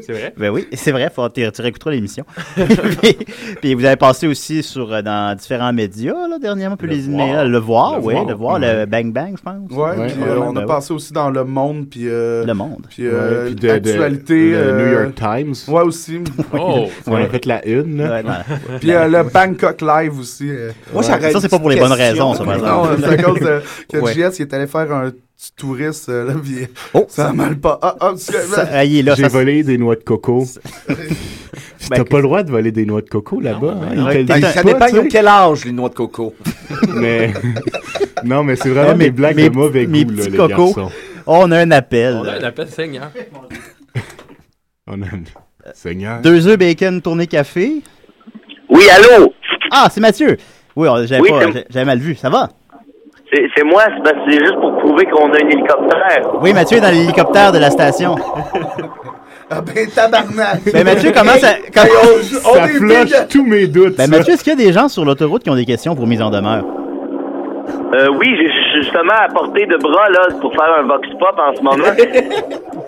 Speaker 11: C'est vrai?
Speaker 7: Ben oui, c'est vrai, faut, tu, tu réécouteras l'émission. puis, puis vous avez passé aussi sur, euh, dans différents médias, là, dernièrement, puis les
Speaker 12: Voir.
Speaker 7: mais, là, Le Voir,
Speaker 12: Le
Speaker 7: oui,
Speaker 12: Voir.
Speaker 7: Le Voir, le Bang Bang, je pense.
Speaker 12: Ouais, puis, euh, on a
Speaker 7: Ben oui.
Speaker 12: passé aussi dans Le Monde, puis... euh,
Speaker 7: Le Monde.
Speaker 12: Puis, euh,
Speaker 6: Ouais, puis de- de-
Speaker 12: l'actualité,
Speaker 6: le
Speaker 12: euh,
Speaker 6: New York Times.
Speaker 12: Ouais, aussi.
Speaker 6: Oh! On a fait la une, là.
Speaker 12: Puis euh, le Bangkok Live aussi. euh.
Speaker 6: Moi, j'aurais Ça, c'est pas pour les
Speaker 7: bonnes raisons, ça, par exemple.
Speaker 12: Non, c'est à cause de- que
Speaker 7: Ouais.
Speaker 12: JS, il est allé faire un petit touriste, euh, là, puis ça a mal pas. Ah, ah, tu-
Speaker 6: J'ai volé des noix de coco. Puis T'as pas le droit de voler des noix de coco là-bas.
Speaker 7: ben
Speaker 6: hein, ils te le disent
Speaker 8: Ben, Ça
Speaker 6: pas,
Speaker 8: dépend
Speaker 6: tu sais.
Speaker 8: de quel âge, les noix de coco.
Speaker 6: Mais non, mais c'est vraiment
Speaker 7: Mais
Speaker 6: des blagues
Speaker 7: mes-
Speaker 6: de mauvais
Speaker 7: mes
Speaker 6: goût, là,
Speaker 7: petits
Speaker 6: les
Speaker 7: cocos.
Speaker 6: garçons.
Speaker 7: On a un appel.
Speaker 11: on a un appel Seigneur.
Speaker 6: On a... Seigneur.
Speaker 7: Deux œufs bacon tourné café.
Speaker 13: Oui, allô?
Speaker 7: Ah, c'est Mathieu. Oui, on- j'avais
Speaker 13: Oui,
Speaker 7: pas-
Speaker 13: c'est-
Speaker 7: j'ai- j'avais mal vu. Ça va?
Speaker 13: C'est c'est moi, c'est parce que c'est juste pour prouver qu'on a un hélicoptère.
Speaker 7: Oui, Mathieu est dans l'hélicoptère de la station.
Speaker 12: Ah ben, tabarnak!
Speaker 7: Ben Mathieu, comment ça... comment-
Speaker 12: on est big-
Speaker 6: tous mes doutes.
Speaker 7: Ben Mathieu, est-ce qu'il y a des gens sur l'autoroute qui ont des questions pour mise en demeure?
Speaker 13: Euh, oui, j'ai j'ai justement à portée de bras là, pour faire un vox pop en ce moment.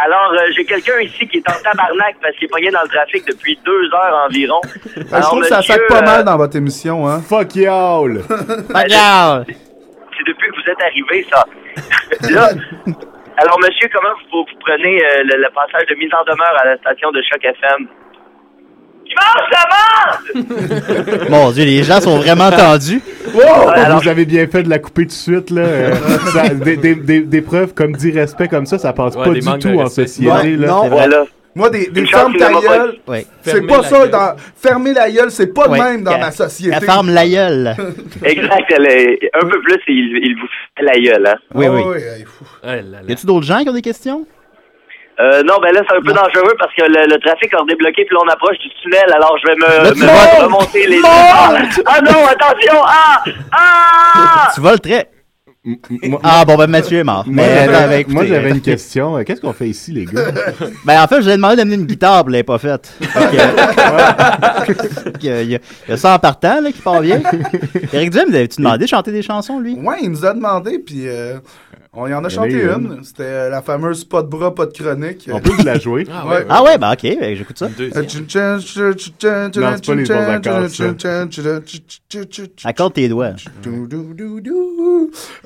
Speaker 13: Alors, euh, j'ai quelqu'un ici qui est en tabarnak parce qu'il est pogné dans le trafic depuis deux heures environ.
Speaker 12: Ben, je trouve que ça
Speaker 13: monsieur,
Speaker 12: sac pas
Speaker 13: euh,
Speaker 12: mal dans votre émission, hein.
Speaker 6: Fuck y'all!
Speaker 13: Ben, C'est depuis que vous êtes arrivé, ça. Là, alors, monsieur, comment vous, vous prenez euh, le, le passage de mise en demeure à la station de Choc FM? Qui mange la merde!
Speaker 7: Mon Dieu, les gens sont vraiment tendus.
Speaker 6: Oh, Vous avez bien fait de la couper tout de suite, là. Euh, ça- des, des- des- des preuves comme d'irrespect comme ça, ça passe
Speaker 11: Ouais,
Speaker 6: pas
Speaker 11: des
Speaker 6: du
Speaker 11: manques de
Speaker 6: tout en
Speaker 11: respect.
Speaker 6: société,
Speaker 11: Ouais,
Speaker 6: là.
Speaker 11: non, C'est vrai. voilà.
Speaker 12: Moi, des, des
Speaker 13: Une chance
Speaker 12: fermes
Speaker 13: qu'il
Speaker 12: ta
Speaker 13: l'a pas
Speaker 12: gueule,
Speaker 13: dit. Ouais.
Speaker 12: c'est
Speaker 13: Fermer
Speaker 12: pas
Speaker 13: la
Speaker 12: ça.
Speaker 13: gueule.
Speaker 12: Dans, fermer la gueule, c'est pas
Speaker 13: Ouais.
Speaker 12: de même dans
Speaker 13: Elle-
Speaker 12: ma société.
Speaker 13: elle ferme
Speaker 7: la gueule.
Speaker 13: Exact, elle est- un peu plus, il, il vous fait la gueule. Hein?
Speaker 7: Oui, oui. Y a-tu d'autres gens qui ont des questions?
Speaker 13: Euh, non, ben là, c'est un peu dangereux parce que le, le trafic a débloqué, puis là, on approche du tunnel, alors je vais me, me remonter les... Ah, ah non, attention! Ah!
Speaker 7: Tu voles très. Ah, bon, ben Mathieu est mort.
Speaker 6: Moi,
Speaker 7: Mais,
Speaker 6: j'avais-
Speaker 7: euh, ben, écoutez,
Speaker 6: moi, j'avais une question. Euh, Qu'est-ce qu'on fait ici, les gars?
Speaker 7: Ben, en fait, je lui ai demandé d'amener une guitare, puis elle l'avait pas faite. Fait que- Fait que, Il y, a- il y a ça en partant, là, qui part bien. Eric James, avais-tu demandé de chanter des chansons, lui?
Speaker 12: Ouais, il nous a demandé, puis euh, on y en a
Speaker 7: Il y en
Speaker 12: chanté
Speaker 7: a eu
Speaker 12: une. C'était euh, la fameuse pas de bras, pas de chronique.
Speaker 6: On peut vous la jouer?
Speaker 12: Ah ouais.
Speaker 7: Ah ouais, ben, ok, ben, j'écoute ça.
Speaker 12: Non,
Speaker 7: c'est pas les bons accords, ça. Accorde tes doigts.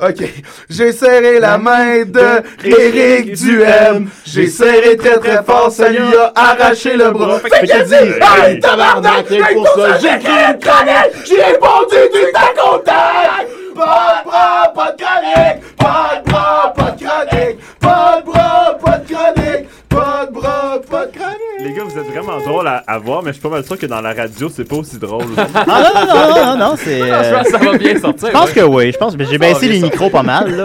Speaker 12: OK. J'ai serré la main de Eric Duhem. J'ai serré très très fort, ça lui a arraché le bras. Fait qu'il a dit Hey, tabarnak, c'est pour ça, j'écris une chronique. J'ai répondu du tac au tac. Pas de bras, pas de chronique. Pas de bras, pas de chronique. Pas de bras, pas de chronique. Pas de bras, pas de chronique.
Speaker 21: Les gars, vous êtes vraiment drôles à, à voir, mais je suis pas mal sûr que dans la radio, c'est pas aussi drôle.
Speaker 7: Ah non, non, non, non, non, non, c'est. euh,
Speaker 21: Non, je pense que ça va bien sortir,
Speaker 7: Je pense
Speaker 21: oui.
Speaker 7: que oui. Je pense que j'ai
Speaker 21: Ça va
Speaker 7: baissé
Speaker 21: bien
Speaker 7: les
Speaker 21: sortir.
Speaker 7: micros pas mal, là.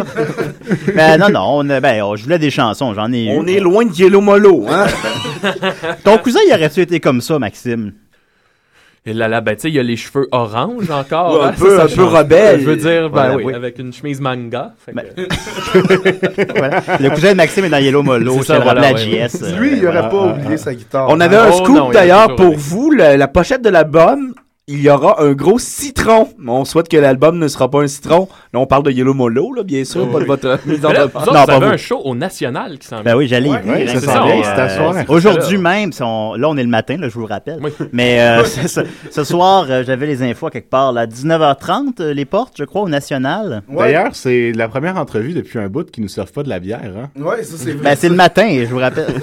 Speaker 7: Mais non, non, on, a- ben, on- je voulais des chansons, j'en ai eu.
Speaker 8: On est loin de Yellow Molo, hein?
Speaker 7: Ton cousin, il aurait-tu été comme ça, Maxime?
Speaker 11: Et là, là, ben, tu sais, il y a les cheveux orange encore.
Speaker 7: Ouais, un
Speaker 11: hein,
Speaker 7: peu-
Speaker 11: ça, ça
Speaker 7: un peu
Speaker 11: change.
Speaker 7: rebelle.
Speaker 11: Je veux dire, ben
Speaker 7: Voilà,
Speaker 11: oui,
Speaker 7: oui.
Speaker 11: avec une chemise manga. fait que-
Speaker 7: Voilà. Le cousin de Maxime est dans Yellow Molo,
Speaker 11: C'est
Speaker 7: je te
Speaker 11: ça,
Speaker 7: le
Speaker 11: voilà,
Speaker 7: rappelais à
Speaker 11: ouais.
Speaker 7: JS.
Speaker 12: Lui, il aurait pas oublié sa guitare.
Speaker 8: Ah, On avait un
Speaker 12: Oh,
Speaker 8: scoop
Speaker 12: non, il a
Speaker 8: d'ailleurs
Speaker 12: toujours
Speaker 8: pour vous, le- la pochette de l'album. Il y aura un gros citron. Mais On souhaite que l'album ne sera pas un citron. Là, on parle de Yellow Molo, là, bien sûr, pas de votre mise en
Speaker 11: Mais là,
Speaker 8: œuvre.
Speaker 11: vous autres, vous avez un show au National qui s'en
Speaker 7: Ben oui, j'allais y
Speaker 11: Ouais,
Speaker 7: venir.
Speaker 11: ouais,
Speaker 7: hein,
Speaker 11: c'est
Speaker 7: ça,
Speaker 11: ça,
Speaker 7: mais,
Speaker 11: on-
Speaker 7: euh,
Speaker 11: c'est à ce soir. hein.
Speaker 7: Aujourd'hui même, si on- là on est le matin, là, je vous le rappelle. Mais euh, ce, ce- ce soir, euh, j'avais les infos à quelque part. là. À 19h30, euh, les portes, je crois, au National.
Speaker 6: D'ailleurs, c'est la première entrevue depuis un bout qui nous servent pas de la bière. Hein?
Speaker 12: Ouais, ça c'est vrai.
Speaker 7: Ben, c'est le matin, je vous rappelle.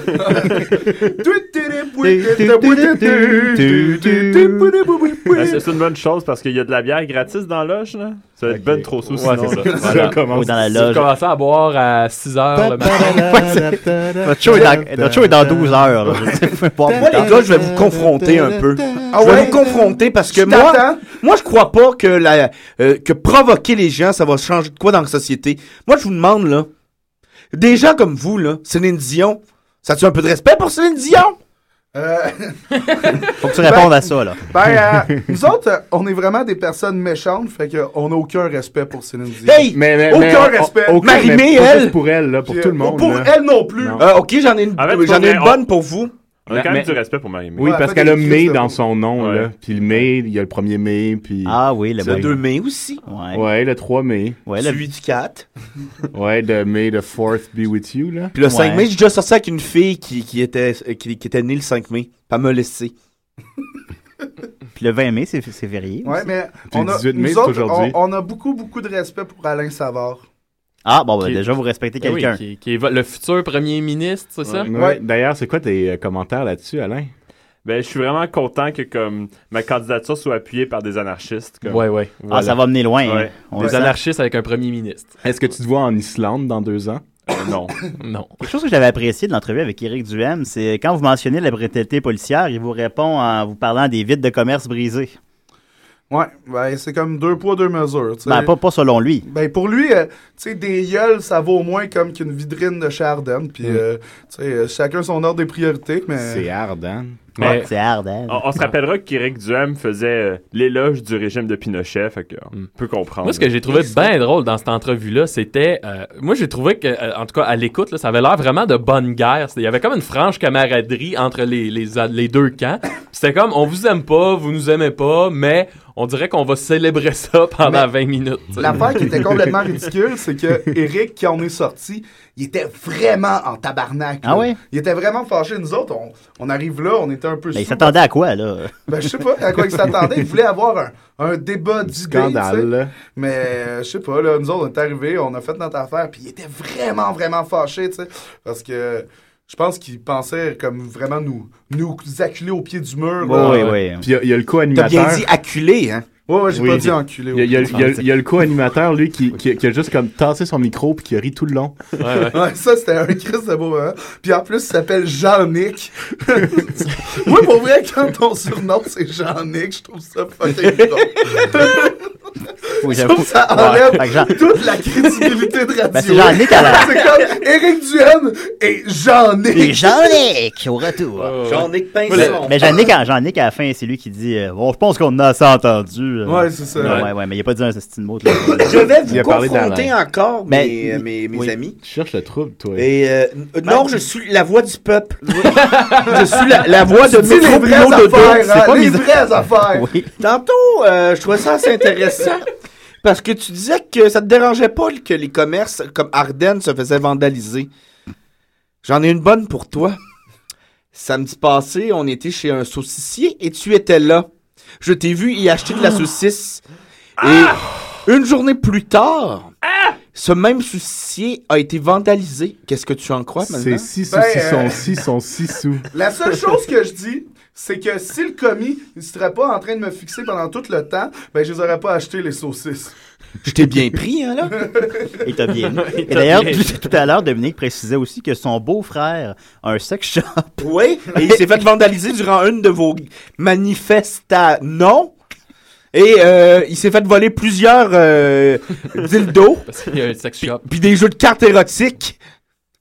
Speaker 21: Ah, c'est c'est une bonne chose parce qu'il y a de la bière gratis dans la loge, là. Ça va être ben trop sous, sinon,
Speaker 11: c'est ça.
Speaker 21: là.
Speaker 11: Voilà. Ou dans la Si vous loge. commencez à boire à 6 heures le matin.
Speaker 7: Notre show est dans, notre show est dans 12 heures. là. Je sais pas.
Speaker 8: Moi, les gars, je vais vous confronter un peu. je vais vous confronter parce que
Speaker 7: Ah Je
Speaker 8: moi,
Speaker 7: t'attends.
Speaker 8: moi, je crois pas que la, euh, que provoquer les gens, ça va changer de quoi dans la société. Moi, je vous demande, là, des gens comme vous, là, Céline Dion, ça tu un peu de respect pour Céline Dion?
Speaker 7: Faut que tu répondes à ça, là.
Speaker 12: Euh, Ben, euh, nous autres, euh, on est vraiment des personnes méchantes, fait qu'on n'a aucun respect pour Céline Dion.
Speaker 8: Hey! Mais- mais- mais-
Speaker 12: aucun
Speaker 8: on-
Speaker 12: respect!
Speaker 8: aucun, Marie-Mé, mais pas elle! juste
Speaker 6: pour elle, là, pour
Speaker 12: Puis,
Speaker 6: tout le
Speaker 12: euh,
Speaker 6: monde,
Speaker 12: Pour
Speaker 6: là.
Speaker 12: elle non plus!
Speaker 6: Non.
Speaker 8: Euh, ok, j'en ai une,
Speaker 21: En fait,
Speaker 8: j'en ai
Speaker 21: faudrait-
Speaker 8: une bonne pour vous.
Speaker 21: On a quand
Speaker 6: Mais-
Speaker 21: même du respect pour Marie-Mé.
Speaker 6: Oui, parce qu'elle a mai dans son nom.
Speaker 21: Ouais.
Speaker 6: Là. Puis le mai, il y a le 1er mai. Puis...
Speaker 7: Ah oui, le
Speaker 6: mai.
Speaker 7: mai.
Speaker 8: 2 mai aussi.
Speaker 7: Ouais.
Speaker 6: Ouais, le 3 mai.
Speaker 7: Ouais,
Speaker 8: le- Celui du 4.
Speaker 6: ouais, le mai, le 4th be with you, là.
Speaker 8: Puis le 5 mai, j'ai déjà sorti avec une fille qui, qui était, qui, qui était née le 5 mai. Pas me laisser.
Speaker 7: Puis le 20 mai, c'est c'est férié.
Speaker 12: Ouais,
Speaker 7: aussi.
Speaker 12: mais on a, nous autres, on, on a beaucoup, beaucoup de respect pour Alain Savard.
Speaker 7: Ah, bon, ben,
Speaker 11: Qui-
Speaker 7: déjà, vous respectez
Speaker 11: Eh oui,
Speaker 7: quelqu'un.
Speaker 11: qui, qui est vo- le futur premier ministre, c'est ça?
Speaker 21: Ouais.
Speaker 6: Ouais. D'ailleurs, c'est quoi tes euh, commentaires là-dessus, Alain?
Speaker 21: Ben, je suis vraiment content que comme ma candidature soit appuyée par des anarchistes. Comme...
Speaker 11: Ouais, ouais.
Speaker 7: Ah, ça va mener loin. hein. On le
Speaker 11: Des
Speaker 7: sent.
Speaker 11: anarchistes avec un premier ministre.
Speaker 6: Est-ce que tu te vois en Islande dans deux ans?
Speaker 21: non.
Speaker 11: non.
Speaker 7: Quelque chose que j'avais apprécié de l'entrevue avec Éric Duhem, c'est quand vous mentionnez la brutalité policière, il vous répond en vous parlant des vides de commerce brisés.
Speaker 12: Ouais, ben, c'est comme deux poids, deux mesures. tu sais.
Speaker 7: Ben, pas, pas selon lui.
Speaker 12: Ben, pour lui, euh, tu sais, des gueules, ça vaut au moins comme qu'une vitrine de chez Arden. Puis,
Speaker 6: Mm.
Speaker 12: euh, tu sais, euh, chacun son ordre des priorités, mais...
Speaker 6: C'est Arden.
Speaker 21: Mais- Ouais, c'est
Speaker 7: hard,
Speaker 12: hein.
Speaker 21: On, on se rappellera qu'Éric Duhem faisait euh, l'éloge du régime de Pinochet, fait que on peut comprendre.
Speaker 11: Moi, ce que j'ai trouvé bien drôle dans cette entrevue-là, c'était. euh, moi, j'ai trouvé que, euh, en tout cas, à l'écoute, là, ça avait l'air vraiment de bonne guerre. C'était- Il y avait comme une franche camaraderie entre les, les, a- les deux camps. Puis C'était comme, on vous aime pas, vous nous aimez pas, mais on dirait qu'on va célébrer ça pendant 20 minutes. tu sais.
Speaker 12: L'affaire qui était complètement ridicule, c'est que Eric, qui en est sorti, il était vraiment en tabarnak. là.
Speaker 7: Ah ouais?
Speaker 12: Il était vraiment fâché. Nous autres, on, on arrive là, on était un peu
Speaker 7: Ben, il
Speaker 12: sous.
Speaker 7: s'attendait à quoi, là?
Speaker 12: Ben, je sais pas à quoi il s'attendait. Il voulait avoir un, un débat d'idées.
Speaker 7: scandale,
Speaker 12: tu sais.
Speaker 7: là.
Speaker 12: Mais euh, je sais pas, là, nous autres, on est arrivés, on a fait notre affaire, puis il était vraiment, vraiment fâché, tu sais. Parce que je pense qu'il pensait comme vraiment nous, nous acculer au pied du mur. là.
Speaker 6: Puis il y a- il y, a le co-animateur.
Speaker 8: T'as bien dit acculé, hein?
Speaker 12: Ouais, ouais, j'ai
Speaker 6: Oui.
Speaker 12: pas dit enculé.
Speaker 6: Il y a, il y a- il y a- il y a le co-animateur, lui, qui, qui- qui a juste comme tassé son micro puis qui a ri tout le long.
Speaker 12: Ouais, ça, c'était un Chris de beau moment. Puis en plus, il s'appelle Jean-Nic. Moi, pour vrai, quand ton surnom, c'est Jean-Nic, je trouve ça fucking drôle.
Speaker 7: Faut que
Speaker 12: Je
Speaker 7: j'avoue.
Speaker 12: trouve que ça
Speaker 7: Ouais,
Speaker 12: enlève
Speaker 7: fait que Jean-
Speaker 12: toute la crédibilité de radio.
Speaker 7: Ben, c'est Jean-Nic à la-
Speaker 12: C'est comme Éric Duhem et Jean-Nic.
Speaker 7: Et Jean-Nic, au retour.
Speaker 8: Jean-Nic Pinson.
Speaker 7: Mais- Mais Jean-Nic, à- Jean-Nic, à la fin, c'est lui qui dit euh, Bon, je pense qu'on a assez entendu. euh.
Speaker 8: Ouais, c'est ça.
Speaker 7: Ouais,
Speaker 8: Ouais.
Speaker 7: ouais, ouais, mais il a pas dit un style mot. là.
Speaker 8: Je vais vous
Speaker 7: Il a parlé de la
Speaker 8: confronter
Speaker 7: reine.
Speaker 8: encore, mes,
Speaker 7: Mais-
Speaker 8: euh, mes, mes
Speaker 7: oui.
Speaker 8: amis.
Speaker 6: Tu cherches le trouble, toi.
Speaker 8: Et, euh, n-
Speaker 7: Ben-
Speaker 8: non, je suis la voix du peuple. je suis la, la voix de
Speaker 12: Tu dis les
Speaker 8: Métro
Speaker 12: vraies
Speaker 8: Boulot Dodo.
Speaker 12: affaires, hein, les
Speaker 8: mis-
Speaker 12: vraies affaires.
Speaker 8: Tantôt, euh, je trouvais ça assez intéressant. Parce que tu disais que ça te dérangeait pas que les commerces comme Ardennes se faisaient vandaliser. J'en ai une bonne pour toi. Samedi passé, on était chez un saucissier et tu étais là. Je t'ai vu y acheter de la
Speaker 11: Ah!
Speaker 8: saucisse. Et une journée plus tard,
Speaker 11: Ah!
Speaker 8: ce même saucissier a été vandalisé. Qu'est-ce que tu en crois maintenant?
Speaker 6: C'est six sous,
Speaker 12: Ben,
Speaker 6: six
Speaker 12: euh,
Speaker 6: sont six sont six sous.
Speaker 12: La seule chose que je dis, c'est que si le commis ne serait pas en train de me fixer pendant tout le temps, ben je les aurais pas acheté les saucisses.
Speaker 8: Je t'ai bien pris, hein, là?
Speaker 7: Et t'as bien.
Speaker 8: Et
Speaker 7: Et
Speaker 8: t'as
Speaker 7: d'ailleurs,
Speaker 8: bien.
Speaker 7: tout à l'heure, Dominique précisait aussi que son beau-frère a un sex shop.
Speaker 8: Ah, Oui, et il s'est fait vandaliser durant une de vos manifesta non et euh, il s'est fait voler plusieurs euh, dildos
Speaker 11: Parce qu'il y a un sex shop.
Speaker 8: puis des jeux de cartes érotiques.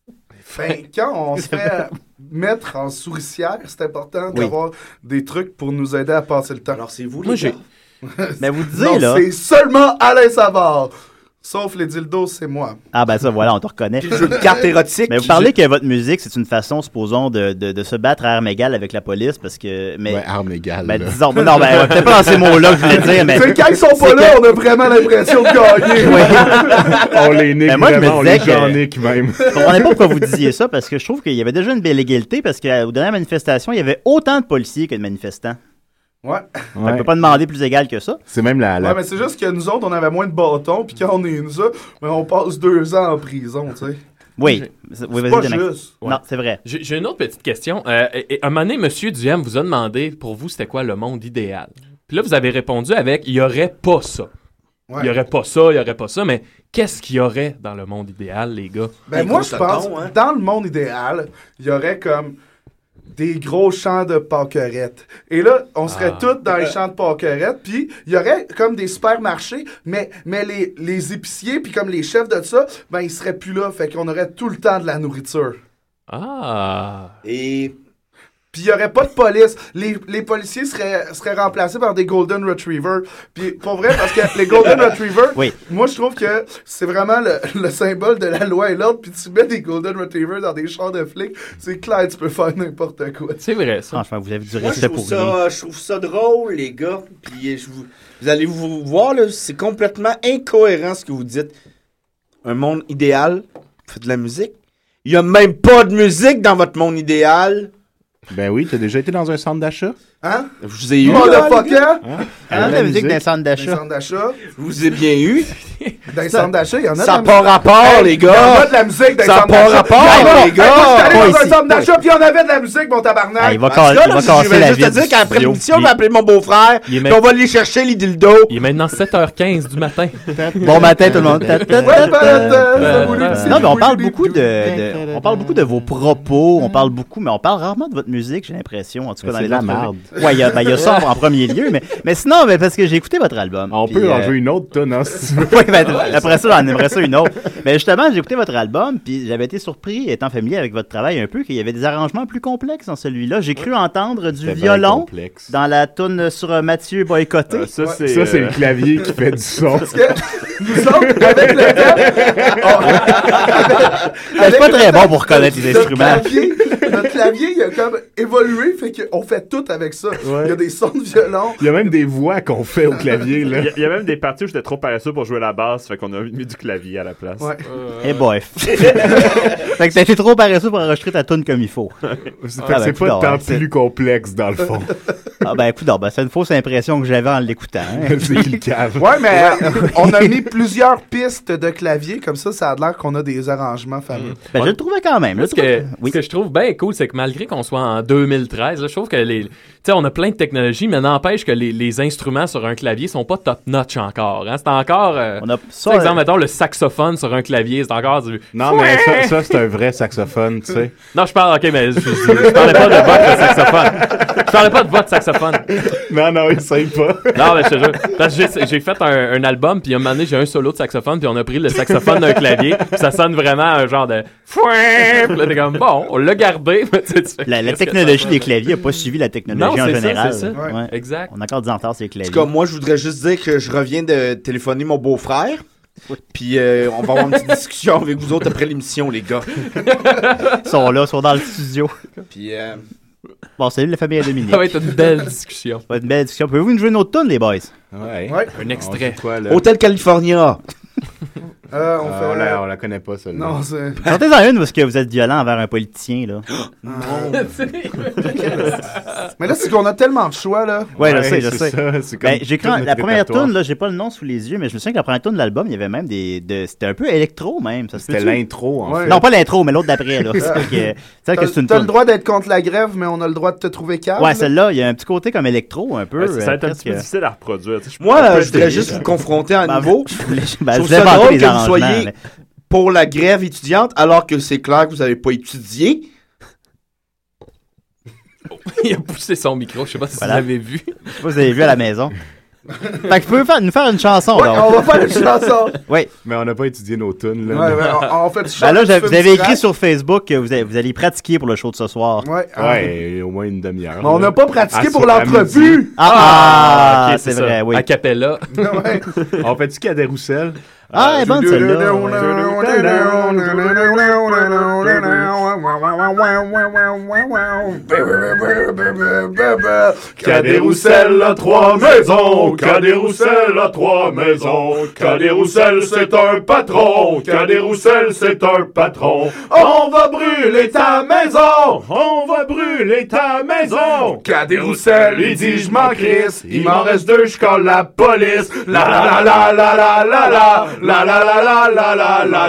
Speaker 7: Ben,
Speaker 12: Enfin, quand on se fait mettre en souricière, c'est important
Speaker 8: Oui.
Speaker 12: d'avoir des trucs pour nous aider à passer le temps. Alors
Speaker 8: c'est vous
Speaker 12: les
Speaker 8: j'ai-
Speaker 7: Mais vous disiez,
Speaker 12: non,
Speaker 7: là.
Speaker 12: c'est seulement Alain Savard. Sauf les dildos, c'est moi.
Speaker 7: Ah ben ça, voilà, on te reconnaît.
Speaker 12: Puis le jeu de cartes érotiques.
Speaker 7: Mais vous parlez que votre musique, c'est une façon, supposons, de, de, de se battre à armes égales avec la police, parce que... Mais, ouais,
Speaker 6: armes égales.
Speaker 7: Ben disons, ben, non, ben ouais, peut-être pas dans ces mots-là que je voulais dire, mais...
Speaker 12: C'est quand ils sont pas
Speaker 7: c'est
Speaker 12: là,
Speaker 7: que-
Speaker 12: on a vraiment l'impression de gagner.
Speaker 6: on les nique
Speaker 7: Ben, moi, je me
Speaker 6: vraiment, on les
Speaker 7: disais que-
Speaker 6: j'en-nique même.
Speaker 7: Je comprenais pas pourquoi vous disiez ça, parce que je trouve qu'il y avait déjà une belle égalité, parce qu'aux dernières manifestations, il y avait autant de policiers que de manifestants.
Speaker 12: Ouais.
Speaker 7: On ne peut pas demander plus égal que ça.
Speaker 6: C'est même la...
Speaker 12: Ouais, mais c'est juste que nous autres, on avait moins de bâtons, puis quand on est nous autres, ben, on passe deux ans en prison, tu sais.
Speaker 7: Oui.
Speaker 12: C'est pas juste.
Speaker 7: Non, c'est vrai.
Speaker 11: J'ai j'ai une autre petite question. Euh, et- et un moment donné, M. Duhem vous a demandé pour vous, c'était quoi le monde idéal? Puis là, vous avez répondu avec il n'y aurait pas ça. Il
Speaker 12: Ouais.
Speaker 11: n'y aurait pas ça, il n'y aurait pas ça. Mais qu'est-ce qu'il y aurait dans le monde idéal, les gars?
Speaker 12: Ben moi, je pense, dans le monde idéal, il y aurait comme des gros champs de pâquerettes. Et là, on serait
Speaker 11: Ah.
Speaker 12: tous dans les champs de pâquerettes, puis il y aurait comme des supermarchés, mais, mais les, les épiciers, puis comme les chefs de ça, ben ils seraient plus là, fait qu'on aurait tout le temps de la nourriture.
Speaker 11: Ah.
Speaker 8: Et...
Speaker 12: Puis il y aurait pas de police. Les, les policiers seraient, seraient remplacés par des Golden Retriever. Puis pour vrai, parce que les Golden Retriever,
Speaker 7: Oui.
Speaker 12: moi je trouve que c'est vraiment le, le symbole de la loi et l'ordre. Puis tu mets des Golden Retriever dans des champs de flics, c'est clair, tu peux faire n'importe quoi.
Speaker 11: C'est vrai, ça.
Speaker 7: Franchement, vous avez du
Speaker 8: Moi, je
Speaker 7: respect
Speaker 8: trouve,
Speaker 7: pour lui.
Speaker 8: ça, Ah, je trouve ça drôle, les gars. Puis euh, je vous, vous allez vous voir, là, c'est complètement incohérent ce que vous dites. Un monde idéal, vous faites de la musique. Il n'y a même pas de musique dans votre monde idéal.
Speaker 6: Ben oui, t'as déjà été dans un centre d'achat?
Speaker 12: Hein?
Speaker 8: Je vous ai eu.
Speaker 12: Motherfucker!
Speaker 8: là, les gars.
Speaker 6: Hein?
Speaker 7: Hein, la musique d'un centre
Speaker 12: Dans les
Speaker 7: d'achat.
Speaker 12: centres d'achat.
Speaker 8: Je vous ai bien eu.
Speaker 12: Dans les centres d'achat, il y en a.
Speaker 8: Ça
Speaker 12: de la
Speaker 8: part
Speaker 12: musique.
Speaker 8: rapport, les gars.
Speaker 12: Il y en a de la musique dans
Speaker 8: Ça
Speaker 12: les centres
Speaker 8: part
Speaker 12: d'achat.
Speaker 8: rapport,
Speaker 12: Il y en a-
Speaker 8: les gars.
Speaker 12: Hey, moi, j'étais allé dans
Speaker 8: Pas
Speaker 12: un
Speaker 8: ici.
Speaker 12: centre d'achat, puis il y en avait de la musique, mon tabarnak.
Speaker 7: Ah, il va
Speaker 12: Parce que
Speaker 7: cal-
Speaker 12: là,
Speaker 7: il va
Speaker 12: je-
Speaker 7: casser
Speaker 12: je vais
Speaker 7: la
Speaker 12: juste te
Speaker 7: vie
Speaker 12: dire
Speaker 7: du
Speaker 12: qu'après
Speaker 11: studio.
Speaker 8: l'émission, je vais appeler mon beau-frère.
Speaker 11: Il est
Speaker 8: puis on va aller chercher les dildos.
Speaker 11: Il est maintenant 7h15 du matin.
Speaker 7: Bon matin tout le monde. Ta-
Speaker 12: ben,
Speaker 7: ta- ta-
Speaker 12: euh,
Speaker 7: ta- Non mais on parle beaucoup de,
Speaker 6: Ben,
Speaker 7: de- on parle beaucoup de vos propos, on parle beaucoup, mais on parle rarement de votre musique. J'ai l'impression, en tout
Speaker 6: Mais
Speaker 7: cas dans
Speaker 6: ben. c'est
Speaker 7: les
Speaker 6: de la
Speaker 7: entrevues. Ouais, il y, a- ben, il y a ça en premier lieu, mais mais sinon, ben, parce que j'ai écouté votre album.
Speaker 6: On peut en jouer une autre tonne, hein, si tu veux.
Speaker 7: oui, ben, après ça, j'en aimerais ça une autre. Mais justement, j'ai écouté votre album, puis j'avais été surpris, étant familier avec votre travail un peu, qu'il y avait des arrangements plus complexes dans celui-là. J'ai cru entendre du
Speaker 6: C'était bien
Speaker 7: violon
Speaker 6: complexe.
Speaker 7: dans la tune sur euh, Mathieu Boycotté.
Speaker 6: ça, c'est, Ça, c'est euh, le clavier qui fait du son. Parce
Speaker 12: Nous autres, avec le
Speaker 7: Ben, C'est pas très bon pour connaître les
Speaker 12: Notre
Speaker 7: instruments.
Speaker 12: clavier, notre clavier, il a comme évolué, fait qu'on fait tout avec ça. Il y a des sons de violon.
Speaker 6: Il y a même des voix qu'on fait au clavier, là.
Speaker 21: Il y a- il y, a même des parties où j'étais trop paresseux pour jouer la basse, fait qu'on a mis du clavier à la place.
Speaker 12: Ouais.
Speaker 7: Eh boy. fait que t'as été trop paresseux pour enregistrer ta tune comme il faut. ben,
Speaker 6: C'est, fait que c'est pas tant plus complexe, dans le fond.
Speaker 7: Ah ben écoute, donc, ben, c'est une fausse impression que j'avais en l'écoutant. hein.
Speaker 6: C'est qu'il cave.
Speaker 12: Ouais, mais euh, on a mis plusieurs pistes de clavier, comme ça, ça a l'air qu'on a des arrangements fameux.
Speaker 7: Ben, je le trouvais quand même. là,
Speaker 11: Moi, ce, que, ce que je trouve bien cool, c'est que malgré qu'on soit en 2013, là, je trouve que les. Tu sais, on a plein de technologies, mais n'empêche que les, les instruments sur un clavier sont pas top-notch encore. hein. C'est encore. euh, tu sais,
Speaker 6: ça,
Speaker 11: exemple, mettons, le saxophone sur un clavier, c'est encore du.
Speaker 6: Non, mais ça, ça, c'est un vrai saxophone, tu sais.
Speaker 11: Non, je parle, ok, mais je, je- je parlais pas de votre saxophone. Je parlais pas de votre saxophone.
Speaker 6: Non, non, il sait pas.
Speaker 11: Non, mais je te jure. Parce que j'ai- j'ai fait un, un album, puis à un moment donné, j'ai un solo de saxophone, puis on a pris le saxophone d'un clavier, puis ça sonne vraiment un genre de. Fouin! Puis là, t'es comme, bon, on l'a gardé. mais tu sais, tu fais,
Speaker 7: La, la
Speaker 11: qu'est-ce que
Speaker 7: technologie
Speaker 11: ça
Speaker 7: des claviers n'a pas suivi la technologie
Speaker 11: Non,
Speaker 7: en
Speaker 11: c'est ça,
Speaker 7: général.
Speaker 11: c'est ça. Ouais. Exact.
Speaker 7: On a encore des entards sur les
Speaker 8: En
Speaker 7: claviers.
Speaker 8: tout cas, moi, je voudrais juste dire que je reviens de téléphoner mon beau-frère. Puis euh, on va avoir une petite discussion avec vous autres après l'émission, les gars.
Speaker 7: Ils sont là, ils sont dans le studio.
Speaker 8: Puis euh,
Speaker 7: Bon, salut la famille à Dominique.
Speaker 8: Ça va être
Speaker 11: une belle discussion.
Speaker 7: Ça va être une belle discussion. Pouvez-vous nous jouer une autre tune, les boys?
Speaker 6: Ouais.
Speaker 11: Un extrait.
Speaker 8: Hôtel California.
Speaker 12: Euh, on
Speaker 7: Ah,
Speaker 12: fait-
Speaker 7: on l'a- on
Speaker 6: la connaît pas, celle-là.
Speaker 12: Non, c'est.
Speaker 7: Euh, Sortez-en une parce que vous êtes violent envers un politicien, là.
Speaker 12: Mais là, c'est qu'on a tellement de choix, là.
Speaker 7: Ouais, je sais, je sais. Ben, j'ai cru- la première
Speaker 12: tourne
Speaker 7: tune, là, j'ai pas le nom sous les yeux, mais je me souviens que la première tune de l'album, il y avait même des. de- c'était un peu électro, même. ça se
Speaker 6: C'était
Speaker 7: peut-tu?
Speaker 6: l'intro, en Ouais. fait.
Speaker 7: Non, pas l'intro, mais l'autre d'après, là. C'est vrai que- c'est vrai que c'est une
Speaker 12: T'as le
Speaker 7: tune.
Speaker 12: droit d'être contre la grève, mais on a le droit de te trouver calme.
Speaker 7: Ouais, celle-là, il y a un petit côté comme électro, un peu.
Speaker 12: Ouais, ça va
Speaker 7: euh,
Speaker 12: être un petit
Speaker 7: presque.
Speaker 12: peu difficile
Speaker 21: à reproduire. tu sais,
Speaker 8: moi,
Speaker 7: On peut
Speaker 8: euh, je voudrais
Speaker 7: essayer,
Speaker 8: juste
Speaker 7: ça.
Speaker 8: vous confronter à
Speaker 7: Ben,
Speaker 8: nouveau.
Speaker 7: je voulais-
Speaker 8: Je
Speaker 7: ben, je
Speaker 8: trouve
Speaker 7: voulais
Speaker 8: ça
Speaker 7: inventer
Speaker 8: drôle
Speaker 7: les
Speaker 8: que vous
Speaker 7: arrangements,
Speaker 8: soyez
Speaker 7: mais-
Speaker 8: pour la grève étudiante alors que c'est clair que vous n'avez pas étudié.
Speaker 11: Il a poussé son micro, je sais pas si
Speaker 7: Voilà.
Speaker 11: vous l'avez vu.
Speaker 7: Je sais pas si vous avez vu à la maison. fait que vous pouvez faire- nous faire une chanson,
Speaker 6: Ouais,
Speaker 7: donc.
Speaker 6: on va faire une chanson.
Speaker 7: Oui.
Speaker 6: Mais on n'a pas étudié nos tunes, là.
Speaker 12: Ouais, ouais, on- on fait du
Speaker 7: Ben là,
Speaker 12: chant,
Speaker 7: vous
Speaker 12: tu fais
Speaker 7: avez- vous
Speaker 12: une
Speaker 7: avez
Speaker 12: petite
Speaker 7: écrit
Speaker 12: rap.
Speaker 7: sur Facebook que vous allez, vous allez pratiquer pour le show de ce soir.
Speaker 12: Ouais. hein.
Speaker 6: Ouais, au moins une demi-heure.
Speaker 7: Mais on
Speaker 6: là. Ah,
Speaker 7: n'a pas pratiqué
Speaker 6: À
Speaker 7: pour
Speaker 6: so- à
Speaker 7: l'entrevue.
Speaker 6: midi.
Speaker 7: Ah, ah,
Speaker 6: ok,
Speaker 7: c'est vrai, oui.
Speaker 6: A
Speaker 11: cappella.
Speaker 6: on fait du Cadet-Roussel?
Speaker 7: Ah, elle est bonne, celle-là.
Speaker 12: Cadet
Speaker 25: Roussel
Speaker 12: a
Speaker 25: trois maisons, Cadet Roussel a trois maisons, Cadet Roussel c'est un patron, Cadet Roussel c'est un patron.
Speaker 6: Oh!
Speaker 12: On va brûler ta maison! On va brûler ta maison! Cadet Roussel, il dit je m'en crisse. Il m'en reste deux, je colle la police.
Speaker 25: La la la la la la la la la la la la la la la la la la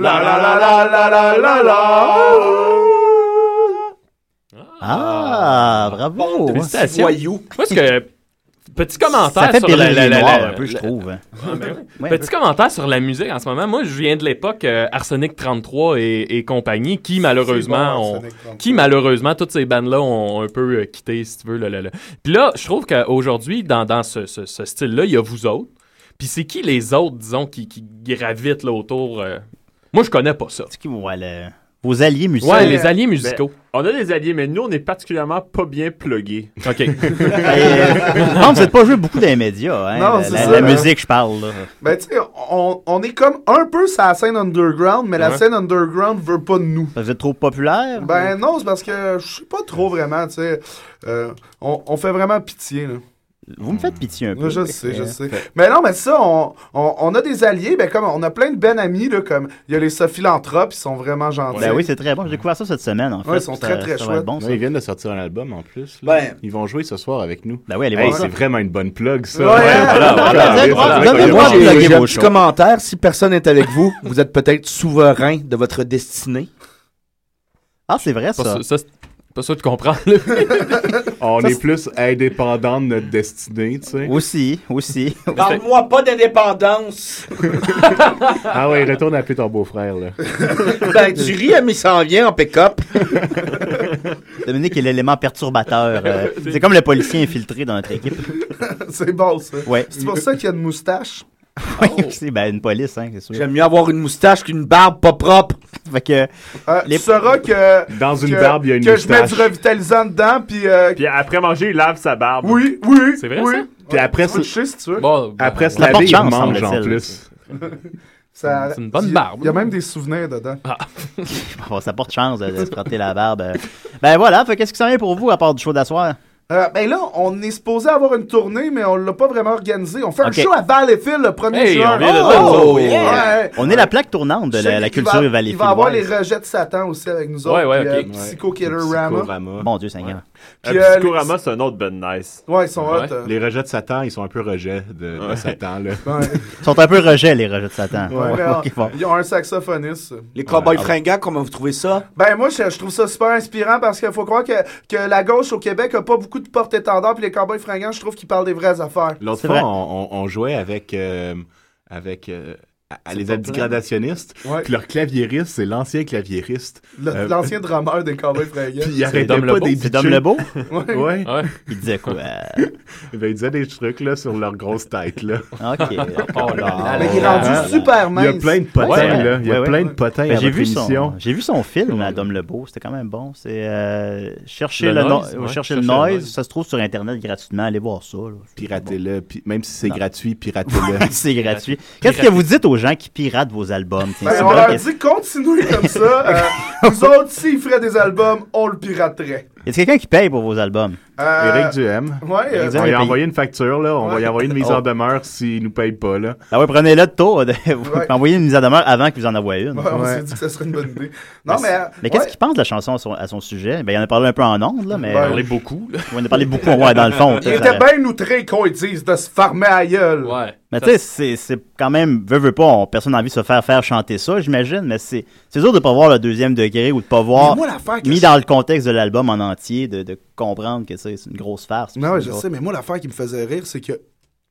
Speaker 25: la la la la la
Speaker 7: Ah, bravo.
Speaker 11: Félicitations. Moi, ce que. Petit commentaire
Speaker 7: Ça fait
Speaker 11: sur
Speaker 7: périr
Speaker 11: la, la-
Speaker 7: les
Speaker 11: la-
Speaker 7: Noirs
Speaker 11: la-
Speaker 7: un peu, je
Speaker 11: la-
Speaker 7: trouve. hein.
Speaker 11: Ah, ben oui.
Speaker 7: Ouais,
Speaker 11: Petit commentaire sur la musique en ce moment. Moi, je viens de l'époque euh, Arsenic 33 et, et compagnie, qui malheureusement,
Speaker 5: bon,
Speaker 11: ont-
Speaker 5: Arsenic 33.
Speaker 11: qui malheureusement, toutes ces bandes-là ont un peu euh, quitté, si tu veux. Là, là, là. Puis là, je trouve qu'aujourd'hui, dans, dans ce, ce- ce style-là, il y a vous autres. Puis c'est qui les autres, disons, qui, qui gravitent là, autour euh? Moi, je connais pas ça.
Speaker 7: C'est qui, Vos alliés musicaux.
Speaker 11: Ouais, les alliés musicaux.
Speaker 21: on a des alliés, mais nous, on est particulièrement pas bien plugués.
Speaker 11: OK.
Speaker 7: non, vous n'êtes pas joué beaucoup dans les médias. Hein,
Speaker 12: Non,
Speaker 7: la,
Speaker 12: c'est
Speaker 7: la-
Speaker 12: ça,
Speaker 7: la
Speaker 12: hein.
Speaker 7: musique, je parle. Là.
Speaker 12: Ben, tu sais, on, on est comme un peu sur la scène underground, mais la
Speaker 7: Ouais.
Speaker 12: scène underground veut pas de nous.
Speaker 7: Parce que Ben, Vous êtes trop populaire.
Speaker 12: Ben non, c'est parce que je sais pas trop vraiment, tu sais. Euh, on, on fait vraiment pitié, là.
Speaker 7: Vous me faites pitié un peu.
Speaker 12: Je sais, je sais. Mais non, mais ça, on, on- on a des alliés, ben comme on a plein de ben amis, là, comme il y a les sophilanthropes, ils sont vraiment gentils.
Speaker 7: Ben oui, c'est très bon. J'ai découvert ça cette semaine, en fait.
Speaker 12: Ouais, ils sont
Speaker 7: Ça-
Speaker 12: très, très
Speaker 7: ça va être
Speaker 12: chouettes.
Speaker 7: Bon, ça.
Speaker 6: Ouais, ils viennent de sortir un album en plus. là. ils vont jouer ce soir avec nous. Ben oui,
Speaker 7: allez
Speaker 8: voir ça.
Speaker 6: C'est vraiment une bonne plug, ça.
Speaker 8: Ouais. hein?
Speaker 6: voilà, voilà,
Speaker 8: Donnez-
Speaker 6: voilà.
Speaker 8: Donnez-moi
Speaker 6: Voilà.
Speaker 8: j'ai- j'ai un
Speaker 6: Vos
Speaker 8: petit
Speaker 6: shows.
Speaker 8: commentaire. Si personne n'est avec vous, vous êtes peut-être souverain de votre destinée.
Speaker 7: Ah, c'est vrai,
Speaker 11: Pas sûr- ça, c'est- pas sûr de comprendre. là.
Speaker 6: On
Speaker 11: Ça,
Speaker 6: est
Speaker 11: c'est-
Speaker 6: plus indépendant de notre destinée, tu sais.
Speaker 7: Aussi, aussi.
Speaker 8: Parle-moi pas d'indépendance.
Speaker 6: ah ouais, retourne appeler ton beau-frère, là.
Speaker 8: ben, tu ris, mais il s'en vient en pick-up.
Speaker 7: Dominique est l'élément perturbateur. euh, c'est comme le policier infiltré dans notre équipe.
Speaker 12: c'est bon, ça.
Speaker 7: Ouais.
Speaker 12: C'est pour ça qu'il y a une moustache.
Speaker 6: Oh.
Speaker 7: c'est ben, une police, hein, c'est sûr.
Speaker 8: J'aime mieux avoir une moustache qu'une barbe pas propre.
Speaker 7: Fait que.
Speaker 12: Euh, Tu sauras que.
Speaker 6: Dans une
Speaker 12: que-
Speaker 6: barbe, il y a une
Speaker 12: Que je mets
Speaker 6: moustache.
Speaker 12: du revitalisant dedans, puis. euh,
Speaker 21: Puis après manger, il lave sa barbe.
Speaker 12: Oui, oui.
Speaker 21: C'est
Speaker 12: oui.
Speaker 6: Puis après,
Speaker 12: Tu peux le chier, si tu veux.
Speaker 7: ben,
Speaker 6: après se
Speaker 21: La
Speaker 6: laver, il
Speaker 21: porte-chance,
Speaker 6: mange en
Speaker 21: semble-t-il.
Speaker 6: plus.
Speaker 12: Ça-
Speaker 7: C'est une bonne
Speaker 12: il-
Speaker 7: barbe. Ah.
Speaker 12: Il y a même des souvenirs dedans.
Speaker 7: Bon, ça porte chance de, de se frotter la barbe. euh. Ben voilà, fait qu'est-ce qui s'en vient pour vous à part du show d'asseoir?
Speaker 12: Euh, ben là, on est supposé avoir une tournée, mais on l'a pas vraiment organisée. On fait
Speaker 7: Ok.
Speaker 12: un show à Valleyfield le 1er
Speaker 7: Hey,
Speaker 12: juin. Oh!
Speaker 7: on vient de là, nous autres.
Speaker 12: ouais.
Speaker 7: Oh! On est la plaque tournante de la-
Speaker 12: Check,
Speaker 7: la
Speaker 12: il
Speaker 7: culture
Speaker 12: va- Il
Speaker 7: Valleyfield,
Speaker 12: va avoir les
Speaker 7: ouais.
Speaker 12: rejets de Satan aussi avec nous autres.
Speaker 21: Ouais, ouais,
Speaker 12: puis, euh,
Speaker 21: ok.
Speaker 12: Psycho Killer Rama.
Speaker 7: Mon Dieu, Seigneur.
Speaker 12: Puis, euh,
Speaker 21: Psychorama, c'est un autre Ben Nice.
Speaker 12: Ouais, ils sont hot. euh.
Speaker 6: Les rejets de Satan, ils sont un peu rejets de, de Satan. Là.
Speaker 7: Ils sont un peu rejets, les rejets de Satan.
Speaker 12: Ouais, mais, euh,
Speaker 7: Ok, bon.
Speaker 12: Ils ont un saxophoniste.
Speaker 8: Les cowboys fringants, comment vous trouvez ça?
Speaker 12: Ben moi, je, je trouve ça super inspirant parce qu'il faut croire que, que la gauche au Québec a pas beaucoup de porte-étendard, puis les cowboys fringants, je trouve qu'ils parlent des vraies affaires.
Speaker 6: L'autre fois, on, on- on jouait avec, euh, avec euh, à- à les
Speaker 12: pas
Speaker 6: abdigradationnistes.
Speaker 12: Ouais.
Speaker 6: Puis leur claviériste, c'est l'ancien claviériste.
Speaker 12: Le-
Speaker 6: Euh,
Speaker 12: L'ancien drameur des cowboys fringants.
Speaker 6: Puis il arrêtait pas des
Speaker 7: Dom Lebeau?
Speaker 12: Ouais.
Speaker 6: ouais.
Speaker 7: Il disait quoi?
Speaker 6: ben, il disait des trucs là, sur leur grosse tête. Oh Là.
Speaker 7: Ah,
Speaker 12: Oh,
Speaker 7: OK. Oh
Speaker 6: Mais
Speaker 12: il est rendu super
Speaker 6: Il y a
Speaker 7: mince.
Speaker 6: plein de potins.
Speaker 7: Ouais.
Speaker 6: là. Il y a
Speaker 7: Ouais, ouais.
Speaker 6: plein de potins
Speaker 7: Ben,
Speaker 6: à
Speaker 7: j'ai
Speaker 6: votre
Speaker 7: vu son,
Speaker 6: émission.
Speaker 7: J'ai vu son film, à Dom Lebeau, c'était quand même bon. C'est euh, Cherchez
Speaker 6: Le
Speaker 7: le,
Speaker 6: Noise,
Speaker 7: no-
Speaker 6: ouais.
Speaker 7: Cherchez
Speaker 6: Cherchez le
Speaker 7: le Noise.
Speaker 6: Noise.
Speaker 7: Ça se trouve sur Internet gratuitement. Allez voir ça.
Speaker 6: Piratez-le. pi- Même si c'est
Speaker 7: Non.
Speaker 6: gratuit, piratez-le.
Speaker 7: c'est gratuit. Qu'est-ce que vous dites aux gens qui piratent vos albums? Tiens,
Speaker 12: Ben,
Speaker 7: c'est
Speaker 12: on
Speaker 7: une
Speaker 12: leur
Speaker 7: bonne
Speaker 12: dit continuez comme ça. Euh, vous autres, s'ils feraient des albums, on le piraterait.
Speaker 7: Est-ce quelqu'un qui paye pour vos albums?
Speaker 12: Euh,
Speaker 6: Éric Duhem.
Speaker 12: Ouais, euh,
Speaker 6: on va
Speaker 7: Duhem
Speaker 6: lui
Speaker 7: est
Speaker 6: envoyer une facture, là. On va
Speaker 12: Ouais.
Speaker 6: y envoyer une mise
Speaker 7: Oh.
Speaker 6: en demeure s'il nous paye pas, là.
Speaker 7: Ah ouais, prenez-le de tôt. Vous
Speaker 12: Ouais.
Speaker 7: m'envoyez une mise à demeure avant que vous en envoyez une.
Speaker 12: ouais, on s'est dit que ce serait une bonne idée. Non, mais. euh,
Speaker 7: Mais qu'est-ce
Speaker 12: ouais.
Speaker 7: qu'il pense de la chanson à son, à son sujet? Ben, il en a parlé un peu en ondes, là, mais... euh,
Speaker 12: Ben, parlé
Speaker 11: beaucoup, là.
Speaker 7: Ouais, on en a parlé beaucoup, ouais, dans le fond.
Speaker 12: Il était bien outré qu'on lui dise de se farmer à gueule. Ouais.
Speaker 7: Mais tu sais, c'est- c'est quand même, veut, veut pas, on- personne n'a envie de se faire faire chanter ça, j'imagine, mais c'est c'est dur de pas voir le deuxième degré ou de pas voir,
Speaker 12: Mais moi, l'affaire que
Speaker 7: mis
Speaker 12: je-
Speaker 7: dans le contexte de l'album en entier, de, de comprendre que c'est c'est une grosse farce.
Speaker 12: Non,
Speaker 7: C'est
Speaker 12: je
Speaker 7: une
Speaker 12: sais, mais moi, l'affaire qui me faisait rire, c'est que.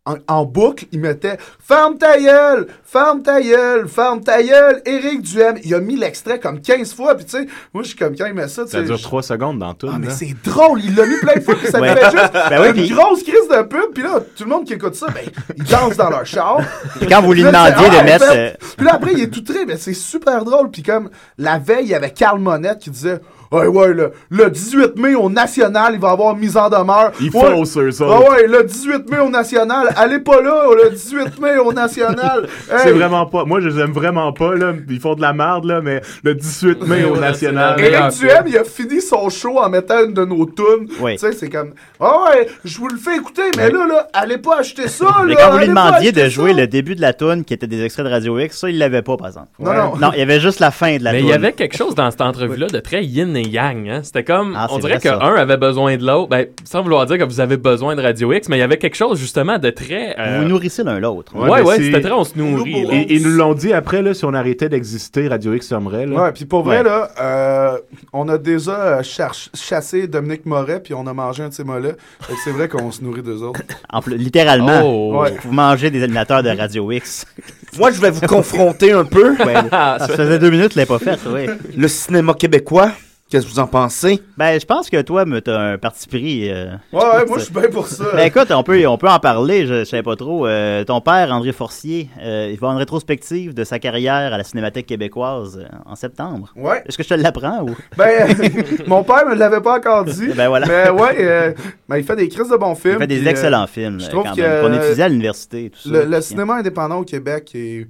Speaker 12: En, en boucle, il mettait Ferme ta gueule, ferme ta gueule, ferme ta gueule, Éric Duhem. Il a mis l'extrait comme 15 fois, puis tu sais, moi, je suis comme quand il met ça, tu
Speaker 6: Ça
Speaker 12: sais.
Speaker 6: dure
Speaker 12: je-
Speaker 6: 3 secondes dans tout.
Speaker 12: Ah, mais
Speaker 6: là.
Speaker 12: c'est drôle, il l'a mis plein de fois, puis ça
Speaker 6: Ouais.
Speaker 12: fait juste
Speaker 6: Ben ouais,
Speaker 12: une
Speaker 6: puis-
Speaker 12: grosse crise de pub, puis là, tout le monde qui écoute ça, ben, ils dansent dans leur char.
Speaker 7: Puis quand vous lui
Speaker 12: Puis là,
Speaker 7: demandiez
Speaker 12: c'est-
Speaker 7: de mettre,
Speaker 12: en fait.
Speaker 7: euh,
Speaker 12: Puis là, après, il est tout très, mais c'est super drôle, puis comme, la veille, il y avait Carl Monette qui disait... Ouais, ouais, le, le 18 mai au National, il va avoir mise en demeure.
Speaker 6: Ils
Speaker 12: Ouais.
Speaker 6: foncent, eux
Speaker 12: Ah
Speaker 6: autres.
Speaker 12: ouais, le 18 mai au National. Allez pas là, le 18 mai au National.
Speaker 6: C'est
Speaker 12: Hey.
Speaker 6: vraiment pas. Moi, je les aime vraiment pas, là. Ils font de la merde, là, mais le 18 mai au National.
Speaker 12: Éric Duhem, il a fini son show en mettant une de nos tunes.
Speaker 6: Oui.
Speaker 12: Tu sais, c'est comme Ah ouais, je vous le fais écouter, mais
Speaker 7: Ouais.
Speaker 12: là, là, allez pas acheter ça.
Speaker 7: Mais
Speaker 12: là,
Speaker 7: quand vous lui
Speaker 12: allez pas
Speaker 7: demandiez
Speaker 12: acheter ça.
Speaker 7: de jouer le début de la tune qui était des extraits de Radio X, ça, il l'avait pas, par exemple.
Speaker 12: Non, non.
Speaker 7: il y avait juste la fin de la
Speaker 11: Mais
Speaker 7: tune.
Speaker 11: il y avait quelque chose dans cette entrevue-là de très yin et yang. hein. C'était comme,
Speaker 7: Ah,
Speaker 11: on
Speaker 7: c'est
Speaker 11: dirait
Speaker 7: vrai, ça.
Speaker 11: qu'un avait besoin de l'autre, ben, sans vouloir dire que vous avez besoin de Radio X, mais il y avait quelque chose justement de très... euh,
Speaker 7: Vous nourrissez l'un l'autre.
Speaker 11: Ouais, ouais, c'était très on se nourrit. là.
Speaker 6: Et- Ils nous l'ont dit après, là, si on arrêtait d'exister, Radio X fermerait, là.
Speaker 12: Ouais, puis pour vrai, là, euh, on a déjà euh, cherche- chassé Dominique Moret, puis on a mangé un de ses mollets. Fait que c'est vrai qu'on se nourrit d'eux autres.
Speaker 7: En plus, littéralement,
Speaker 12: Oh. Ouais.
Speaker 7: vous mangez des animateurs de Radio X.
Speaker 8: Moi, je vais vous confronter un peu.
Speaker 7: ça faisait deux minutes, je l'ai pas fait, oui.
Speaker 8: Le cinéma québécois, qu'est-ce que vous en pensez?
Speaker 7: Ben, je pense que toi, mais t'as un parti pris. euh.
Speaker 12: Ouais, ouais, moi, je suis bien pour ça.
Speaker 7: Ben, écoute, on peut, on peut en parler, je, je sais pas trop. Euh, ton père, André Forcier, euh, il va en rétrospective de sa carrière à la Cinémathèque québécoise euh, en septembre.
Speaker 12: Ouais.
Speaker 7: Est-ce que je te l'apprends ou?
Speaker 12: Ben, mon père me l'avait pas encore dit.
Speaker 7: Ben voilà.
Speaker 12: Mais ouais, euh, ben, il fait des crises de bons films.
Speaker 7: Il fait des
Speaker 12: puis, euh,
Speaker 7: excellents films,
Speaker 12: je
Speaker 7: euh,
Speaker 12: trouve
Speaker 7: quand
Speaker 12: que,
Speaker 7: même, qu'on
Speaker 12: euh,
Speaker 7: étudie à l'université et tout ça.
Speaker 12: Le, le
Speaker 7: Puis,
Speaker 12: cinéma indépendant au Québec est,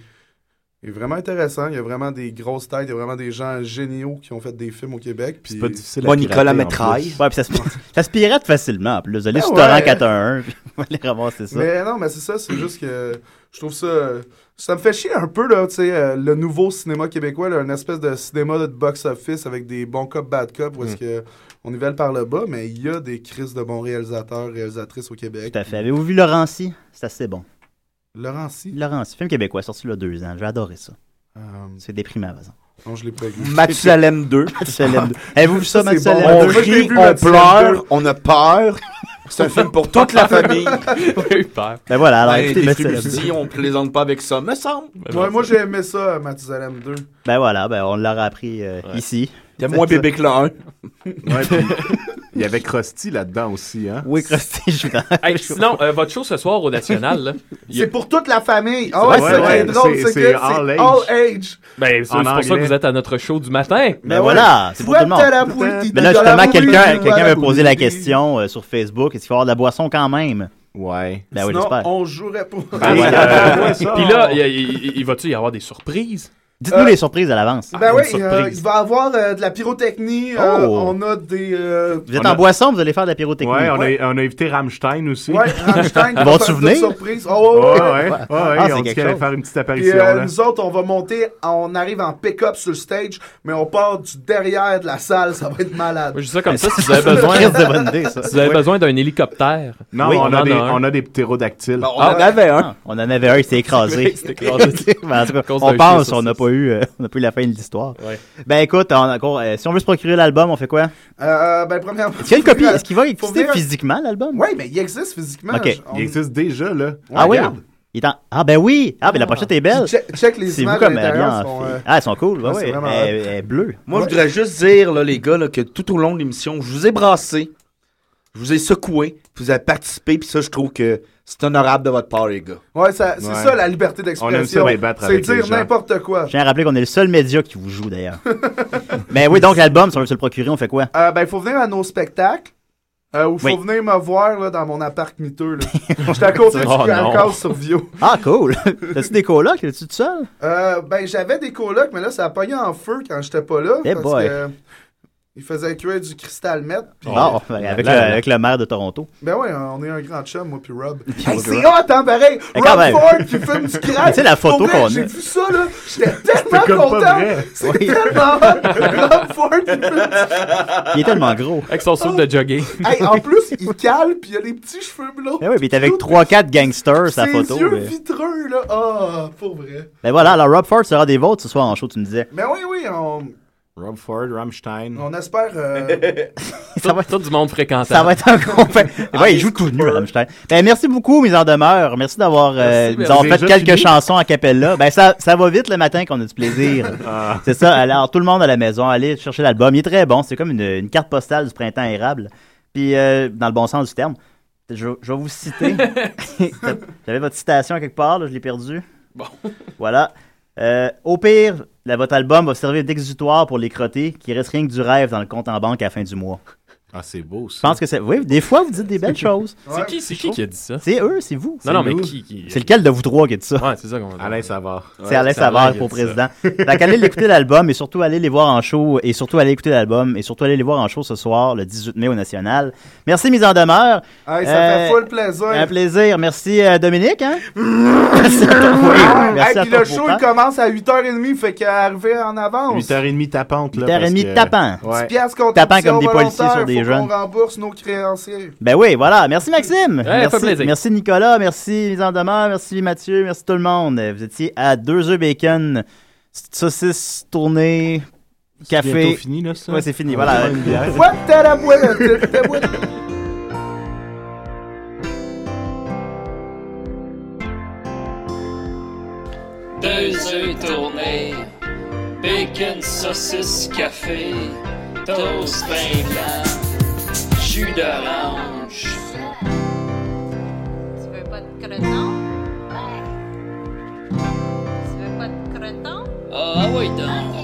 Speaker 12: est vraiment intéressant. Il y a vraiment des grosses têtes, il y a vraiment des gens géniaux qui ont fait des films au Québec. Puis...
Speaker 7: euh, Ouais, puis ça se, ça se pirate facilement. en
Speaker 8: Ah
Speaker 7: Plus, allez
Speaker 12: Ben
Speaker 7: sur
Speaker 12: ouais.
Speaker 7: Torrent 411, puis on va aller ramasser ça.
Speaker 12: Mais non, mais c'est ça, c'est juste que je trouve ça. Ça me fait chier un peu, là, tu sais, euh, le nouveau cinéma québécois, là, une espèce de cinéma de box-office avec des bons cops, bad cops, où est-ce que on nivelle par le bas, mais il y a des crises de bons réalisateurs, réalisatrices au Québec.
Speaker 7: Tout à fait. Avez-vous vu Laurency? C'est assez bon.
Speaker 12: Laurency?
Speaker 7: Laurency, film québécois, sorti il y a deux ans. J'ai adoré ça. C'est déprimant, par exemple.
Speaker 12: Non, je l'ai pas vu.
Speaker 8: Mathusalem 2.
Speaker 7: Mathusalem 2. Avez-vous vu ça,
Speaker 8: Ça, c'est
Speaker 7: Mathusalem
Speaker 8: bon.
Speaker 7: 2?
Speaker 8: On
Speaker 7: Moi, je l'ai
Speaker 8: rit,
Speaker 7: vu,
Speaker 8: on
Speaker 7: Mathusalem
Speaker 8: pleure,
Speaker 7: 2.
Speaker 8: on a peur. C'est un film pour toute la famille.
Speaker 7: Ben voilà, alors
Speaker 8: Ben,
Speaker 7: écoutez,
Speaker 8: des
Speaker 7: Mathusalem
Speaker 8: films
Speaker 7: 2.
Speaker 8: dits, on plaisante pas avec ça, me semble.
Speaker 12: Ouais, moi, j'ai aimé ça, Mathusalem 2.
Speaker 7: Ben voilà, ben on l'aura appris euh, ici.
Speaker 8: Il y a moins bébé que le 1.
Speaker 6: Ouais, puis il y avait Krusty là-dedans aussi, hein.
Speaker 7: Oui, Krusty, je
Speaker 11: Hey, sinon, euh, votre show ce soir au National, là, il y a-
Speaker 12: C'est pour toute la famille. Ah ouais,
Speaker 11: Ouais,
Speaker 12: c'est
Speaker 11: ouais,
Speaker 12: drôle,
Speaker 11: c'est-
Speaker 12: c'est que
Speaker 11: c'est
Speaker 12: c'est all
Speaker 11: all age.
Speaker 12: age.
Speaker 11: Ben, c'est
Speaker 12: En
Speaker 11: c'est pour ça que
Speaker 12: anglais.
Speaker 11: vous êtes à notre show du matin.
Speaker 7: Ben voilà, c'est pour tout le monde. Ben là, justement, quelqu'un quelqu'un m'a posé la question euh, sur Facebook. Est-ce qu'il faut avoir de la boisson quand même?
Speaker 6: Ouais.
Speaker 7: Ben oui,
Speaker 12: Sinon,
Speaker 7: j'espère. Ah,
Speaker 11: Euh,
Speaker 7: Euh,
Speaker 12: on jouerait pas.
Speaker 11: Puis là, il y a- il il- il va-tu y avoir des surprises?
Speaker 7: Dites-nous
Speaker 12: Euh,
Speaker 7: les surprises à l'avance.
Speaker 12: Ben oui, euh, il va y avoir euh, de la pyrotechnie. euh,
Speaker 7: Oh.
Speaker 12: on a des. euh,
Speaker 7: Vous êtes
Speaker 12: on a-
Speaker 7: en boisson, vous allez faire de la pyrotechnie.
Speaker 6: Ouais, on a, on a invité Rammstein aussi.
Speaker 12: Ouais, Rammstein.
Speaker 6: Ils
Speaker 12: qui
Speaker 6: vont
Speaker 12: va faire une
Speaker 6: venir?
Speaker 12: surprise. Oh, ouais, ouais.
Speaker 6: ouais, ouais, ouais,
Speaker 7: Ah, c'est
Speaker 6: on dit
Speaker 7: quelque
Speaker 6: qu'elle allait
Speaker 7: chose.
Speaker 6: faire une petite
Speaker 12: Puis
Speaker 6: apparition.
Speaker 12: euh,
Speaker 6: là.
Speaker 12: nous autres, on va monter, on arrive en pick-up sur le stage, mais on part du derrière de la salle, ça va être malade.
Speaker 11: Je dis ça comme ça si vous avez besoin. Si vous avez besoin d'un hélicoptère.
Speaker 6: Non,
Speaker 7: Oui,
Speaker 6: on,
Speaker 7: on
Speaker 6: a
Speaker 7: en
Speaker 6: des,
Speaker 7: a un.
Speaker 6: on a des ptérodactyles.
Speaker 7: Ah, ah, On en avait un, il s'est écrasé.
Speaker 6: Il s'est écrasé.
Speaker 7: Mais en tout cas,
Speaker 6: À cause d'un
Speaker 7: on
Speaker 6: chien
Speaker 7: pense,
Speaker 6: sur
Speaker 7: on n'a
Speaker 6: six.
Speaker 7: pas, eu, euh, on n'a pas eu la fin de l'histoire.
Speaker 6: Ouais.
Speaker 7: Ben écoute, on a encore, euh, si on veut se procurer l'album, on fait quoi?
Speaker 12: Euh, ben, premièrement.
Speaker 7: Est-ce qu'il y a une copie?
Speaker 12: faut venir-
Speaker 7: Est-ce qu'il va
Speaker 12: faut
Speaker 7: exister
Speaker 12: venir-
Speaker 7: physiquement, l'album?
Speaker 12: Oui, mais il existe physiquement.
Speaker 7: Ok.
Speaker 12: Je- on-
Speaker 7: Il
Speaker 6: existe déjà, là.
Speaker 7: Ah oui?
Speaker 12: Regarde.
Speaker 7: Il est en- Ah ben oui! Ah ben la pochette est belle!
Speaker 12: Puis check- check les
Speaker 7: C'est
Speaker 12: images
Speaker 7: vous comme
Speaker 12: à l'intérieur,
Speaker 7: bien
Speaker 12: elles sont,
Speaker 7: fait.
Speaker 12: euh,
Speaker 7: Ah, elles sont cool, ben
Speaker 12: ouais,
Speaker 7: oui.
Speaker 12: c'est
Speaker 7: Elle,
Speaker 12: vraiment hot.
Speaker 7: elle est bleue.
Speaker 8: Moi,
Speaker 7: Ouais.
Speaker 8: je voudrais juste dire, là, les gars, là, que tout au long de l'émission, je vous ai brassé, je vous ai secoué, puis vous avez participé, puis ça, je trouve que c'est honorable de votre part, les gars.
Speaker 12: Ouais, ça- c'est
Speaker 7: Ouais.
Speaker 12: ça la liberté d'expression. C'est dire n'importe quoi.
Speaker 7: Je tiens à rappeler qu'on est le seul média qui vous joue, d'ailleurs. Mais oui, donc l'album, si on veut se le procurer, on fait quoi?
Speaker 12: Euh, ben, il faut venir à nos spectacles. Euh, ou faut
Speaker 7: Oui.
Speaker 12: venir me voir là, dans mon appart miteux. là. J'étais à côté du
Speaker 7: Oh, non.
Speaker 12: Grand sur Vio.
Speaker 7: Ah, cool! T'as-tu des colocs? Es-tu tout seul?
Speaker 12: Euh, ben, j'avais des colocs, mais là, ça a pogné en feu quand j'étais pas là.
Speaker 7: Eh
Speaker 12: parce
Speaker 7: boy.
Speaker 12: que ils faisaient cuire du cristal meth. puis-
Speaker 7: Bon, ben, avec,
Speaker 6: Là,
Speaker 7: le,
Speaker 6: là.
Speaker 7: avec le maire de Toronto.
Speaker 12: Ben ouais, on est un grand chum, moi puis Rob.
Speaker 7: moi,
Speaker 12: hey,
Speaker 7: puis
Speaker 12: c'est
Speaker 7: Rob.
Speaker 12: hot, hein, pareil!
Speaker 7: Mais quand
Speaker 12: Rob
Speaker 7: même.
Speaker 12: Ford qui fume du crack!
Speaker 7: Tu sais, la photo
Speaker 12: Pour vrai,
Speaker 7: qu'on a.
Speaker 12: J'ai vu ça, là! J'étais tellement
Speaker 7: comme pas
Speaker 12: content!
Speaker 7: vrai.
Speaker 12: C'est
Speaker 7: Oui.
Speaker 12: tellement hot! Rob Ford qui fume du crack!
Speaker 7: Il est tellement gros.
Speaker 11: Avec son soupe de jogging.
Speaker 12: Hey, en plus, il cale, puis il a les petits cheveux blancs.
Speaker 7: Ben oui, puis il est avec 3-4 gangsters, sa
Speaker 12: Ses
Speaker 7: photo.
Speaker 12: yeux
Speaker 7: mais-
Speaker 12: vitreux, là! Ah, pour vrai.
Speaker 7: Ben voilà, alors Rob Ford sera des vôtres ce soir en show, tu me disais.
Speaker 12: Ben oui, oui, on,
Speaker 6: Rob Ford, Rammstein.
Speaker 12: on espère... euh,
Speaker 11: Ça va être tout du monde fréquentant.
Speaker 7: Ça va être encore. Ben, ouais, il joue tout nu, Rammstein. Ben, merci beaucoup, mise en demeure. Merci d'avoir euh,
Speaker 6: Merci,
Speaker 7: nous
Speaker 6: merci.
Speaker 7: avoir fait
Speaker 6: Déjà
Speaker 7: quelques
Speaker 6: fini?
Speaker 7: chansons à cappella. Ben, ça, ça va vite le matin qu'on a du plaisir.
Speaker 6: Ah.
Speaker 7: C'est ça. Alors, tout le monde à la maison, allez chercher l'album. Il est très bon. C'est comme une, une carte postale du printemps érable. Puis, euh, dans le bon sens du terme, je, je vais vous citer. J'avais votre citation à quelque part, là, je l'ai perdue.
Speaker 5: Bon.
Speaker 7: Voilà. Euh, au pire, là, votre album va servir d'exutoire pour les crottés qui restent rien que du rêve dans le compte en banque à la fin du mois.
Speaker 6: Ah, c'est beau,
Speaker 7: Je
Speaker 6: ça.
Speaker 7: pense que c'est. Oui, des fois, vous dites des belles choses.
Speaker 11: C'est qui, c'est qui qui a dit ça?
Speaker 7: C'est eux, c'est vous.
Speaker 11: Non, non, mais
Speaker 7: nous.
Speaker 11: qui, qui-
Speaker 7: C'est lequel de vous trois qui a dit ça?
Speaker 11: Ouais, c'est ça qu'on va dire.
Speaker 6: Alain Savard.
Speaker 7: C'est Alain Savard pour président. Donc, allez l'écouter l'album et surtout allez les voir en show. Et surtout allez écouter l'album et surtout allez les voir en show ce soir, le 18 mai au National. Merci, mise en demeure.
Speaker 12: hey, ça fait
Speaker 7: Euh,
Speaker 12: full plaisir.
Speaker 7: Un plaisir. Merci, euh, Dominique. Hein? merci à toi. Oui,
Speaker 12: Ah,
Speaker 7: merci
Speaker 12: hey,
Speaker 7: à
Speaker 12: puis
Speaker 7: toi
Speaker 12: le
Speaker 7: pour
Speaker 12: show,
Speaker 7: ton
Speaker 12: il
Speaker 7: temps.
Speaker 12: commence à 8h30, fait qu'il est arrivé en avance.
Speaker 6: 8h30 tapante, là.
Speaker 7: 8h30
Speaker 6: parce que-
Speaker 7: tapant.
Speaker 6: Ouais.
Speaker 12: 10 piastres contribution
Speaker 7: Tapant comme des policiers
Speaker 12: volontaire,
Speaker 7: sur des
Speaker 12: faut
Speaker 7: jeunes.
Speaker 12: qu'on rembourse nos créanciers.
Speaker 7: Ben oui, voilà. Merci Maxime. merci,
Speaker 11: fait plaisir.
Speaker 7: merci Nicolas, merci Mise en demeure, merci Mathieu, merci tout le monde. Vous étiez à deux œufs bacon, saucisse tournée, café.
Speaker 6: bientôt fini, là, ça?
Speaker 7: Ouais, c'est fini,
Speaker 6: On
Speaker 7: voilà.
Speaker 6: va prendre une bière.
Speaker 12: What t'as la boîte? t'as- t'as boîte-
Speaker 5: Deux œufs tournés, bacon, saucisse, café, toast pain blanc, jus d'orange.
Speaker 3: Tu veux pas de creton? Tu veux pas de creton?
Speaker 5: Ah oui donc.